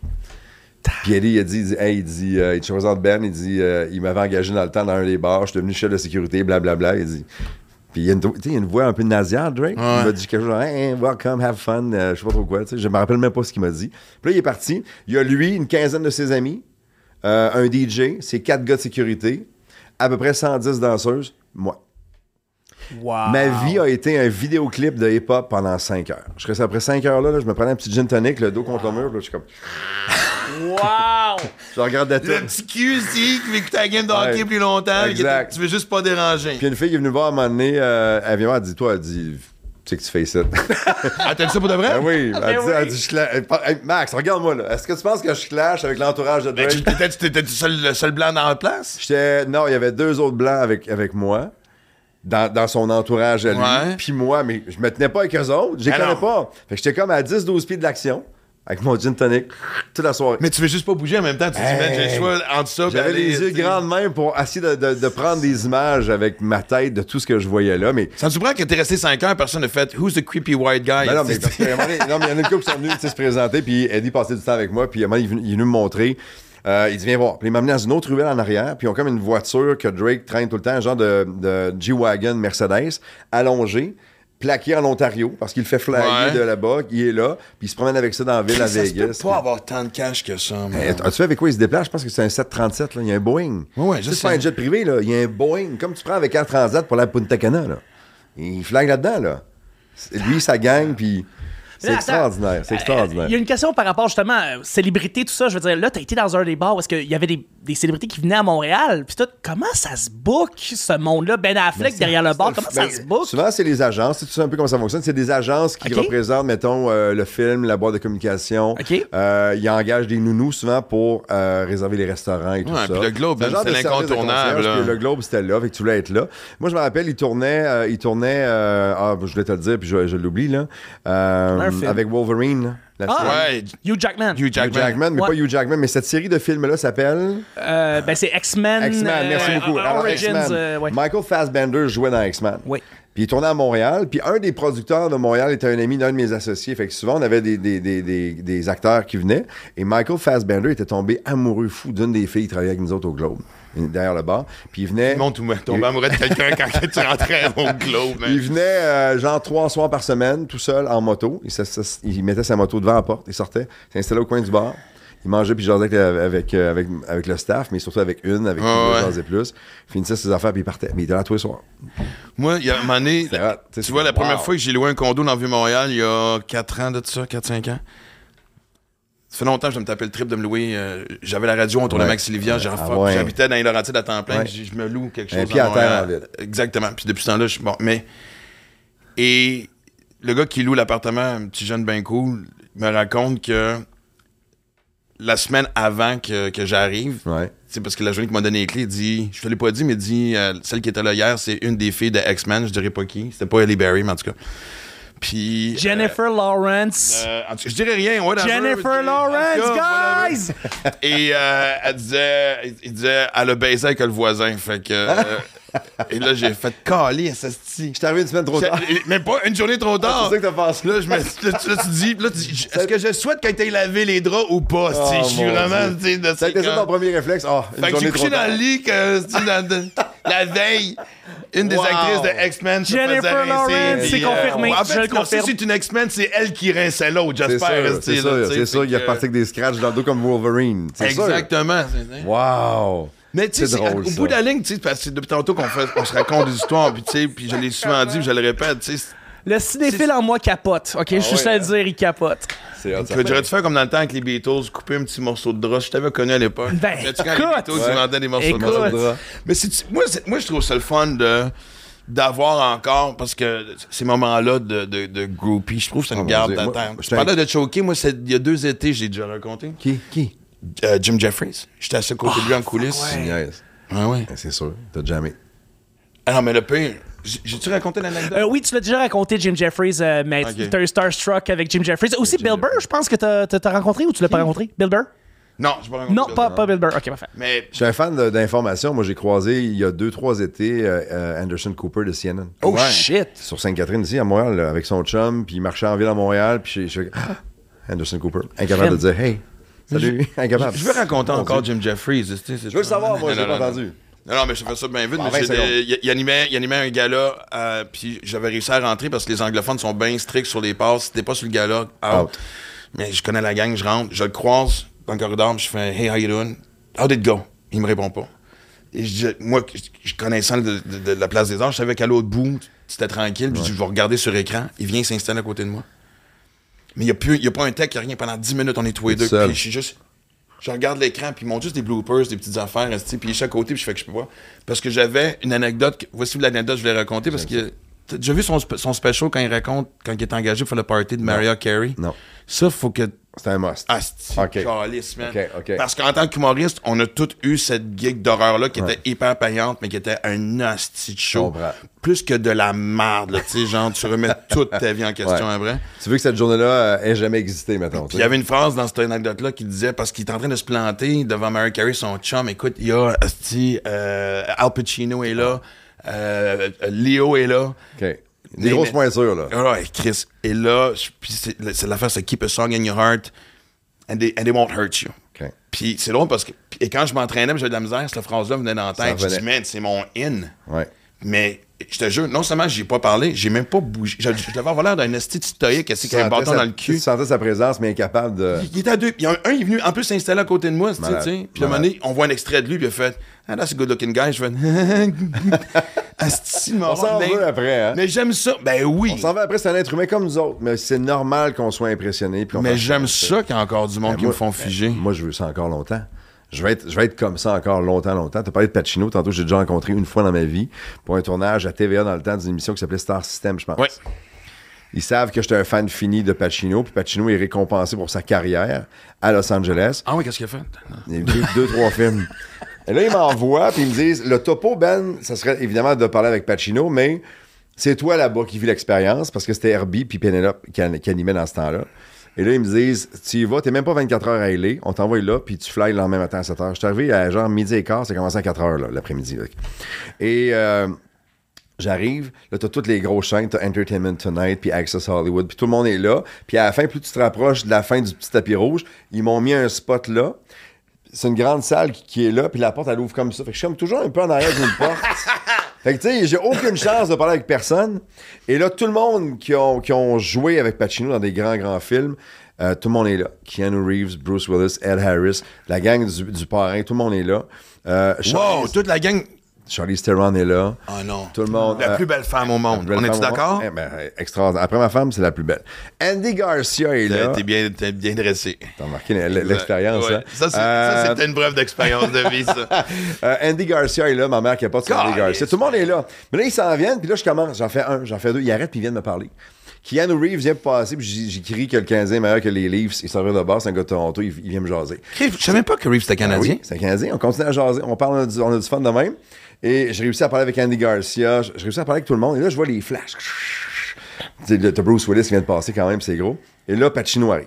Speaker 6: Puis Eddie, il a dit, il dit, hey, il dit, euh, il te représente Ben, il dit, euh, il m'avait engagé dans le temps dans un des bars, je suis devenu chef de sécurité, blablabla. Il dit, puis il y a une, tu sais, il y a une voix un peu nasillarde, Drake. Il m'a dit quelque chose genre, Hey, welcome, have fun, euh, je sais pas trop quoi, tu sais, je me rappelle même pas ce qu'il m'a dit. Puis là, il est parti. Il y a lui, une quinzaine de ses amis, euh, un DJ, c'est quatre gars de sécurité, à peu près 110 danseuses, moi.
Speaker 2: Wow.
Speaker 6: Ma vie a été un vidéoclip de hip-hop pendant 5 heures. Je restais après 5 heures là, là, je me prenais un petit gin tonic, le dos contre le mur, puis là, je suis comme,
Speaker 2: Wow!
Speaker 6: je regardais tout.
Speaker 1: Le petit cul ici qui veut écouter la game de
Speaker 6: Ouais.
Speaker 1: hockey plus longtemps. puis
Speaker 6: Exact.
Speaker 1: que Tu veux juste pas déranger.
Speaker 6: Puis une fille qui est venue me voir à un moment donné, euh, elle vient me voir, elle dit, toi, elle dit, tu sais que tu fais ça.
Speaker 1: Ah, t'as dit ça pour de vrai?
Speaker 6: Ah oui, elle dit,
Speaker 2: oui.
Speaker 6: elle dit, je cla- elle par- hey, Max, regarde-moi là. Est-ce que tu penses que je clash avec l'entourage de
Speaker 1: Ben, tu-
Speaker 6: Drake?
Speaker 1: T'étais-tu t'étais-tu seul- le seul blanc dans la place?
Speaker 6: J'étais, non, il y avait deux autres blancs avec, avec moi. Dans, dans son entourage à
Speaker 1: Ouais.
Speaker 6: lui, puis moi, mais je me tenais pas avec eux autres, je les
Speaker 1: Ah
Speaker 6: connais
Speaker 1: non.
Speaker 6: pas. Fait que j'étais comme à 10-12 pieds de l'action, avec mon gin tonic, toute la soirée.
Speaker 1: Mais tu veux juste pas bouger en même temps. Tu te dis,
Speaker 6: Hey.
Speaker 1: man, j'ai le choix entre ça. ben, puis
Speaker 6: J'avais
Speaker 1: aller,
Speaker 6: les yeux
Speaker 1: tu sais.
Speaker 6: grands de même pour essayer de, de- de prendre des images avec ma tête de tout ce que je voyais là, mais
Speaker 1: Ça me surprend que t'es resté 5 heures, personne n'a fait Who's the creepy white guy?
Speaker 6: Ben non, mais
Speaker 1: Tu sais,
Speaker 6: parce que, à un moment donné- non, mais il y en a une couple qui sont venus tu sais, se présenter, puis Eddie passait du temps avec moi, puis à un moment donné, il est venu- il est venu me montrer. Euh, il dit, viens voir. Puis il m'a amené dans une autre ruelle en arrière, puis ils ont comme une voiture que Drake traîne tout le temps, un genre de, de G-Wagon Mercedes, allongée, plaquée en Ontario, parce qu'il le fait flyer
Speaker 1: Ouais.
Speaker 6: de là-bas, il est là, puis il se promène avec ça dans la ville à
Speaker 1: Ça se peut
Speaker 6: Vegas. Ben,
Speaker 1: pas avoir tant de cash que ça, man.
Speaker 6: Hey, Euh, As-tu vu avec quoi il se déplace? Je pense que c'est un 737, là. il y a un Boeing.
Speaker 1: Euh, Ouais, ouais, je
Speaker 6: c'est pas
Speaker 1: sais.
Speaker 6: un jet privé, là. il y a un Boeing, comme tu prends avec Air Transat pour la Punta Cana. Là. Il flague là-dedans. Là. C'est- Lui, ça gagne, puis C'est
Speaker 2: Là, attends.
Speaker 6: extraordinaire, c'est extraordinaire.
Speaker 2: Euh, Il y a une question par rapport justement à célébrité, tout ça. Je veux dire, là, t'as été dans un des bars où est-ce qu'il y avait des, des célébrités qui venaient à Montréal. Puis tout, comment ça se book, ce monde-là? Ben Affleck derrière le bar, comment ça
Speaker 6: Ben,
Speaker 2: se book?
Speaker 6: Souvent, c'est les agences. C'est tout ça un peu comment ça fonctionne. C'est des agences qui
Speaker 2: OK.
Speaker 6: représentent, mettons, euh, le film, la boîte de communication.
Speaker 2: OK.
Speaker 6: Euh, ils engagent des nounous souvent pour euh, réserver les restaurants et tout
Speaker 1: Ouais,
Speaker 6: ça.
Speaker 1: puis le Globe,
Speaker 6: C'est un
Speaker 1: là,
Speaker 6: genre
Speaker 1: c'est
Speaker 6: de service de
Speaker 1: l'incontournable,
Speaker 6: concierge,
Speaker 1: là.
Speaker 6: puis Le Globe, c'était là, fait que tu voulais être là. Moi, je me rappelle, il tournait, euh, il tournait euh, ah, je voulais te le dire, puis je, je l'oublie, là, euh,
Speaker 2: Un film.
Speaker 6: avec Wolverine. La
Speaker 2: Ah,
Speaker 6: série.
Speaker 1: Ouais,
Speaker 2: Hugh Jackman.
Speaker 1: Hugh
Speaker 6: Hugh
Speaker 1: Jackman.
Speaker 6: Jackman, mais
Speaker 2: Ouais.
Speaker 6: pas Hugh Jackman, mais cette série de films-là s'appelle...
Speaker 2: Euh, ben, c'est X-Men.
Speaker 6: X-Men,
Speaker 2: euh,
Speaker 6: merci
Speaker 2: euh,
Speaker 6: beaucoup. Alors,
Speaker 2: Origins,
Speaker 6: X-Men.
Speaker 2: euh, ouais.
Speaker 6: Michael Fassbender jouait dans X-Men.
Speaker 2: Oui.
Speaker 6: Puis il tournait à Montréal. Puis un des producteurs de Montréal était un ami d'un de mes associés. Fait que souvent, on avait des, des, des, des, des acteurs qui venaient. Et Michael Fassbender était tombé amoureux fou d'une des filles qui travaillait avec nous autres au Globe, derrière le bar. Puis il venait.
Speaker 1: Tout le monde tombait- tombait amoureux de quelqu'un quand tu rentrais au Globe. man.
Speaker 6: Il venait euh, genre trois soirs par semaine, tout seul, en moto. Il, se- se- il mettait sa moto devant la porte, il sortait, il s'installait au coin du bar. Il mangeait puis jasait avec, avec, euh, avec, avec le staff, mais surtout avec une, avec qui
Speaker 1: Ah
Speaker 6: il
Speaker 1: ouais.
Speaker 6: jasait plus. Il finissait ses affaires puis il partait. Mais il était là tous les soirs.
Speaker 1: Moi, il y a un moment donné,
Speaker 6: C'est hot, tu sais,
Speaker 1: tu vois, la
Speaker 6: c'est-
Speaker 1: première
Speaker 6: wow.
Speaker 1: fois que j'ai loué un condo dans Vieux-Montréal, il y a 4 ans de ça, 4-5 ans. Ça fait longtemps que je me tapais le trip de me louer. euh, J'avais la radio, on tournait
Speaker 6: Ouais.
Speaker 1: Max Livia, j'ai-
Speaker 6: Ah ouais.
Speaker 1: j'habitais dans les Laurentides à temps plein,
Speaker 6: Ouais.
Speaker 1: j'ai- je me loue quelque
Speaker 6: Un
Speaker 1: chose.
Speaker 6: pied
Speaker 1: à
Speaker 6: à terre
Speaker 1: Montréal.
Speaker 6: en ville.
Speaker 1: Exactement. Puis depuis ce temps-là, je suis bon. Mais. Et le gars qui loue l'appartement, un petit jeune bien cool, me raconte que la semaine avant que, que j'arrive,
Speaker 6: Ouais.
Speaker 1: c'est parce que la journée qui m'a donné les clés, il dit, je te l'ai pas dit, mais il dit, euh, celle qui était là hier, c'est une des filles de X-Men, je dirais pas qui. C'était pas Ellie Berry, mais en tout cas. Puis.
Speaker 2: Jennifer Lawrence.
Speaker 1: euh, euh, en tout cas, je dirais rien, whatever.
Speaker 2: Jennifer
Speaker 1: Je dis, en tout cas,
Speaker 2: Lawrence, guys!
Speaker 1: whatever. Et euh, elle disait, il- il disait, elle a baisé avec le voisin, fait que. euh, et là, j'ai fait caler, ça
Speaker 6: Je suis arrivé une semaine trop tard.
Speaker 1: Même pas une journée trop tard.
Speaker 6: Ah, C'est ça que t'as pensé.
Speaker 1: Là, je me, là, tu, là, tu dis, là, tu dis, est-ce que je souhaite qu'elle t'ait lavé les draps ou pas?
Speaker 6: Oh,
Speaker 1: tu sais, je suis
Speaker 6: mon
Speaker 1: vraiment.
Speaker 6: Dieu.
Speaker 1: tu sais, de-
Speaker 6: Ça a été
Speaker 1: c'est
Speaker 6: ça ton
Speaker 1: comme-
Speaker 6: premier réflexe. Ah, une
Speaker 1: Fait que j'ai
Speaker 6: journée trop
Speaker 1: couché dans
Speaker 6: tard.
Speaker 1: le lit que, tu sais, dans- de- la veille, une des
Speaker 6: Wow.
Speaker 1: actrices de X-Men se faisait
Speaker 2: Jennifer
Speaker 1: rincer,
Speaker 2: Lawrence,
Speaker 1: puis,
Speaker 2: c'est
Speaker 1: euh,
Speaker 2: confirmé,
Speaker 1: En
Speaker 2: je
Speaker 1: fait,
Speaker 2: le
Speaker 1: non, si
Speaker 2: confirme.
Speaker 1: c'est une X-Men, c'est elle qui rinçait l'autre,
Speaker 6: C'est
Speaker 1: j'espère.
Speaker 6: sûr,
Speaker 1: tu sais,
Speaker 6: c'est
Speaker 1: là, tu
Speaker 6: sûr,
Speaker 1: sais,
Speaker 6: c'est sûr.
Speaker 1: fait
Speaker 6: Il est
Speaker 1: que-
Speaker 6: reparti avec des scratchs dans le dos comme Wolverine. C'est sûr.
Speaker 1: Exactement. c'est- c'est-
Speaker 6: Wow.
Speaker 1: Mais tu sais,
Speaker 6: C'est
Speaker 1: c'est-
Speaker 6: drôle,
Speaker 1: au bout
Speaker 6: ça.
Speaker 1: de la ligne, tu sais, parce que c'est depuis tantôt qu'on fait- on se raconte des histoires, puis tu sais, puis je l'ai souvent dit, puis je le répète, tu sais,
Speaker 2: Le cinéphile en moi capote. OK, je suis juste
Speaker 6: Ah ouais,
Speaker 2: à le dire, il capote.
Speaker 6: C'est hot, ça.
Speaker 1: Que j'aurais dû faire comme dans le temps avec les Beatles, couper un petit morceau de drap. Je t'avais connu à l'époque.
Speaker 2: Ben,
Speaker 1: Mais tu sais, quand
Speaker 2: écoute.
Speaker 1: les Beatles, ils
Speaker 2: Ouais.
Speaker 1: vendaient des morceaux
Speaker 2: Écoute.
Speaker 1: de drap.
Speaker 6: drap.
Speaker 1: Mais c'est- moi, c'est- moi, je trouve ça le fun de d'avoir encore, parce que ces moments-là de, de, de groupie, je trouve que ça
Speaker 6: Oh,
Speaker 1: me
Speaker 6: mon
Speaker 1: garde
Speaker 6: Dieu.
Speaker 1: dans le
Speaker 6: Moi,
Speaker 1: temps. Je
Speaker 6: j'étais-
Speaker 1: parlais de choquer, moi, c'est- il y a deux étés, j'ai déjà raconté.
Speaker 6: Qui? Qui?
Speaker 1: Euh, Jim Jeffries, j'étais à ce côté de lui
Speaker 2: Ah,
Speaker 1: en coulisses.
Speaker 6: Tu niaises.
Speaker 1: Ah ouais.
Speaker 6: C'est sûr. T'as jamais.
Speaker 1: Ah non, mais le pire, j- j'ai-tu raconté l'anecdote?
Speaker 2: Euh, oui, tu l'as déjà raconté, Jim Jeffries, euh, mais
Speaker 1: Ok.
Speaker 2: t'as eu Starstruck avec Jim Jeffries. Aussi, Bill Burr, je pense que t'as- t'as t'as rencontré ou tu l'as pas rencontré? Bill Burr?
Speaker 1: Non, j'ai pas raconté.
Speaker 2: Non,
Speaker 1: l'anecdote.
Speaker 2: pas, pas Bill Burr. OK, parfait.
Speaker 1: Mais
Speaker 6: Je suis un fan de- d'information. Moi, j'ai croisé il y a deux, trois étés euh, euh, Anderson Cooper de CNN.
Speaker 2: Oh, shit!
Speaker 6: Sur Sainte-Catherine, ici, à Montréal, là, avec son chum, puis il marchait en ville à Montréal, puis je suis Anderson Cooper. Incapable de dire Hey, salut, incapable.
Speaker 1: je veux raconter
Speaker 6: Mon
Speaker 1: encore
Speaker 6: Dieu.
Speaker 1: Jim Jeffries. tu sais, c'est-
Speaker 6: Je veux le savoir, moi,
Speaker 1: Non,
Speaker 6: je l'ai
Speaker 1: non,
Speaker 6: pas
Speaker 1: non.
Speaker 6: entendu. Ah, ben,
Speaker 1: Non, non, mais je fais ça bien vite.
Speaker 6: En
Speaker 1: mais
Speaker 6: 20
Speaker 1: j'ai des-
Speaker 6: secondes.
Speaker 1: il, il animait, il animait un gala, euh, puis j'avais réussi à rentrer parce que les anglophones sont bien stricts sur les passes. Si t'es pas sur le gala, out.
Speaker 6: Out.
Speaker 1: Mais je connais la gang, je rentre, je le croise dans le corridor, puis je fais Hey, how you doing? How did it go? Il me répond pas. Et je, dis- moi, je- je connaissant de, de- de la place des arts, je savais qu'à l'autre bout, c'était tranquille, puis je vais regarder sur écran. Il vient s'installer à côté de moi. Mais il n'y a, plus- il y a pas un tech, il n'y a rien. Pendant 10 minutes, on est tous les deux.
Speaker 6: seul.
Speaker 1: Puis je suis juste. Je regarde l'écran, puis ils montrent juste des bloopers, des petites affaires, esti, puis chaque côté, puis je fais que je peux pas. Parce que j'avais une anecdote. que- voici l'anecdote que je voulais raconter, parce que. T'as déjà vu son, sp- son special quand il raconte, quand il est engagé pour faire le party de Mariah Carey?
Speaker 6: Non.
Speaker 1: Ça, faut que.
Speaker 6: C'est un must.
Speaker 1: Asti,
Speaker 6: Ok.
Speaker 1: calice, man.
Speaker 6: Ok, ok.
Speaker 1: Parce qu'en tant qu'humoriste, on a tous eu cette gig d'horreur-là qui était hyper payante, mais qui était un asti de show.
Speaker 6: Comprends.
Speaker 1: Plus que de la merde, là, tu sais, genre, tu remets toute ta vie en question hein,
Speaker 6: Ouais.
Speaker 1: après.
Speaker 6: Tu veux que cette journée-là euh, ait jamais existé, mettons. tu
Speaker 1: Puis
Speaker 6: sais.
Speaker 1: il y avait une phrase dans cette anecdote-là qui disait, parce qu'il est en train de se planter devant Mary Carey, son chum, écoute, il y a esti, euh, Al Pacino est là, euh, Léo est là.
Speaker 6: OK. Des
Speaker 1: Mais-
Speaker 6: grosses
Speaker 1: mais-
Speaker 6: pointures, là.
Speaker 1: Ah ouais, Chris. Et là, je- puis c'est la- c'est l'affaire, c'est Keep a song in your heart and they, and they won't hurt you.
Speaker 6: OK.
Speaker 1: Puis c'est drôle parce que, puis- et quand je m'entraînais, puis j'avais de la misère, cette phrase-là venait dans la tête. Je
Speaker 6: revenait.
Speaker 1: dis, man, c'est mon in.
Speaker 6: Ouais.
Speaker 1: Mais je te jure, non seulement j'ai pas parlé, j'ai même pas bougé. Je, je devais avoir l'air d'un esti de stoïque, assis qui
Speaker 6: Tu
Speaker 1: a un
Speaker 6: sentais
Speaker 1: bâton
Speaker 6: sa-
Speaker 1: dans le
Speaker 6: Tu
Speaker 1: cul.
Speaker 6: sentais sa présence, mais incapable de.
Speaker 1: Il était à deux. Il y en a un, il est venu en plus s'installer à côté de moi. tu sais,
Speaker 6: Malade.
Speaker 1: tu sais. Puis à un moment donné, on voit un extrait de lui, puis il a fait Ah, that's a good looking guy. Je fais Asti,
Speaker 6: On s'en veut après, hein?
Speaker 1: Mais j'aime ça. Ben oui.
Speaker 6: On s'en va après, c'est un être humain comme nous autres, mais c'est normal qu'on soit impressionné. puis qu'on
Speaker 1: Mais
Speaker 6: fasse-
Speaker 1: j'aime ça qu'il y a encore du monde
Speaker 6: Ben,
Speaker 1: qui me font figer.
Speaker 6: ben, moi, je veux ça encore longtemps. Je vais, être, je vais être comme ça encore longtemps, longtemps. T'as parlé de Pacino, tantôt, j'ai déjà rencontré une fois dans ma vie pour un tournage à TVA dans le temps d'une émission qui s'appelait Star System, je pense.
Speaker 1: Ouais.
Speaker 6: Ils savent que j'étais un fan fini de Pacino, puis Pacino est récompensé pour sa carrière à Los Angeles.
Speaker 1: Ah oui, qu'est-ce qu'il a fait?
Speaker 6: Il y a eu deux, deux, trois films. Et là, ils m'envoient, puis ils me disent le topo, Ben, ça serait évidemment de parler avec Pacino, mais c'est toi là-bas qui vis l'expérience, parce que c'était Herbie puis Penelope qui, an- qui animaient dans ce temps-là. Et là, ils me disent Tu y vas, t'es même pas 24 heures à LA, on t'envoie là, puis tu fly le lendemain matin à 7 heures. Je suis arrivé à genre midi et quart, ça commencé à 4 heures là, l'après-midi. là. Et. euh, J'arrive, là, t'as toutes les grosses chaînes, t'as Entertainment Tonight, puis Access Hollywood, puis tout le monde est là. Puis à la fin, plus tu te rapproches de la fin du petit tapis rouge, ils m'ont mis un spot là. C'est une grande salle qui, qui est là, puis la porte, elle ouvre comme ça. Fait que je suis comme toujours un peu en arrière d'une porte. Fait que, tu sais, j'ai aucune chance de parler avec personne. Et là, tout le monde qui ont, qui ont joué avec Pacino dans des grands, grands films, euh, tout le monde est là. Keanu Reeves, Bruce Willis, Ed Harris, la gang du, du parrain, tout le monde est là. Euh,
Speaker 1: Wow,
Speaker 6: Charlize,
Speaker 1: Oh, toute la gang.
Speaker 6: Charlize Theron est là.
Speaker 1: Ah non.
Speaker 6: Tout le monde,
Speaker 1: La
Speaker 6: euh,
Speaker 1: plus belle femme au monde. On est-tu d'accord?
Speaker 6: Eh ben, extraordinaire. Après ma femme, c'est la plus belle. Andy Garcia est
Speaker 1: T'es
Speaker 6: Eh, ben là.
Speaker 1: t'es bien, t'es bien dressé.
Speaker 6: T'as remarqué l- l- l'expérience,
Speaker 1: Ouais.
Speaker 6: hein?
Speaker 1: Ça, c'est-
Speaker 6: Euh,
Speaker 1: ça, c'était une preuve d'expérience de vie, ça.
Speaker 6: euh, Andy Garcia est là, ma mère qui apporte sur Andy
Speaker 1: God,
Speaker 6: Garcia.
Speaker 1: yes.
Speaker 6: Tout le monde est là. Mais là, ils s'en viennent, puis là, je commence. J'en fais un, j'en fais deux. Ils arrêtent, puis ils viennent me parler. Keanu Reeves vient pour passer, puis j- j'écris que le 15e est meilleur que les Leafs. Il s'en vient de bord, c'est un gars de Toronto, il, il vient me jaser.
Speaker 1: Reeves, Je savais même pas que Reeves était canadien.
Speaker 6: Ah Oui, c'est un Canadien. On continue à jaser. On parle, on a du, on a du fun de même. Et j'ai réussi à parler avec Andy Garcia. J'ai réussi à parler avec tout le monde. Et là, je vois les flashs. Tu sais, le- T'as Bruce Willis qui vient de passer quand même, c'est gros. Et là, Pacino arrive.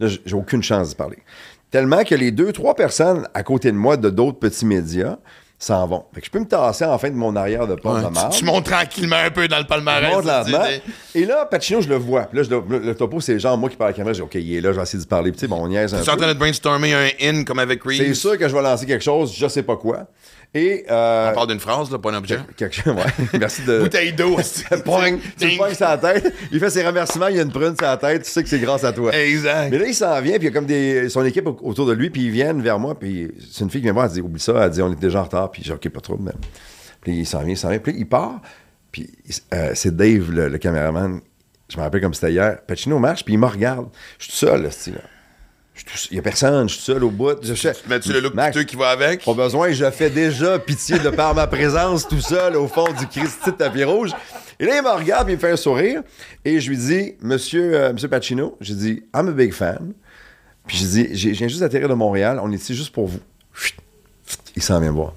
Speaker 6: Là, j'ai j'ai aucune chance d'y parler. Tellement que les deux, trois personnes à côté de moi de d'autres petits médias s'en vont. Fait que je peux me tasser en fin de mon arrière de porte
Speaker 1: Ouais,
Speaker 6: de marde.
Speaker 1: tu, tu montes tranquillement un peu dans le palmarès.
Speaker 6: Je monte
Speaker 1: tu dis,
Speaker 6: lentement.
Speaker 1: des-
Speaker 6: Et là, Pacino, je le vois. Puis là, je le, le topo, c'est genre moi qui parle à la caméra. Je dis, OK, il est là, je vais essayer d'y parler. Puis tu sais, bon, on niaise un
Speaker 1: Tu es
Speaker 6: peu.
Speaker 1: en train de brainstormer un in comme avec Reeves.
Speaker 6: C'est sûr que je vais lancer quelque chose, je sais pas quoi. Et euh,
Speaker 1: On parle d'une phrase, là, pas un objet.
Speaker 6: quelque chose, ouais, merci de.
Speaker 1: Ah, Bouteille d'eau. c'est-
Speaker 6: Poing, tu le
Speaker 1: Ding.
Speaker 6: pognes sur la tête, il fait ses remerciements, il y a une prune sur la tête, tu sais que c'est grâce à toi.
Speaker 1: Exact.
Speaker 6: Mais là, il s'en vient, puis il y a comme des, son équipe au- autour de lui, puis ils viennent vers moi, puis c'est une fille qui vient me voir, elle dit Oublie ça, elle dit On est déjà en retard, puis j'ai OK, pas trop. Mais... Puis il s'en vient, il s'en vient, puis là, il part, puis euh, c'est Dave, le, le caméraman, je me rappelle comme c'était hier. Pacino marche, puis il me regarde. Je suis tout seul, là, style. Je suis tout seul. Il y a personne, je suis tout seul au bout. Je, je-
Speaker 1: Mets-tu le look
Speaker 6: Max,
Speaker 1: piteux qui va avec?
Speaker 6: pas besoin, je fais déjà pitié de par ma présence tout seul au fond du Christi de tapis rouge. Et là, il me regarde, puis il me fait un sourire. Et je lui dis, Monsieur, euh, Monsieur Pacino, j'ai dit, I'm a big fan. Puis j'ai dit, J'ai- je viens juste d'atterrir de Montréal, on est ici juste pour vous. Chut. Il s'en vient me voir.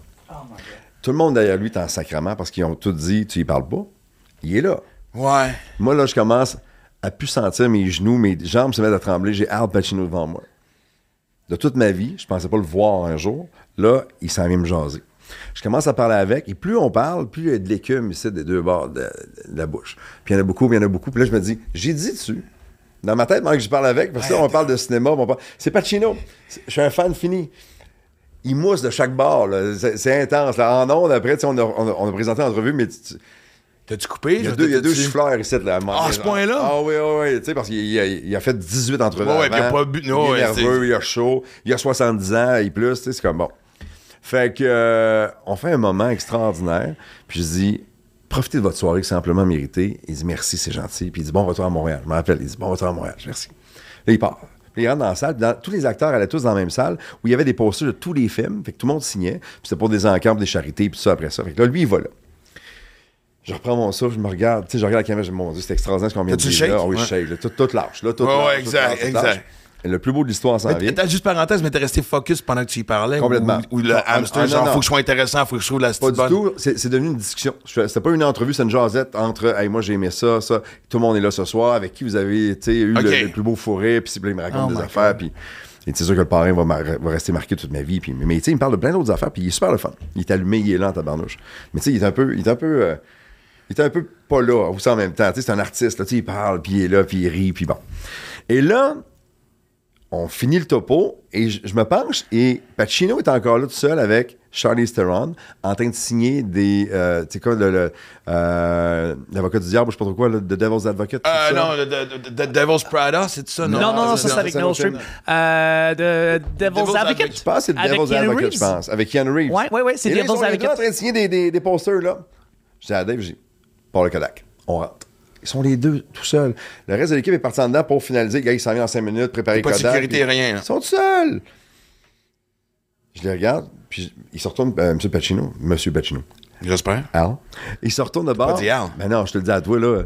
Speaker 6: Tout le monde derrière lui est en sacrement parce qu'ils ont tout dit, tu y parles pas. Il est là.
Speaker 1: Ouais.
Speaker 6: Moi, là, je commence à plus sentir mes genoux, mes jambes se mettent à trembler. J'ai Al Pacino devant moi. De toute ma vie, je pensais pas le voir un jour. Là, il s'en vient me jaser. Je commence à parler avec, et plus on parle, plus il y a de l'écume ici des deux bords de, de la bouche. Puis il y en a beaucoup, puis il y en a beaucoup. Puis là, je me dis, j'ai dit dessus. Dans ma tête, moi, que je parle avec, parce que là, on parle de cinéma, on parle- c'est Pacino. C'est- Je suis un fan fini il mousse de chaque bord. là. C'est c'est intense. là. En ondes, après, tu sais, on a, on, a, on a présenté l'entrevue, mais tu- tu-
Speaker 1: T'as-tu coupé?
Speaker 6: il y a deux, il y a deux chiffleurs ici. Là, à un moment
Speaker 1: Ah,
Speaker 6: donné,
Speaker 1: ce
Speaker 6: là.
Speaker 1: point-là?
Speaker 6: Ah oui, oui, oui. Tu sais, parce qu'il il a, il a fait 18 entrevues.
Speaker 1: Ouais, ouais,
Speaker 6: avant.
Speaker 1: puis il a pas bu-
Speaker 6: Il
Speaker 1: ouais,
Speaker 6: est nerveux, il a chaud. Il a 70 ans et plus. Tu sais, c'est comme bon. Fait que, euh, on fait un moment extraordinaire. Puis je dis, profitez de votre soirée, c'est amplement méritée. Il dit merci, c'est gentil. Puis il dit, bon retour à Montréal. Je me rappelle, il dit, bon retour à Montréal. Je dis, Merci. Là, il part. Puis il rentre dans la salle. puis dans- tous les acteurs allaient tous dans la même salle où il y avait des posters de tous les films. Fait que tout le monde signait. Puis c'était pour des encarts, des charités, puis tout ça après ça. Fait que là, lui, il va là. Je reprends mon souffle, je me regarde, tu sais, je regarde la caméra, je me dis, mon Dieu, c'est extraordinaire ce qu'on vient de
Speaker 1: T'as-tu
Speaker 6: dire.
Speaker 1: shake?
Speaker 6: Là. Ah Oui, je
Speaker 1: Ouais.
Speaker 6: shake, là, tout, tout lâche, là, tout
Speaker 1: Ouais,
Speaker 6: lâche,
Speaker 1: ouais,
Speaker 6: tout
Speaker 1: exact,
Speaker 6: lâche, tout
Speaker 1: exact.
Speaker 6: lâche. Et le plus beau de l'histoire s'en vient.
Speaker 1: Attends, juste parenthèse, mais t'es resté focus pendant que tu y parlais.
Speaker 6: Complètement.
Speaker 1: Ou, ou le
Speaker 6: Ah,
Speaker 1: hamster,
Speaker 6: ah, non,
Speaker 1: genre,
Speaker 6: non.
Speaker 1: faut que je sois intéressant, faut que je trouve la
Speaker 6: Pas
Speaker 1: petite
Speaker 6: du
Speaker 1: bonne.
Speaker 6: tout, c'est c'est devenu une discussion. Je- C'était pas une entrevue, c'est une jasette entre, hey, moi j'ai aimé ça, ça, tout le monde est là ce soir, avec qui vous avez tu sais, eu
Speaker 1: Ok.
Speaker 6: le, le plus beau fourré, puis puis là, il me raconte
Speaker 2: Oh
Speaker 6: des
Speaker 2: my
Speaker 6: affaires, puis et c'est sûr que le parrain va, mar- va rester marqué toute ma vie, puis mais tu sais, il me parle de plein d'autres affaires, puis il est super le fun. Il est allumé, il est là en tabarnouche. Mais tu sais, il est un peu, il est un peu, euh, il est un peu pas là, aussi en même temps. Tu sais, c'est un artiste, là, tu sais, il parle, puis il est là, puis il rit, puis bon. Et là, on finit le topo et je, je me penche et Pacino est encore là tout seul avec Charlize Theron en train de signer des. euh, tu sais quoi, le- le, euh, l'avocat du diable, je sais pas trop quoi, le, The Devil's Advocate. tout
Speaker 1: Euh,
Speaker 6: ça.
Speaker 1: non, le- le- le- The Devil's Prada, c'est ça? Non,
Speaker 2: Non, non, non,
Speaker 6: Ah,
Speaker 2: ça,
Speaker 6: c'est
Speaker 2: c'est avec
Speaker 6: ça,
Speaker 2: Meryl
Speaker 6: c'est
Speaker 2: Streep. Euh, de Devil's
Speaker 1: Devil's
Speaker 2: Advocate.
Speaker 1: Advocate.
Speaker 6: Je pense que c'est
Speaker 2: Avec
Speaker 6: Devil's
Speaker 2: Keanu
Speaker 6: Advocate,
Speaker 2: Reeves.
Speaker 6: je pense. Avec Keanu Reeves.
Speaker 2: Ouais, ouais, ouais, c'est
Speaker 6: Et là,
Speaker 2: Devil's
Speaker 6: Ils sont les deux
Speaker 2: Advocate.
Speaker 6: en train de signer des, des, des posters, là. J'ai dit à Dave, j'ai dit, Paul Kodak, on rentre. Ils sont les deux, tout seuls. Le reste de l'équipe est parti en dedans pour finaliser. Le gars, il s'en vient en cinq minutes, préparer
Speaker 1: Pas de
Speaker 6: Kodak.
Speaker 1: sécurité,
Speaker 6: puis-
Speaker 1: rien, là.
Speaker 6: Ils sont tout seuls. Hein. Je les regarde, puis ils se retournent. euh, Monsieur Pacino. Monsieur Pacino.
Speaker 1: J'espère.
Speaker 6: Al. Il se retourne de bord.
Speaker 1: dit Al.
Speaker 6: Mais non, je te le dis à toi, là.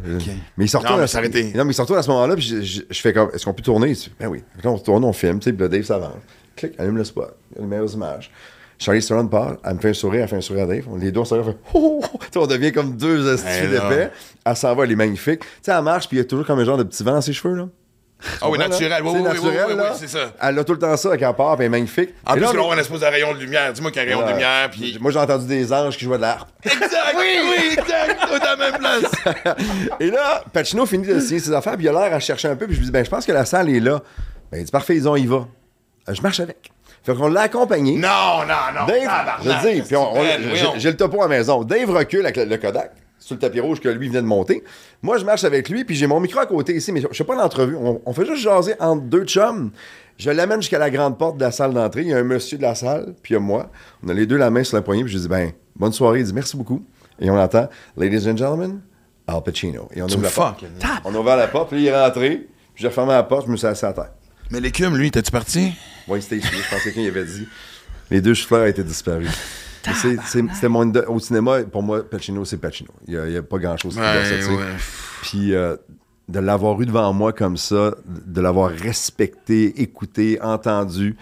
Speaker 6: Mais il se retourne.
Speaker 1: Non, mais
Speaker 6: à-
Speaker 1: s'arrêter.
Speaker 6: Non, mais il se retourne à ce moment-là, puis je, je- je fais comme, est-ce qu'on peut tourner? Il dit, Ben oui. Fait que Là, on se tourne, on filme, tu sais, puis là, Dave s'avance. Clic, allume le spot. Il y a les meilleures images. Charlie Theron part, elle me fait un sourire, elle fait un sourire à Dave. On- Les deux, on se regarde, on fait, oh, oh, oh. Tu sais, on devient comme deux astuces
Speaker 1: Eh non.
Speaker 6: d'épais. Elle s'en va, elle est magnifique. Tu sais, elle marche, puis il y a toujours comme un genre de petit vent dans ses cheveux, là.
Speaker 1: Ah oui,
Speaker 6: Voilà,
Speaker 1: naturel. Oui,
Speaker 6: C'est
Speaker 1: oui, oui, oui,
Speaker 6: naturel,
Speaker 1: oui,
Speaker 6: là.
Speaker 1: oui, c'est ça.
Speaker 6: Elle a tout le temps ça, quand elle part, puis elle est magnifique.
Speaker 1: En
Speaker 6: Et
Speaker 1: plus,
Speaker 6: là,
Speaker 1: là,
Speaker 6: on-
Speaker 1: on a supposé un rayon de lumière. Dis-moi qu'il y a un rayon de lumière, puis...
Speaker 6: Moi, j'ai entendu des anges qui jouaient de l'harpe.
Speaker 1: Exact! Oui, oui, exact! Tout à la même place!
Speaker 6: Et là, Pacino finit de signer ses affaires, puis il a l'air à chercher un peu, puis je lui dis, ben, je pense que la salle est là. Ben, il dit, parfait, ils ont, y va. Euh, Je marche avec. Fait qu'on l'a accompagné.
Speaker 1: Non, non, non!
Speaker 6: Dave,
Speaker 1: Oh, tabarnak.
Speaker 6: je dis, puis on- on-
Speaker 1: Ben,
Speaker 6: j'ai-
Speaker 1: voyons.
Speaker 6: j'ai le topo à la maison. Dave recule avec le, le Kodak sur le tapis rouge que lui venait de monter. Moi, je marche avec lui, puis j'ai mon micro à côté ici, mais je je fais pas d'entrevue. On, on fait juste jaser entre deux chums. Je l'amène jusqu'à la grande porte de la salle d'entrée. Il y a un monsieur de la salle, puis il y a moi. On a les deux la main sur la poignée, puis je lui dis, ben, bonne soirée. Il dit, merci beaucoup. Et on entend, ladies and gentlemen, Al Pacino. Et on ouvre
Speaker 1: me
Speaker 6: la porte.
Speaker 1: fucking-
Speaker 6: On a ouvert la porte, puis il est rentré. Puis j'ai refermé la porte, je me suis assis à terre.
Speaker 1: Mais l'écume, lui, t'es-tu parti?
Speaker 6: Oui, c'était ici. Je pense que quelqu'un y avait dit. Les deux chauffeurs étaient disparus. Mais c'est- c'est- C'était mon idole. Au cinéma, pour moi, Pacino, c'est Pacino. Il n'y a, pas grand-chose qui
Speaker 1: Ouais,
Speaker 6: doit sortir.
Speaker 1: ouais.
Speaker 6: Puis euh, de l'avoir eu devant moi comme ça, de l'avoir respecté, écouté, entendu,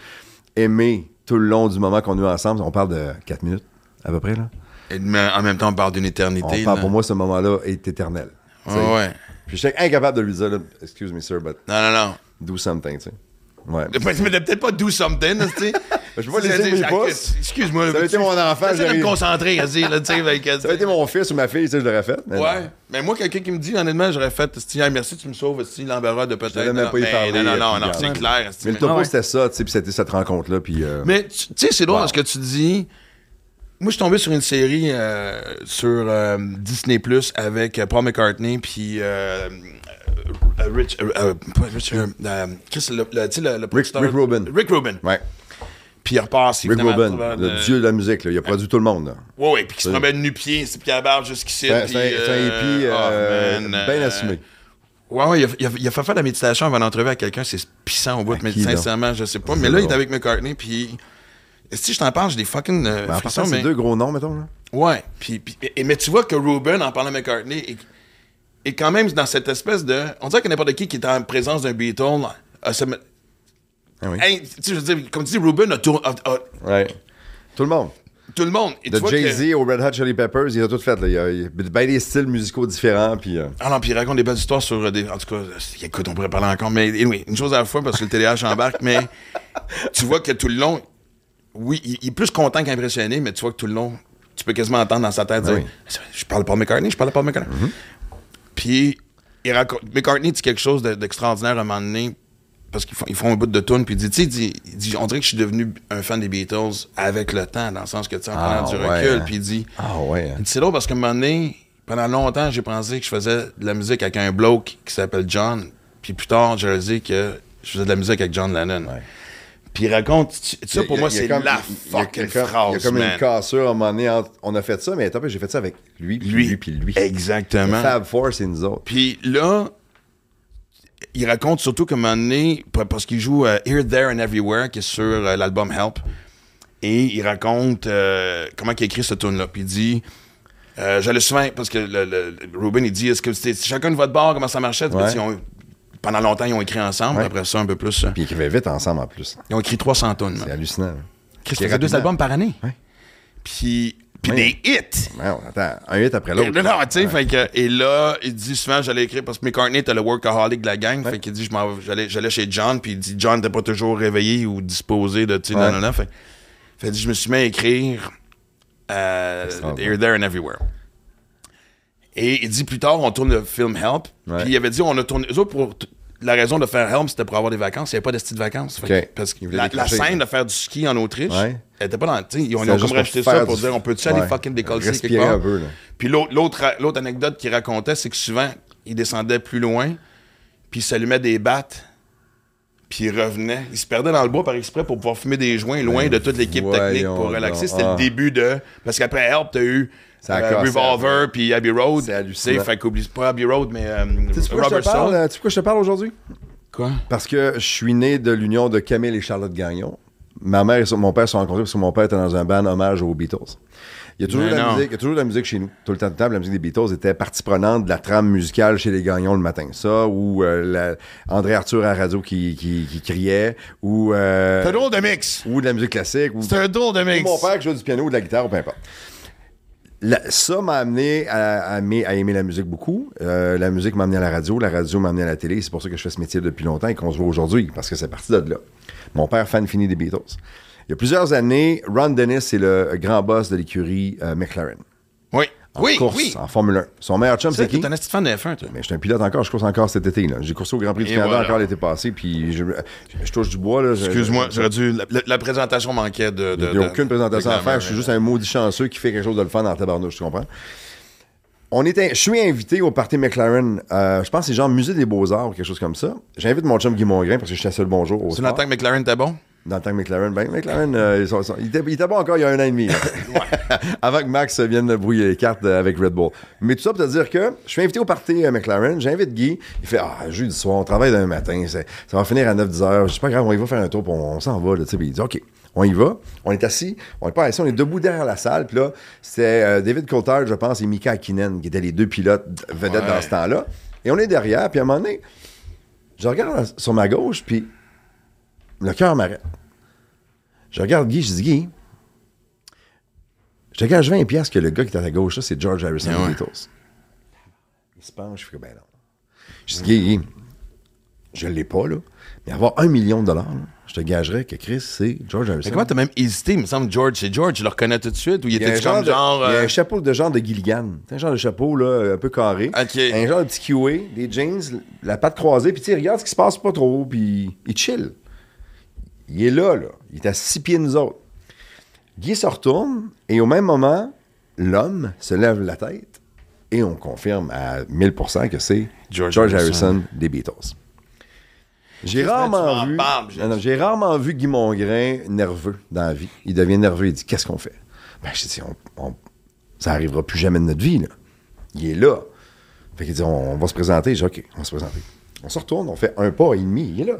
Speaker 6: aimé tout le long du moment qu'on a eu ensemble, on parle de 4 minutes à peu près. Là.
Speaker 1: Et mais en même temps, on parle d'une
Speaker 6: On
Speaker 1: éternité.
Speaker 6: parle,
Speaker 1: là.
Speaker 6: pour moi, ce moment-là est éternel. Tu sais.
Speaker 1: Ouais, ouais.
Speaker 6: Puis j'étais incapable de lui dire, là, excuse me, sir, but
Speaker 1: Non, non, non.
Speaker 6: do something. tu sais. Ouais.
Speaker 1: Mais peut-être pas do something, là, tu sais.
Speaker 6: Je vois les signes, mais
Speaker 1: Ah,
Speaker 6: pas.
Speaker 1: Excuse-moi.
Speaker 6: Ça a été mon enfant,
Speaker 1: J'essaie de
Speaker 6: j'arrive.
Speaker 1: me concentrer, vas-y, là, tu sais. like,
Speaker 6: Ça aurait été mon fils ou ma fille, tu sais, je l'aurais fait. mais
Speaker 1: Ouais.
Speaker 6: non.
Speaker 1: Mais moi, quelqu'un qui me dit, honnêtement, j'aurais fait, si, ah, merci, tu me sauves, si, l'embarras de peut-être.
Speaker 6: Je n'allais même
Speaker 1: Non,
Speaker 6: pas y
Speaker 1: ben,
Speaker 6: parler,
Speaker 1: Non, non,
Speaker 6: euh,
Speaker 1: non, non,
Speaker 6: puis
Speaker 1: c'est
Speaker 6: garde.
Speaker 1: clair. c'est-
Speaker 6: Mais le topo,
Speaker 2: Ah ouais.
Speaker 6: c'était ça, tu sais, puis c'était cette rencontre-là, puis... euh,
Speaker 1: Mais tu tu sais, c'est drôle
Speaker 6: Wow.
Speaker 1: parce que tu dis. Moi, je suis tombé sur une série euh, sur euh, Disney Plus avec euh, Paul McCartney puis euh, euh, Rich, euh, euh, pas Rich, euh, euh, Chris, le, le- tu sais, le- le producteur-
Speaker 6: Rick Rubin.
Speaker 1: Rick Rubin.
Speaker 6: Ouais,
Speaker 1: Puis il repasse.
Speaker 6: Rick
Speaker 1: évidemment, à
Speaker 6: Rubin,
Speaker 1: travers
Speaker 6: le
Speaker 1: de-
Speaker 6: dieu de la musique, là, il a produit tout le monde. là.
Speaker 1: Ouais, ouais, puis qui se
Speaker 6: C'est-
Speaker 1: promène nu-pied, c'est puis à la barbe jusqu'ici.
Speaker 6: C'est un,
Speaker 1: puis,
Speaker 6: c'est un- c'est un
Speaker 1: euh,
Speaker 6: hippie euh,
Speaker 1: oh, man,
Speaker 6: bien
Speaker 1: euh,
Speaker 6: assumé.
Speaker 1: Ouais, ouais, il a, il a- il a fait faire la méditation avant l'entrevue à quelqu'un, c'est pissant au bout, mais
Speaker 6: qui, là?
Speaker 1: sincèrement, je sais pas.
Speaker 6: C'est
Speaker 1: Mais là, il
Speaker 6: drôle.
Speaker 1: est avec McCartney, puis. Si je t'en parle, j'ai des fucking. euh,
Speaker 6: Mais Ben, en
Speaker 1: frissons,
Speaker 6: passant, c'est
Speaker 1: mais-
Speaker 6: deux gros noms, mettons. Là.
Speaker 1: Ouais. Puis, puis- et, mais tu vois que Ruben, en parlant de McCartney, est, est quand même dans cette espèce de. On dirait que n'importe qui qui est en présence d'un Beatle. a ce-
Speaker 6: Ah oui.
Speaker 1: Hey, tu sais, je veux dire, comme tu dis, Ruben a tout, a- a-
Speaker 6: Ouais. Tout le monde.
Speaker 1: tout le monde. Et tu
Speaker 6: De
Speaker 1: vois que-
Speaker 6: Jay-Z au Red Hot Chili Peppers, il a tout fait. Là. Il y a, il y a bien des styles musicaux différents, puis... euh,
Speaker 1: Ah non, puis il raconte des belles histoires sur euh, des. En tout cas, euh, écoute, on pourrait parler encore, mais anyway, une chose à la fois parce que le TDH embarque, mais tu vois que tout le long, oui, il, il est plus content qu'impressionné, mais tu vois que tout le long, tu peux quasiment entendre dans sa tête dire
Speaker 6: Ben
Speaker 1: Ah,
Speaker 6: oui. Mm-hmm.
Speaker 1: Je parle pas de McCartney, je parle pas de McCartney. Puis il raconte. McCartney dit quelque chose de- d'extraordinaire à un moment donné. Parce qu'ils font, ils font un bout de tune, puis il dit, tu sais, il dit- il dit, on dirait que je suis devenu un fan des Beatles avec le temps, dans le sens que, tu sais, en
Speaker 6: Ah,
Speaker 1: prenant du
Speaker 6: ouais,
Speaker 1: recul,
Speaker 6: hein.
Speaker 1: puis il dit,
Speaker 6: Ah ouais. hein.
Speaker 1: il dit, C'est drôle parce qu'à un moment donné, pendant longtemps, j'ai pensé que je faisais de la musique avec un bloke qui s'appelle John. Puis plus tard, j'ai réalisé que je faisais de la musique avec John Lennon.
Speaker 6: Ouais.
Speaker 1: Puis il raconte, tu- tu- ça pour
Speaker 6: Il y a-
Speaker 1: moi,
Speaker 6: il y a
Speaker 1: c'est
Speaker 6: comme-
Speaker 1: la
Speaker 6: il y
Speaker 1: fucking
Speaker 6: a- il y a comme-
Speaker 1: phrase.
Speaker 6: Il y a comme
Speaker 1: man.
Speaker 6: une cassure à un moment donné. entre- on a fait ça, mais attends, j'ai fait ça avec lui, puis lui,
Speaker 1: Lui,
Speaker 6: puis lui.
Speaker 1: Exactement.
Speaker 6: Fab Four, c'est nous autres.
Speaker 1: Puis là, il raconte surtout qu'à un moment donné, pa- parce qu'il joue euh, Here, There and Everywhere, qui est sur euh, l'album Help, et il raconte euh, comment il a écrit ce tune là Puis il dit. euh, J'allais souvent, parce que le, le- le- Ruben, il dit est-ce que c'était si chacun de votre bord, comment ça marchait Puis
Speaker 6: Ouais.
Speaker 1: ils ont- Pendant longtemps, ils ont écrit ensemble,
Speaker 6: Ouais.
Speaker 1: après ça, un peu plus. euh,
Speaker 6: Puis ils écrivaient vite ensemble, en plus.
Speaker 1: ils ont écrit 300 tonnes.
Speaker 6: C'est hallucinant. là.
Speaker 1: Chris
Speaker 6: Puis
Speaker 1: faisait deux
Speaker 6: rapidement.
Speaker 1: albums par année.
Speaker 6: Ouais.
Speaker 1: Puis, puis
Speaker 6: Ouais.
Speaker 1: des hits
Speaker 6: Non, attends, un hit après l'autre.
Speaker 1: non, non, tu sais,
Speaker 6: Ouais.
Speaker 1: fait que- et là, il dit souvent, j'allais écrire, parce que McCartney était le workaholic de la gang, fait qu'il dit, je m'en vais- j'allais, j'allais chez John, puis il dit, John n'était pas toujours réveillé ou disposé de, tu sais,
Speaker 6: Ouais.
Speaker 1: non, non, non, fait, fait que je me suis mis à écrire euh,
Speaker 6: Extraordinaire.
Speaker 1: Here, There and Everywhere. Et il dit, plus tard, on tourne le film Help,
Speaker 6: Ouais.
Speaker 1: puis il avait dit, on a tourné, eux autres, pour t- la raison de faire Helm, c'était pour avoir des vacances. Il n'y avait pas de style de vacances. Fait
Speaker 6: Ok.
Speaker 1: que- Parce que
Speaker 6: Ils voulaient
Speaker 1: la, la
Speaker 6: décrocher.
Speaker 1: scène de faire du ski en Autriche,
Speaker 6: Ouais.
Speaker 1: elle était pas dans. tu sais, Ils ont, ils
Speaker 6: C'était
Speaker 1: ont
Speaker 6: juste
Speaker 1: comme
Speaker 6: pour
Speaker 1: racheté
Speaker 6: faire
Speaker 1: ça pour
Speaker 6: du-
Speaker 1: dire on peut-tu aller
Speaker 6: Ouais.
Speaker 1: fucking décoller quelque
Speaker 6: Respirer
Speaker 1: part.
Speaker 6: un peu, là.
Speaker 1: Puis l'autre l'autre l'autre anecdote qu'il racontait, c'est que souvent, il descendait plus loin, puis il s'allumait des battes. Puis il revenait. Il se perdait dans le bois par exprès pour pouvoir fumer des joints loin
Speaker 6: Ben,
Speaker 1: de toute l'équipe technique
Speaker 6: voyons
Speaker 1: pour relaxer.
Speaker 6: donc.
Speaker 1: C'était
Speaker 6: Ah.
Speaker 1: le début de. Parce qu'après Help, t'as eu
Speaker 6: Ça a
Speaker 1: euh,
Speaker 6: cassé
Speaker 1: Revolver puis Abbey Road.
Speaker 6: C'est hallucinant.
Speaker 1: Tu sais, Fait qu'oublie pas Abbey Road, mais euh,
Speaker 6: Tu sais pourquoi je
Speaker 1: Robert
Speaker 6: te parle,
Speaker 1: Soul.
Speaker 6: euh, tu sais pourquoi je te parle aujourd'hui?
Speaker 1: Quoi?
Speaker 6: Parce que je suis né de l'union de Camille et Charlotte Gagnon. Ma mère et son- mon père se sont rencontrés parce que mon père était dans un band hommage aux Beatles. Il y a toujours,
Speaker 1: Mais
Speaker 6: de la
Speaker 1: non.
Speaker 6: musique, il y a toujours de la musique chez nous. Tout le temps, tout le temps, la musique des Beatles était partie prenante de la trame musicale chez les Gagnons le matin. Ça, ou euh, la- André Arthur à la radio qui, qui, qui criait, ou, euh,
Speaker 1: C'est un drôle de mix.
Speaker 6: ou de la musique classique. Ou,
Speaker 1: C'est un drôle de mix.
Speaker 6: ou mon père qui joue du piano ou de la guitare, ou peu importe. La- ça m'a amené à, à aimer, à aimer la musique beaucoup. Euh, la musique m'a amené à la radio, la radio m'a amené à la télé. C'est pour ça que je fais ce métier depuis longtemps et qu'on se voit aujourd'hui, parce que c'est parti de là. Mon père, fan fini des Beatles. Il y a plusieurs années, Ron Dennis est le grand boss de l'écurie euh, McLaren.
Speaker 1: Oui.
Speaker 6: En
Speaker 1: oui,
Speaker 6: course,
Speaker 1: oui.
Speaker 6: en Formule 1. Son meilleur chum,
Speaker 1: Tu sais,
Speaker 6: c'est qui?
Speaker 1: T'es un petit fan de F1, toi.
Speaker 6: Mais je suis un pilote encore, je course encore cet été. là. J'ai coursé au Grand Prix du
Speaker 1: Et
Speaker 6: Canada
Speaker 1: voilà.
Speaker 6: encore l'été passé, puis je, je- je touche du bois. là. Je-
Speaker 1: Excuse-moi, j'aurais dû. Euh, La, la- la présentation manquait de. de-
Speaker 6: Il n'y a
Speaker 1: de-
Speaker 6: aucune présentation
Speaker 1: de
Speaker 6: à faire. Je suis juste un maudit chanceux qui fait quelque chose de le fun dans tabarnouche, tu comprends? On était, je suis invité au party McLaren. euh, je pense que c'est genre Musée des Beaux-Arts ou quelque chose comme ça. J'invite mon chum Guy Mongrain parce que je suis à seul bonjour au
Speaker 1: Tu
Speaker 6: sport.
Speaker 1: l'entends que McLaren était bon?
Speaker 6: Dans le temps que McLaren, ben McLaren, euh, ils sont- sont- il, était, il était pas encore il y a un an et demi. là. Avant que Max vienne de brouiller les cartes euh, avec Red Bull. Mais tout ça pour te dire que je suis invité au party euh, McLaren, j'invite Guy. Il fait Ah, jeudi soir, on travaille demain matin, c'est- ça va finir à 9-10 heures. Je dis pas grave, on y va faire un tour, puis on, on s'en va. Là, tu sais. Puis il dit OK, on y va. On est assis, on est pas assis, on est debout derrière la salle. Puis là, c'est euh, David Coulthard, je pense, et Mika Hakkinen, qui étaient les deux pilotes vedettes
Speaker 1: Ouais.
Speaker 6: dans ce temps-là. Et on est derrière, puis à un moment donné, je regarde sur ma gauche, puis le cœur m'arrête. Je regarde Guy, je dis Guy, je te gage 20 pièces que le gars qui est à ta gauche, là, c'est George Harrison
Speaker 1: Ah ouais.
Speaker 6: des Beatles. Il se penche, je fais ben non. Je dis Guy, Guy, je l'ai pas, là, mais avoir un million de dollars, là, je te gagerais que Chris, c'est George Harrison.
Speaker 1: Mais comment t'as même hésité? Il me semble George, c'est George, je le reconnais tout de suite. Ou il
Speaker 6: il y, a un
Speaker 1: était
Speaker 6: genre
Speaker 1: comme
Speaker 6: de-
Speaker 1: genre.
Speaker 6: il y a
Speaker 1: euh,
Speaker 6: un chapeau de genre de Gilligan. C'est un genre de chapeau là, un peu carré.
Speaker 1: Ok.
Speaker 6: Un genre de petit QA, des jeans, la patte croisée. Puis tu sais, regarde ce qui se passe pas trop. Puis il chill. Il est là, là. Il est à six pieds de nous autres. Guy se retourne et au même moment, l'homme se lève la tête et on confirme à 1000% que c'est George,
Speaker 1: George
Speaker 6: Harrison.
Speaker 1: Harrison.
Speaker 6: des Beatles. J'ai
Speaker 1: Qu'est-ce que tu
Speaker 6: rarement
Speaker 1: m'en
Speaker 6: vu,
Speaker 1: parles, j'ai-
Speaker 6: Non, non, j'ai rarement vu Guy Mongrain nerveux dans la vie. Il devient nerveux, il dit qu'est-ce qu'on fait Ben je dis on, on- ça arrivera plus jamais de notre vie là. Il est là. Fait qu'il dit on, on va se présenter. J'ai ok, on va se présenter. On se retourne, on fait un pas et demi, il est là.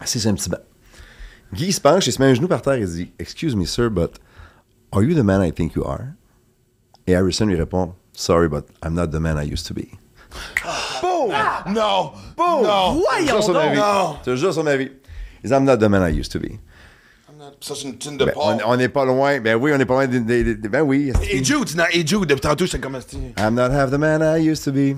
Speaker 6: Assis sur un petit banc. Guy se penche, il se met un genou par terre et dit Excuse me, sir, but are you the man I think you are? Et Harrison lui répond Sorry, but I'm not the man I used to be.
Speaker 1: Non!
Speaker 2: Oh,
Speaker 1: Non!
Speaker 6: C'est juste son avis. C'est juste son avis. Il dit, I'm not the man I used to be.
Speaker 1: Ça, c'est une tune de
Speaker 6: Ben, on- on n'est pas loin. Ben oui, on n'est pas loin. des- des- des- ben oui.
Speaker 1: Et Jude, non, et Jude, depuis tantôt, c'est comme. Non,
Speaker 6: I'm not half the man I used to be.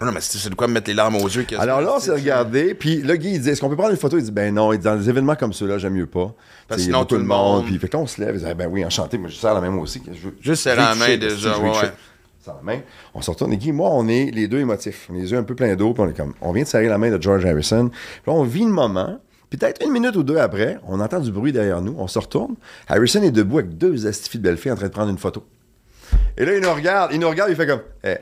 Speaker 1: non, mais c'est c'est de quoi me mettre les larmes aux yeux. qu'est-ce
Speaker 6: Alors
Speaker 1: que-
Speaker 6: là, on s'est regardé, puis là, Guy, il dit, est-ce qu'on peut prendre une photo? Il dit, ben non, il dit, dans les événements comme ceux-là, j'aime mieux pas.
Speaker 1: Parce
Speaker 6: T'sais,
Speaker 1: que sinon,
Speaker 6: il y a beaucoup
Speaker 1: tout
Speaker 6: de
Speaker 1: le
Speaker 6: monde.
Speaker 1: monde-
Speaker 6: Puis fait que là, on se lève, il dit, Ah, ben oui, enchanté, moi, je sers la même aussi. que Je, veux-
Speaker 1: Juste serrer
Speaker 6: je veux
Speaker 1: la
Speaker 6: que
Speaker 1: main,
Speaker 6: je shake,
Speaker 1: déjà,
Speaker 6: parce que je veux que
Speaker 1: ouais,
Speaker 6: je
Speaker 1: ouais.
Speaker 6: serre la main. On se retourne, et Guy, moi, on est les deux émotifs. On est les yeux un peu pleins d'eau, puis on est comme, on vient de serrer la main de George Harrison. Puis là, on vit le moment. Puis peut-être une minute ou deux après, on entend du bruit derrière nous, on se retourne. Harrison est debout avec deux astifies de belle fille en train de prendre une photo. Et là, il nous regarde, il nous regarde, il fait comme, Eh.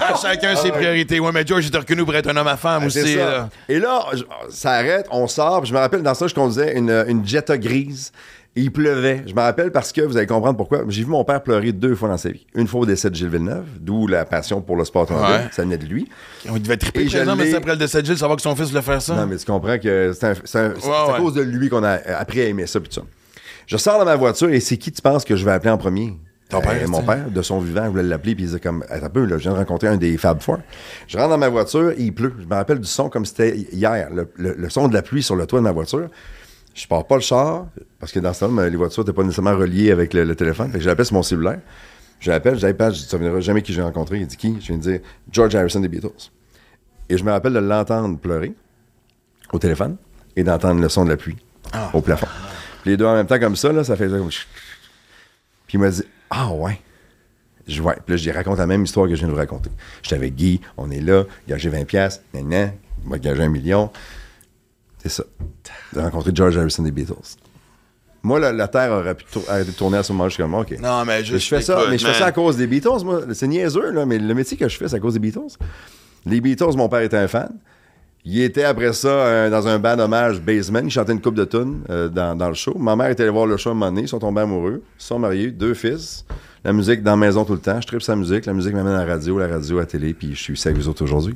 Speaker 1: Ah, Chacun ses priorités. Ouais, mais George, il te reconnu pour être un homme à femme
Speaker 6: Ah, c'est
Speaker 1: aussi.
Speaker 6: ça.
Speaker 1: là.
Speaker 6: Et là, je- ça arrête, on sort. Puis Je me rappelle, dans ça, je conduisais une, une Jetta grise. Et il pleuvait. Je me rappelle parce que, vous allez comprendre pourquoi, j'ai vu mon père pleurer deux fois dans sa vie. Une fois au décès de Gilles Villeneuve, d'où la passion pour le sport automobile.
Speaker 1: Ouais.
Speaker 6: Ça venait de lui.
Speaker 1: On devait triper
Speaker 6: Et
Speaker 1: les
Speaker 6: je
Speaker 1: gens, mais
Speaker 6: l'ai-
Speaker 1: c'est après le décès de Gilles, savoir que son fils voulait faire ça.
Speaker 6: Non, mais tu comprends que c'est un- c'est un- c'est à
Speaker 1: ouais.
Speaker 6: cause de lui qu'on a appris à aimer ça. Puis tout ça. Je sors de ma voiture et c'est qui tu penses que je vais appeler en premier? Euh,
Speaker 1: Ton père,
Speaker 6: mon
Speaker 1: tu sais.
Speaker 6: père, de son vivant, je voulais l'appeler, puis il disait comme, attends un peu, là, je viens de rencontrer un des Fab Four. Je rentre dans ma voiture, il pleut. Je me rappelle du son comme c'était hier, le, le- le son de la pluie sur le toit de ma voiture. Je pars pas le char, parce que dans ce temps-là, les voitures n'étaient pas nécessairement reliées avec le, le téléphone. Fait que je l'appelle sur mon cellulaire. Je l'appelle, je l'appelle, je dis, tu ne souviendras jamais qui j'ai rencontré. Il dit qui? Je viens de dire George Harrison des Beatles. Et je me rappelle de l'entendre pleurer au téléphone et d'entendre le son de la pluie au plafond. Puis les deux en même temps comme ça, là, ça faisait comme... Puis il m'a dit, ah ouais. Je, ouais. Puis là, je lui raconte la même histoire que je viens de vous raconter. J'étais avec Guy, on est là, gagé 20$, piastres, nan, on va gager un million. C'est ça. J'ai rencontré George Harrison des Beatles. Moi, la, la Terre aurait pu tour- arrêter de tourner à ce moment-là. Je suis comme, OK.
Speaker 1: Non, mais juste,
Speaker 6: je fais ça,
Speaker 1: écoute,
Speaker 6: mais je fais
Speaker 1: man.
Speaker 6: ça à cause des Beatles, moi. C'est niaiseux, là, mais le métier que je fais, c'est à cause des Beatles. Les Beatles, mon père était un fan. Il était après ça euh, dans un band hommage Basement. Il chantait une coupe de tunes euh, dans, dans le show. Ma mère était allée voir le show à un moment donné. Ils sont tombés amoureux. Ils sont mariés, deux fils. La musique dans la maison tout le temps. Je tripe sa musique. La musique m'amène à la radio, la radio à la télé. Puis je suis ici avec vous autres aujourd'hui.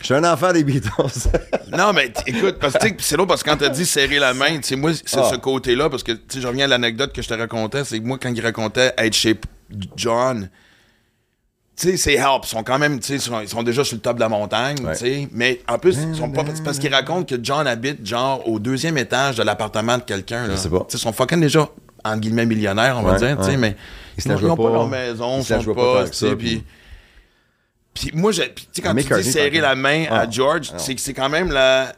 Speaker 6: Je suis un enfant des Beatles.
Speaker 1: Non, mais t- écoute, parce que tu sais, c'est drôle parce que quand t'as dit serrer la main, tu sais, moi, c'est
Speaker 6: Ah.
Speaker 1: ce côté-là, parce que tu sais, je reviens à l'anecdote que je te racontais, c'est que moi, quand il racontait être chez John, tu sais, c'est help. Ils sont quand même, tu sais, ils sont- ils sont déjà sur le top de la montagne,
Speaker 6: Ouais.
Speaker 1: tu sais. Mais en plus, ils sont pas. c'est parce qu'ils racontent que John habite, genre, au deuxième étage de l'appartement de quelqu'un, là.
Speaker 6: Je sais pas.
Speaker 1: Tu sais, ils sont fucking déjà, entre guillemets, millionnaires, on va
Speaker 6: Ouais,
Speaker 1: dire, tu sais,
Speaker 6: ouais.
Speaker 1: mais.
Speaker 6: Ils se
Speaker 1: n'ont
Speaker 6: la jouent
Speaker 1: pas,
Speaker 6: pas.
Speaker 1: leur maison,
Speaker 6: Ils
Speaker 1: ils
Speaker 6: se la
Speaker 1: sont
Speaker 6: jouent
Speaker 1: pas,
Speaker 6: pas tant que
Speaker 1: tu
Speaker 6: ça,
Speaker 1: sais,
Speaker 6: puis-
Speaker 1: puis. Puis moi, j'ai- puis, tu sais, quand tu
Speaker 6: McCartney,
Speaker 1: dis serrer
Speaker 6: par
Speaker 1: la main
Speaker 6: Ah.
Speaker 1: à George,
Speaker 6: Ah.
Speaker 1: c'est que c'est quand même la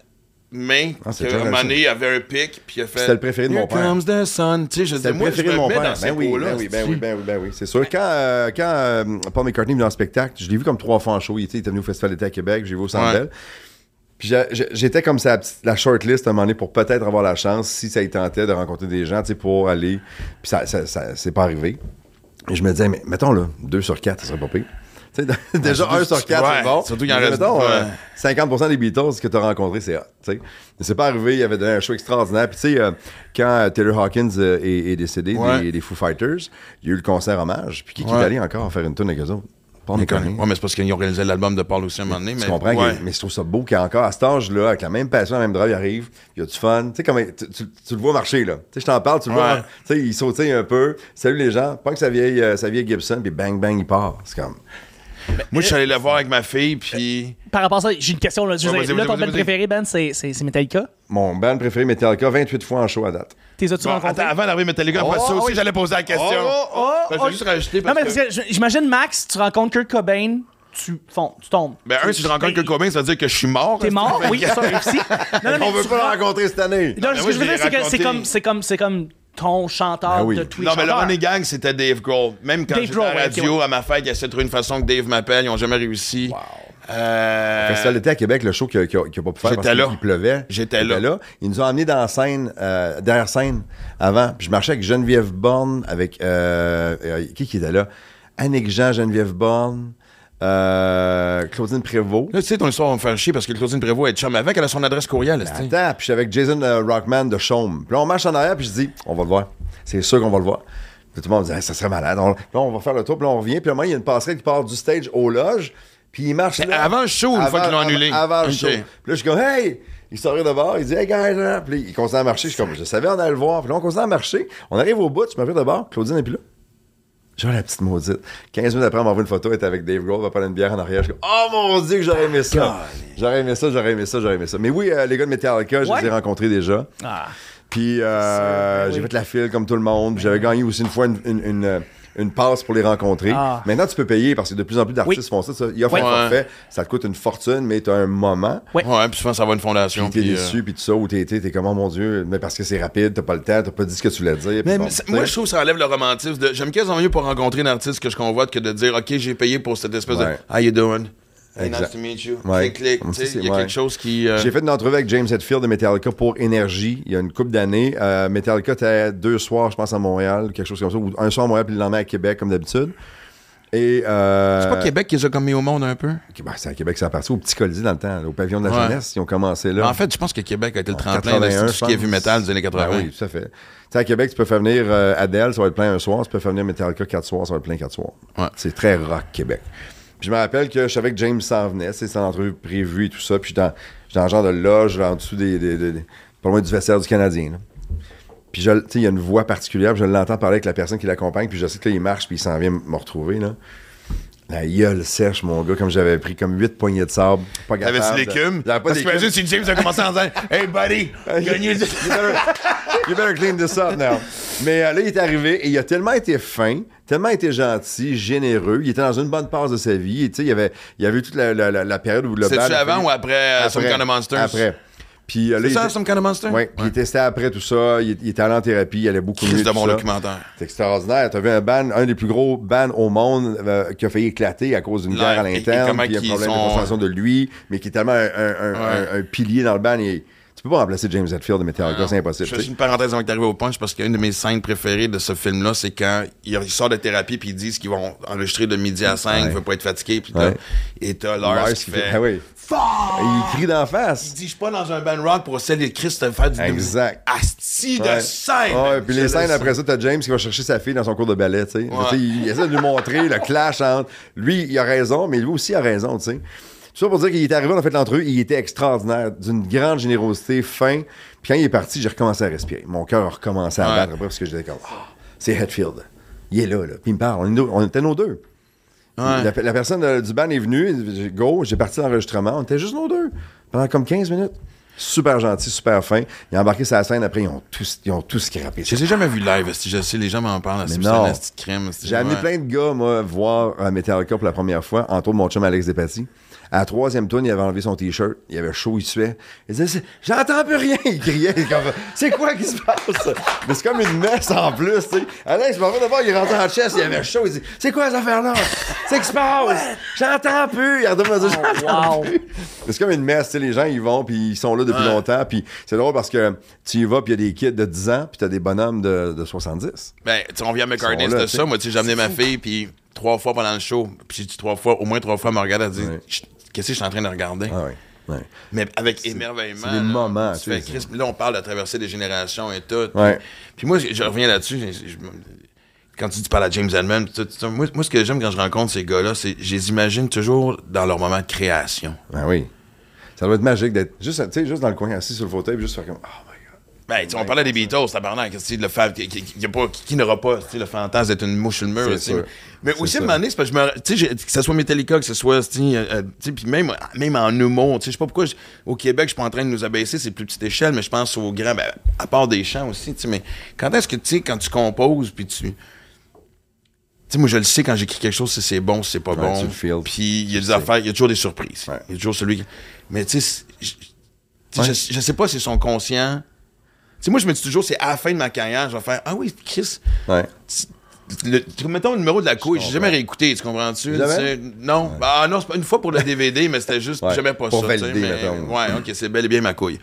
Speaker 1: main
Speaker 6: Ah, c'est
Speaker 1: que
Speaker 6: George
Speaker 1: un moment
Speaker 6: Harrison.
Speaker 1: donné, il avait un pic, puis il a fait.
Speaker 6: C'était le préféré de mon
Speaker 1: Here
Speaker 6: père.
Speaker 1: comes the sun. Tu sais, je
Speaker 6: C'était
Speaker 1: dis,
Speaker 6: le
Speaker 1: moi, je
Speaker 6: préféré
Speaker 1: me
Speaker 6: de mon
Speaker 1: mets
Speaker 6: père.
Speaker 1: dans ces
Speaker 6: Ben oui,
Speaker 1: peaux-là.
Speaker 6: ben oui, ben oui, ben oui, ben oui, c'est sûr. Quand, euh, quand euh, Paul McCartney est venu en spectacle, je l'ai vu comme trois fois en show. Il était, il était venu au Festival d'été à Québec, j'ai vu au Centre
Speaker 1: Ouais.
Speaker 6: Bell. Puis j'a- j'a- j'étais comme sa petite- la shortlist à un moment donné pour peut-être avoir la chance, si ça y tentait, de rencontrer des gens, tu sais, pour aller. Puis ça, ça, ça- c'est pas arrivé. Et je me disais, mais mettons là, 2 sur 4, ça serait pas pire. Tu sais,
Speaker 1: surtout
Speaker 6: déjà 1
Speaker 1: si
Speaker 6: sur
Speaker 1: tu-
Speaker 6: 4, c'est
Speaker 1: ouais,
Speaker 6: bon.
Speaker 1: surtout qu'il en
Speaker 6: Mais
Speaker 1: reste-
Speaker 6: mettons, euh,
Speaker 1: ouais.
Speaker 6: 50% des Beatles que tu as rencontrés, c'est hot. tu sais. Mais c'est pas arrivé, il avait donné un show extraordinaire. Puis tu sais, euh, quand euh, Taylor Hawkins euh, est, est décédé
Speaker 1: Ouais.
Speaker 6: des, des Foo Fighters, il y a eu le concert hommage. Puis qui, qui
Speaker 1: Ouais.
Speaker 6: est allé encore faire une tune avec eux autres? Paul
Speaker 1: McCartney.
Speaker 6: McCartney.
Speaker 1: ben Ouais, mais c'est parce qu'ils ont réalisé l'album de Paul aussi à un moment donné.
Speaker 6: Tu
Speaker 1: mais-
Speaker 6: comprends?
Speaker 1: Ouais.
Speaker 6: que- mais je trouve ça beau qu'encore à cet âge-là, avec la même passion, la même drive, il arrive, il y a du fun. Tu sais, comme, tu, tu- tu le vois marcher, là. Tu sais, je t'en parle, tu le vois.
Speaker 1: Ouais.
Speaker 6: Tu sais, il sautille un peu. Salut les gens. Pas que ça vieille, euh, sa vieille Gibson, puis bang, bang, il part. C'est comme.
Speaker 1: Moi, je suis allé le voir avec ma fille, puis.
Speaker 2: Par rapport à ça, j'ai une question. Là, Je
Speaker 1: Ouais,
Speaker 2: veux dire,
Speaker 1: vas-y,
Speaker 2: là,
Speaker 1: vas-y,
Speaker 2: ton
Speaker 1: vas-y,
Speaker 2: band
Speaker 1: vas-y.
Speaker 2: préféré, Ben, c'est c'est- c'est Metallica.
Speaker 6: Mon band préféré, Metallica, 28 fois en show à date.
Speaker 2: T'es as-tu
Speaker 1: Bon,
Speaker 2: rencontrés?
Speaker 1: attends, avant d'arriver à Metallica, après
Speaker 6: Oh,
Speaker 1: ça
Speaker 6: oui.
Speaker 1: aussi, j'allais poser la question.
Speaker 6: Oh, oh,
Speaker 1: Ben, je
Speaker 6: oh,
Speaker 1: vais juste rajouter
Speaker 2: Non,
Speaker 1: parce
Speaker 2: mais parce
Speaker 1: que.
Speaker 2: que j- j'imagine, Max, tu rencontres Kurt Cobain, tu fonds, tu tombes.
Speaker 1: Ben, un, si je rencontre que Cobain, ça veut dire que je suis mort.
Speaker 2: T'es mort, oui, ça aussi. Non, non, mais
Speaker 6: On veut
Speaker 2: tu
Speaker 6: pas
Speaker 2: ren-
Speaker 6: le rencontrer cette année.
Speaker 1: mais
Speaker 2: Non, ce
Speaker 1: Ben, moi,
Speaker 2: que je veux
Speaker 1: je l'ai
Speaker 2: dire, c'est que
Speaker 1: raconté.
Speaker 2: c'est comme, c'est comme, c'est comme ton chanteur
Speaker 6: Ben oui.
Speaker 2: de Twitch.
Speaker 1: Non, mais le
Speaker 2: chanteur.
Speaker 1: Running Gang, c'était Dave Grohl. Même quand
Speaker 2: Dave
Speaker 1: j'étais
Speaker 2: Grohl,
Speaker 1: à la
Speaker 2: ouais,
Speaker 1: radio,
Speaker 2: ok, ouais.
Speaker 1: à ma fête, il essayait de trouver une façon que Dave m'appelle. Ils n'ont jamais réussi. Euh,
Speaker 6: Festival d'été à Québec, le show qu'il n'a pas pu faire
Speaker 1: J'étais
Speaker 6: parce qu'il
Speaker 1: là.
Speaker 6: il pleuvait.
Speaker 1: J'étais
Speaker 6: Il était
Speaker 1: là.
Speaker 6: Ils nous ont emmenés dans la scène, euh, derrière scène, avant. Puis je marchais avec Geneviève Borne, avec... euh, euh, qui qui était là? Annick Jean, Geneviève Borne, euh, Claudine Prévost.
Speaker 1: Là, tu sais, ton histoire va me faire chier parce que Claudine Prévost est chum avec, elle a son adresse courriel. est-ce que-
Speaker 6: Attends, puis je suis avec Jason euh, Rockman de Chaume. Puis là, on marche en arrière, puis je dis, on va le voir. C'est sûr qu'on va le voir. Puis tout le monde dit, Ah, ça serait malade. On- là, on va faire le tour, puis là, on revient. Puis à un moment, il y a une passerelle qui part du stage aux loges, puis il marche. là.
Speaker 1: avant le show, une fois qu'ils l'ont annulé.
Speaker 6: Avant le
Speaker 1: Ok.
Speaker 6: show. Puis là, je suis comme, hey! Il sort de bord, il dit, hey guys, là. Puis là, il continue à marcher. Je suis comme, je savais, on allait le voir. Puis là, on continue à marcher. On arrive au bout, je me reviens de bord, Claudine n'est plus là. Genre la petite maudite. 15 minutes après, on m'envoie une photo, elle était avec Dave Grohl, on va prendre une bière en arrière. Je suis comme, oh mon dieu, que j'aurais aimé ça. J'aurais aimé ça, j'aurais aimé ça, j'aurais aimé ça. Mais oui, euh, les gars de Metallica, je
Speaker 2: Ouais.
Speaker 6: les ai rencontrés déjà.
Speaker 2: Ah.
Speaker 6: Puis euh, j'ai fait la file comme tout le monde. Puis J'avais gagné aussi une fois une, une, une- une passe pour les rencontrer.
Speaker 2: Ah.
Speaker 6: Maintenant, tu peux payer parce que de plus en plus d'artistes
Speaker 2: Oui.
Speaker 6: font ça. ça. Ils offrent
Speaker 1: Ouais.
Speaker 6: un forfait, ça te coûte une fortune, mais tu as un moment.
Speaker 2: Ouais.
Speaker 1: Ouais, puis souvent, ça va à une fondation.
Speaker 6: Puis t'es
Speaker 1: puis, euh,
Speaker 6: déçu, puis tout ça, où t'es été, t'es comme, oh mon Dieu, mais parce que c'est rapide, t'as pas le temps, t'as pas dit ce que tu voulais dire. puis
Speaker 1: Mais,
Speaker 6: bon,
Speaker 1: mais c'est-
Speaker 6: tu sais.
Speaker 1: moi, je trouve que ça enlève le romantisme. De... J'aime quasiment mieux pour rencontrer un artiste que je convoite que de dire OK, j'ai payé pour cette espèce
Speaker 6: Ouais.
Speaker 1: de How you doing? Hey,
Speaker 6: Exact.
Speaker 1: nice to meet you.
Speaker 6: Ouais.
Speaker 1: Clic, clic.
Speaker 6: Moi
Speaker 1: Tu
Speaker 6: aussi,
Speaker 1: sais,
Speaker 6: c'est-
Speaker 1: Il y a
Speaker 6: ouais.
Speaker 1: quelque chose qui. euh,
Speaker 6: J'ai fait une entrevue avec James Hetfield de Metallica pour Énergie il y a une couple d'années. Euh, Metallica était deux soirs, je pense, à Montréal, quelque chose comme ça, ou un soir à Montréal, puis le lendemain à Québec, comme d'habitude. Et. euh,
Speaker 1: C'est pas Québec qui les a comme mis au monde un peu?
Speaker 6: Ben, c'est à Québec, c'est parti au Petit Colisée dans le temps, là, au pavillon de la
Speaker 1: Ouais.
Speaker 6: jeunesse. Ils ont commencé là.
Speaker 1: En fait, je pense que Québec a été le
Speaker 6: En
Speaker 1: tremplin de
Speaker 6: 81,
Speaker 1: tout ce qui est
Speaker 6: Ah, je
Speaker 1: vu
Speaker 6: pense.
Speaker 1: métal des années 80.
Speaker 6: Ben oui, tout à fait. Tu sais, à Québec, tu peux faire venir euh, Adele, ça va être plein un soir. Tu peux faire venir Metallica quatre soirs, ça va être plein quatre soirs.
Speaker 1: Ouais.
Speaker 6: C'est très rock, Québec. Puis je me rappelle que je savais que James s'en venait, c'est son entrevue prévue et tout ça. Puis j'étais dans, j'étais dans le genre de loge, en dessous des. des- des- des- pas loin du vestiaire du Canadien. là. Puis je- tu sais, il y a une voix particulière, puis je l'entends parler avec la personne qui l'accompagne, puis je sais que là, il marche, puis il s'en vient me retrouver, là. La gueule sèche, mon gars, comme j'avais pris comme huit poignées de sable. Pas
Speaker 1: T'avais
Speaker 6: capable
Speaker 1: des
Speaker 6: de-
Speaker 1: légumes?
Speaker 6: J'avais pas
Speaker 1: Parce
Speaker 6: d'écume.
Speaker 1: qu'imagine si James a commencé en disant Hey, buddy, gagnez
Speaker 6: you, better, you better clean this up now. Mais euh, là, il est arrivé et il a tellement été fin, tellement été gentil, généreux. Il était dans une bonne passe de sa vie. Et, tu sais, il, avait, il avait eu toute la, la- la- la période où le
Speaker 1: C'est-tu
Speaker 6: bal a
Speaker 1: avant
Speaker 6: fallu-
Speaker 1: ou après euh, Some
Speaker 6: Après.
Speaker 1: Kind of Monsters?
Speaker 6: Après. Puis euh, là,
Speaker 1: C'est
Speaker 6: il
Speaker 1: ça,
Speaker 6: était-
Speaker 1: Some Kind of Monster?
Speaker 6: Ouais, puis il testait après tout ça, il, il était allé en thérapie, il allait beaucoup mieux.
Speaker 1: Crise de
Speaker 6: tout
Speaker 1: bon
Speaker 6: ça.
Speaker 1: documentaire.
Speaker 6: C'est extraordinaire. T'as vu un ban, un des plus gros bans au monde euh, qui a failli éclater à cause d'une
Speaker 1: Là,
Speaker 6: guerre à
Speaker 1: et- et
Speaker 6: l'interne,
Speaker 1: comment
Speaker 6: puis un
Speaker 1: qu'ils
Speaker 6: problème
Speaker 1: sont-
Speaker 6: de concentration de lui, mais qui est tellement un, un- un-
Speaker 1: Ouais.
Speaker 6: un- un pilier dans le ban. Et... Tu peux pas remplacer James Hetfield de Metallica, c'est impossible.
Speaker 1: Je
Speaker 6: tu
Speaker 1: fais
Speaker 6: sais.
Speaker 1: une parenthèse avant que t'arrives au punch parce qu'une de mes scènes préférées de ce film-là, c'est quand il il sort de thérapie puis ils disent qu'ils vont enregistrer de midi à 5, il veut pas être fatigué puis là,
Speaker 6: Ouais.
Speaker 1: et t'as Lars qui fait.
Speaker 6: Ah oui.
Speaker 1: Fuck!
Speaker 6: Il crie d'en
Speaker 1: Il
Speaker 6: face.
Speaker 1: dit, je suis pas dans un band rock pour celle de Christ de faire du
Speaker 6: Exact.
Speaker 1: Asti de
Speaker 6: Ouais. Ah
Speaker 1: scène!
Speaker 6: Ouais, puis les
Speaker 1: C'est
Speaker 6: scènes
Speaker 1: le-
Speaker 6: après ça, t'as James qui va chercher sa fille dans son cours de ballet, tu sais. Tu sais, Il, il essaie de lui montrer le clash entre. Lui, il a raison, mais lui aussi a raison, tu sais. Tout ça pour dire qu'il est arrivé, on a fait l'entrevue, il était extraordinaire, d'une grande générosité, fin. Puis quand il est parti, j'ai recommencé à respirer. Mon cœur a recommencé à
Speaker 1: Ouais.
Speaker 6: battre après parce que j'étais comme, Ah, c'est Hetfield. Il est là, là. Puis il me parle. On, est deux- on était nos deux.
Speaker 1: Ouais.
Speaker 6: La, la personne euh, du ban est venue, j'ai- go, j'ai parti l'enregistrement, on était juste nos deux, pendant comme 15 minutes. Super gentil, super fin. Il a embarqué sa scène, après, ils ont tous, ils ont tous scrappé.
Speaker 1: Je les ai jamais vus live, asti, je sais, les gens m'en parlent, asti,
Speaker 6: Mais
Speaker 1: c'est
Speaker 6: non.
Speaker 1: un asti de crème. asti,
Speaker 6: J'ai amené
Speaker 1: ouais.
Speaker 6: plein de gars, moi, voir euh, Metallica pour la première fois, entre autres mon chum Alex Despatie. À la troisième tourne, il avait enlevé son T-shirt, il avait chaud, il suait. Il disait C'est- J'entends plus rien Il criait, comme, C'est quoi qui se passe Mais c'est comme une messe en plus, tu sais. Alex, je m'en vais d'abord, il rentre en chest, il avait chaud, il dit C'est quoi cette affaire-là C'est qui se passe J'entends plus Il a redemandé
Speaker 2: wow.
Speaker 6: mais C'est comme une messe, tu sais, les gens ils vont puis ils sont là depuis longtemps puis c'est drôle parce que tu y vas puis il y a des kids de 10 ans puis t'as des bonhommes de, de 70.
Speaker 1: Ben, tu sais, on vient à McCartney,
Speaker 6: Ils sont là,
Speaker 1: c'était
Speaker 6: tu sais.
Speaker 1: ça. Moi, tu sais, j'ai amené ma fille, puis trois fois pendant le show, puis j'ai dit trois fois, au moins trois fois, elle me regarde, elle dit
Speaker 6: Ouais.
Speaker 1: Chut, Qu'est-ce que je suis en train de regarder
Speaker 6: Ah ouais. Ouais.
Speaker 1: Mais avec émerveillement.
Speaker 6: c'est des
Speaker 1: là.
Speaker 6: moments,
Speaker 1: Tu
Speaker 6: tu
Speaker 1: fais,
Speaker 6: sais,
Speaker 1: Christ, là, on parle de traverser des générations et tout.
Speaker 6: Ouais.
Speaker 1: Puis moi, je, je reviens là-dessus. je- je- quand tu dis parles à James Edmond, tout, tout ça, moi, moi, ce que j'aime quand je rencontre ces gars-là, c'est je les imagine toujours dans leur moment de création.
Speaker 6: Ben oui. Ça doit être magique d'être juste, tu sais, juste dans le coin assis sur le fauteuil puis juste faire comme oh my god.
Speaker 1: Ben, tu sais, on parlait des Beatles, tabarnak, tu sais, le fa- qui, qui- qui- y a pas- qui- qui n'aura pas tu sais, le fantasme d'être une mouche sur le mur.
Speaker 6: C'est
Speaker 1: tu sais.
Speaker 6: sûr.
Speaker 1: Mais
Speaker 6: C'est
Speaker 1: aussi, à un
Speaker 6: sûr.
Speaker 1: moment donné, c'est parce que je me. Tu sais, j'ai- que ce soit Metallica, que ce soit. tu sais, euh, euh, tu sais, Puis même, même en humour, tu sais, je sais pas pourquoi je- au Québec, je suis pas en train de nous abaisser, c'est plus petite échelle, mais je pense au grand, ben, à part des chants aussi. tu sais, Mais quand est-ce que, tu sais, quand tu composes, puis tu. Tu sais, moi, je le sais quand j'écris quelque chose, si c'est bon, si c'est pas bon.
Speaker 6: tu le feels.
Speaker 1: Puis il y a des affaires, il y a toujours des surprises. Il
Speaker 6: Ouais.
Speaker 1: y a toujours celui qui. Mais tu sais, c'est- je- tu sais,
Speaker 6: Ouais.
Speaker 1: je, je sais pas s'ils sont conscients. Tu sais, moi, je me dis toujours, c'est à la fin de ma carrière, je vais faire Ah oui, Chris.
Speaker 6: Ouais.
Speaker 1: tu- Le, tu- mettons le numéro de la couille, j'ai jamais réécouté, tu comprends-tu?
Speaker 6: Jamais?
Speaker 1: C'est- Non, ah non, c'est pas une fois pour le DVD, mais c'était juste,
Speaker 6: Ouais,
Speaker 1: j'aimais pas
Speaker 6: pour
Speaker 1: ça. tu sais,
Speaker 6: valider,
Speaker 1: mais-
Speaker 6: mettons.
Speaker 1: ouais, ok, c'est bel et bien ma couille.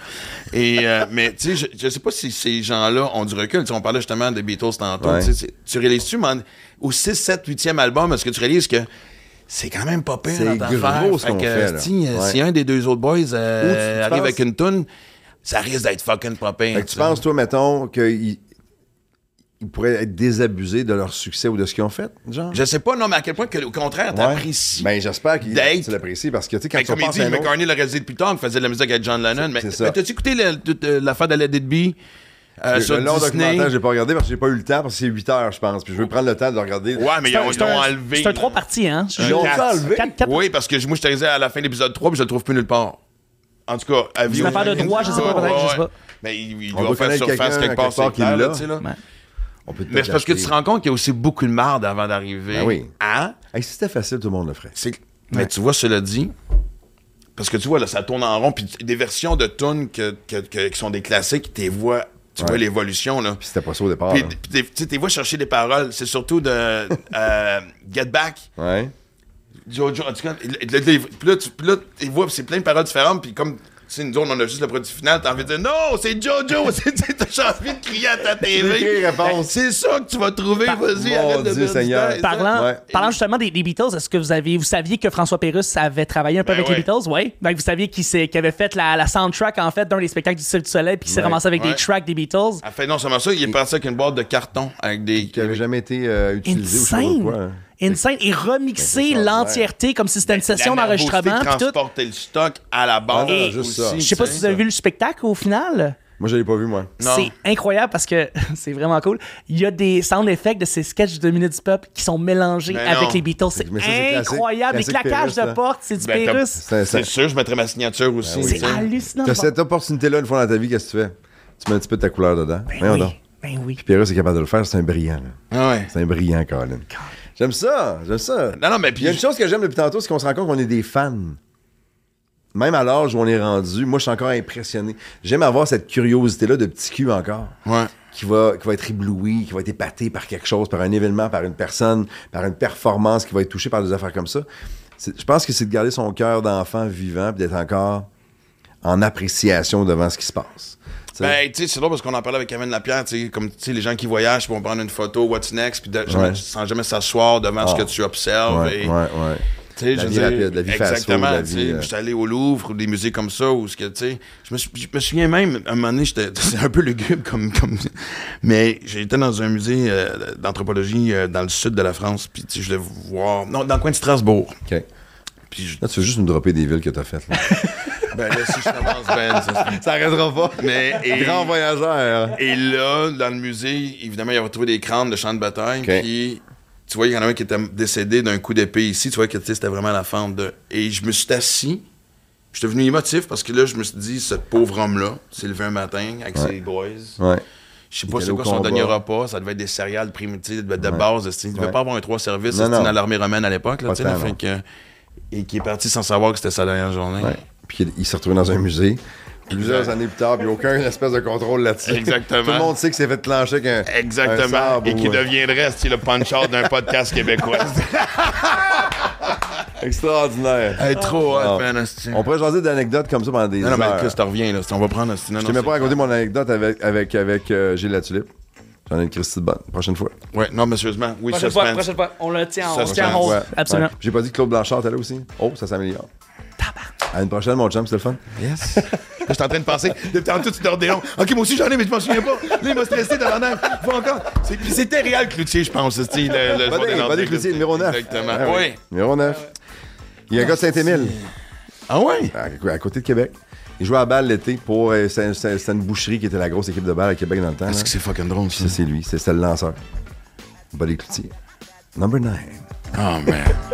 Speaker 1: Et, euh, mais tu sais, je, je sais pas si ces gens-là ont du recul. Tu sais, on parlait justement des Beatles tantôt.
Speaker 6: Ouais.
Speaker 1: tu sais, c'est- Tu réalises-tu, man, au 6, 7, 8e album, est-ce que tu réalises que c'est quand même pas pire
Speaker 6: C'est
Speaker 1: notre
Speaker 6: gros
Speaker 1: affaire?
Speaker 6: ce qu'on
Speaker 1: que,
Speaker 6: fait, là.
Speaker 1: si, euh,
Speaker 6: Ouais.
Speaker 1: si un des deux autres boys euh,
Speaker 6: Ou tu- tu
Speaker 1: arrive
Speaker 6: penses-
Speaker 1: avec une toune, ça risque d'être fucking pas pire,
Speaker 6: Fait que tu
Speaker 1: tu sais.
Speaker 6: penses toi mettons qu'ils ils pourraient être désabusés de leur succès ou de ce qu'ils ont fait, genre
Speaker 1: Je sais pas, non, mais à quel point, que, au contraire, t'apprécies.
Speaker 6: Ben j'espère qu'ils
Speaker 1: D'être-
Speaker 6: tu l'apprécies parce que tu sais quand
Speaker 1: Ben,
Speaker 6: tu
Speaker 1: comme il
Speaker 6: penses
Speaker 1: dit,
Speaker 6: à un autre-
Speaker 1: McCartney l'a réalisé depuis tard, il faisait de la musique avec John Lennon. Mais,
Speaker 6: c'est ça.
Speaker 1: mais t'as-tu écouté le- tout, euh, l'affaire de la Deadby euh, sur
Speaker 6: le long
Speaker 1: Disney?
Speaker 6: documentaire, j'ai pas regardé parce que j'ai pas eu le temps parce que c'est 8 heures je pense. Puis je veux prendre le temps de le regarder.
Speaker 1: Ouais, mais ils ont- ils l'ont enlevé.
Speaker 2: C'est un
Speaker 1: là.
Speaker 2: trois parties, hein?
Speaker 6: Ils l'ont enlevé?
Speaker 2: Quatre, quatre-
Speaker 1: Oui, parce que moi, je suis arrivé à la fin de l'épisode 3 puis je le trouve plus nulle part. En tout cas, avis
Speaker 2: C'est une
Speaker 1: aux-
Speaker 2: affaire de droit, je sais pas, peut-être, je sais pas.
Speaker 1: Mais il, il
Speaker 6: On
Speaker 1: doit
Speaker 6: doit
Speaker 1: faire
Speaker 6: connaître
Speaker 1: surface
Speaker 6: quelqu'un
Speaker 1: quelque part,
Speaker 6: quelque part
Speaker 1: c'est
Speaker 6: qui
Speaker 1: clair, là,
Speaker 6: l'a.
Speaker 1: tu sais, là.
Speaker 2: Ouais.
Speaker 6: On peut
Speaker 1: Mais c'est parce que tu te rends compte qu'il y a aussi beaucoup de marde avant d'arriver.
Speaker 6: Ben oui.
Speaker 1: Hein?
Speaker 6: Hey, si c'était facile, tout le monde le ferait.
Speaker 1: C'est- Mais tu vois, cela dit, parce que tu vois, là, ça tourne en rond, puis t- des versions de tunes que, que- que- qui sont des classiques, t'es vois, tu vois
Speaker 6: Ouais.
Speaker 1: l'évolution, là.
Speaker 6: Puis c'était pas ça au départ.
Speaker 1: Puis,
Speaker 6: là.
Speaker 1: puis t'es- tu sais, t'es vois chercher des paroles, c'est surtout de euh, Get Back,
Speaker 6: Ouais.
Speaker 1: Jojo, en tout cas, le- le- le- puis là, tu puis là, t'es vois, c'est plein de paroles différentes, puis comme, tu sais, nous autres, on a juste le produit final, t'as envie de dire « Non, c'est Jojo! » C'est- tu sais, T'as envie de crier à ta
Speaker 6: Écris
Speaker 1: TV.
Speaker 6: réponse.
Speaker 1: C'est ça que tu vas trouver, vas-y,
Speaker 6: Mon
Speaker 1: arrête de
Speaker 6: Dieu,
Speaker 1: perdre du
Speaker 6: Seigneur.
Speaker 1: temps.
Speaker 2: Parlant,
Speaker 6: Ouais.
Speaker 2: parlant justement des, des Beatles, est-ce que vous aviez, vous saviez que François Pérus avait travaillé un peu
Speaker 1: Ben
Speaker 2: avec les
Speaker 1: ouais.
Speaker 2: Beatles, oui. Donc vous saviez qu'il s'est- qu'il avait fait la, la soundtrack en fait d'un des spectacles du Cirque du Soleil, puis qu'il s'est
Speaker 6: Ouais.
Speaker 2: ramassé avec
Speaker 1: Ouais.
Speaker 2: des tracks des Beatles.
Speaker 1: Elle fait non seulement ça, il est parti avec une boîte de carton avec des.
Speaker 6: qui avait jamais été euh, utilisé ou je sais pas
Speaker 2: Insane,
Speaker 6: quoi, hein.
Speaker 2: insane, et remixer
Speaker 6: Ben, c'est
Speaker 2: l'entièreté comme si c'était une
Speaker 1: Ben, la
Speaker 2: session d'enregistrement,
Speaker 1: nervosité de
Speaker 2: puis tout.
Speaker 1: transporter le stock à la base.
Speaker 6: Ah,
Speaker 1: Et
Speaker 6: juste
Speaker 1: aussi,
Speaker 6: ça.
Speaker 1: tu
Speaker 2: Je sais pas si vous avez vu le spectacle au final.
Speaker 6: Moi, je l'ai pas vu, moi.
Speaker 1: Non.
Speaker 2: C'est incroyable parce que c'est vraiment cool. Il y a des sound effects de ces sketchs de Minute du Peuple qui sont mélangés
Speaker 1: Mais Ben non.
Speaker 2: avec les Beatles. C'est
Speaker 6: Mais ça, c'est classique-
Speaker 2: incroyable.
Speaker 6: classique
Speaker 2: des claquages
Speaker 6: Pérus, là.
Speaker 2: de porte, c'est du
Speaker 1: Ben, t'as-
Speaker 2: Pérus.
Speaker 1: C'est
Speaker 6: C'est c'est-
Speaker 1: sûr, je mettrais ma signature aussi. tu
Speaker 2: Ben C'est
Speaker 1: sais.
Speaker 2: hallucinant.
Speaker 6: T'as cette opportunité-là une fois dans ta vie, qu'est-ce que tu fais? Tu mets un petit peu de ta couleur dedans.
Speaker 2: Ben
Speaker 6: Voyons
Speaker 2: oui.
Speaker 6: donc.
Speaker 2: Ben oui.
Speaker 6: Pierrot, c'est capable de le faire, c'est un brillant. là.
Speaker 1: Ah ouais.
Speaker 6: C'est un brillant, Colin. J'aime ça, j'aime ça.
Speaker 1: Non, non, mais puis-
Speaker 6: Il y a une chose que j'aime depuis tantôt, c'est qu'on se rend compte qu'on est des fans. même à l'âge où on est rendu, moi, je suis encore impressionné. J'aime avoir cette curiosité-là de petit cul encore.
Speaker 1: Ouais.
Speaker 6: Qui va, qui va être ébloui, qui va être épaté par quelque chose, par un événement, par une personne, par une performance, qui va être touché par des affaires comme ça. C'est- Je pense que c'est de garder son cœur d'enfant vivant puis d'être encore en appréciation devant ce qui se passe. Tu sais.
Speaker 1: Ben, tu sais, c'est drôle parce qu'on en parlait avec Kevin Lapierre, tu sais, comme, tu sais, les gens qui voyagent vont prendre une photo, what's next, puis de- jamais- sans jamais s'asseoir devant
Speaker 2: Ah.
Speaker 1: ce que tu observes.
Speaker 6: ouais,
Speaker 1: et-
Speaker 6: ouais, ouais.
Speaker 1: Tu sais,
Speaker 6: La
Speaker 1: je veux
Speaker 6: vie
Speaker 1: dire,
Speaker 6: rapide, la vie fast-food,
Speaker 1: Exactement.
Speaker 6: la
Speaker 1: tu
Speaker 6: vie,
Speaker 1: sais,
Speaker 6: euh,
Speaker 1: J'étais allé au Louvre ou des musées comme ça, ou ce que, tu sais. Je me, sou- je me souviens même, à un moment donné, j'étais- c'est un peu lugubre comme. comme mais j'étais dans un musée euh, d'anthropologie euh, dans le sud de la France, puis tu sais, je voulais voir. Non, dans le coin de Strasbourg.
Speaker 6: OK.
Speaker 1: Puis je-
Speaker 6: Là, tu veux juste nous dropper des villes que t'as faites. là.
Speaker 1: ben là, si je commence, ben, ça,
Speaker 6: ça restera pas.
Speaker 1: Mais- et-
Speaker 6: Grand voyageur.
Speaker 1: Et là, dans le musée, évidemment, il y avait trouvé des crânes de champs de bataille.
Speaker 6: Ok.
Speaker 1: Puis, tu vois, il y en a un qui était décédé d'un coup d'épée ici. Tu vois que tu sais, c'était vraiment la fente de. Et je me suis assis. Je suis devenu émotif parce que là, je me suis dit, ce pauvre homme-là s'est levé un matin avec ses boys.
Speaker 6: Ouais.
Speaker 1: Je sais
Speaker 6: Il
Speaker 1: pas
Speaker 6: est
Speaker 1: c'est
Speaker 6: allé
Speaker 1: quoi
Speaker 6: au
Speaker 1: son
Speaker 6: combat.
Speaker 1: dernier repas. Ça devait être des céréales primitives de, de base. de style. Il devait
Speaker 6: Ouais.
Speaker 1: pas avoir un trois services
Speaker 6: Non,
Speaker 1: style,
Speaker 6: non.
Speaker 1: dans l'armée romaine à l'époque. là,
Speaker 6: Pas
Speaker 1: tu sais, là,
Speaker 6: tant,
Speaker 1: fait
Speaker 6: non.
Speaker 1: que- Et qui est parti sans savoir que c'était sa dernière journée.
Speaker 6: Ouais. Puis il- il s'est retrouvé dans un musée. Plusieurs années plus tard, puis aucun espèce de contrôle là-dessus.
Speaker 1: Exactement.
Speaker 6: Tout le monde sait que c'est fait plancher qu'un. un
Speaker 1: Exactement.
Speaker 6: sabre
Speaker 1: Et qui
Speaker 6: ou-
Speaker 1: deviendrait style, le punch-out d'un podcast québécois.
Speaker 6: Extraordinaire.
Speaker 1: Hey, trop
Speaker 6: Ah.
Speaker 1: hot, man, asti.
Speaker 6: On pourrait jaser d'anecdotes comme ça pendant des
Speaker 1: Non, non, mais
Speaker 6: heures.
Speaker 1: Chris, t'en reviens, là. On va prendre, asti. Non,
Speaker 6: Je
Speaker 1: non,
Speaker 6: t'ai même
Speaker 1: c'est-
Speaker 6: pas raconté mon anecdote avec, avec, avec euh, Gilles Latulippe. J'en ai une Christie de bonne. Prochaine fois.
Speaker 1: Ouais, non, mais sérieusement, oui,
Speaker 2: Prochaine
Speaker 1: suspense.
Speaker 2: fois, prochaine fois. On le tient, on le
Speaker 1: Suspense.
Speaker 2: tient en haut.
Speaker 6: Ouais.
Speaker 2: Absolument.
Speaker 6: Ouais. J'ai pas dit que Claude Blanchard était là aussi. Oh, ça s'améliore. À une prochaine, mon chum, c'était le fun.
Speaker 1: Yes. Là, J'étais en train de penser, depuis tantôt, tu dors des longs. Ok, moi aussi, j'en ai, mais je m'en souviens pas. Là, il m'a stressé dans la neige. Faut encore. C'est- puis C'était Réal Cloutier, je pense, asti, le, le
Speaker 6: Bonnet,
Speaker 1: jour
Speaker 6: Bonnet
Speaker 1: des
Speaker 6: Cloutier, numéro 9.
Speaker 1: Exactement.
Speaker 6: Ah
Speaker 1: oui.
Speaker 6: Numéro 9. Il y a un gars de Saint-Émile,
Speaker 1: Ah ouais?
Speaker 6: à, à côté de Québec. Il jouait à balle l'été pour. euh, c'est- c'est- C'était une boucherie qui était la grosse équipe de balle à Québec dans le temps.
Speaker 1: Est-ce
Speaker 6: là.
Speaker 1: que c'est fucking drôle, ça?
Speaker 6: Ça, c'est lui. C'est c'est le lanceur. Bonnet Cloutier. Number 9.
Speaker 1: Oh, man.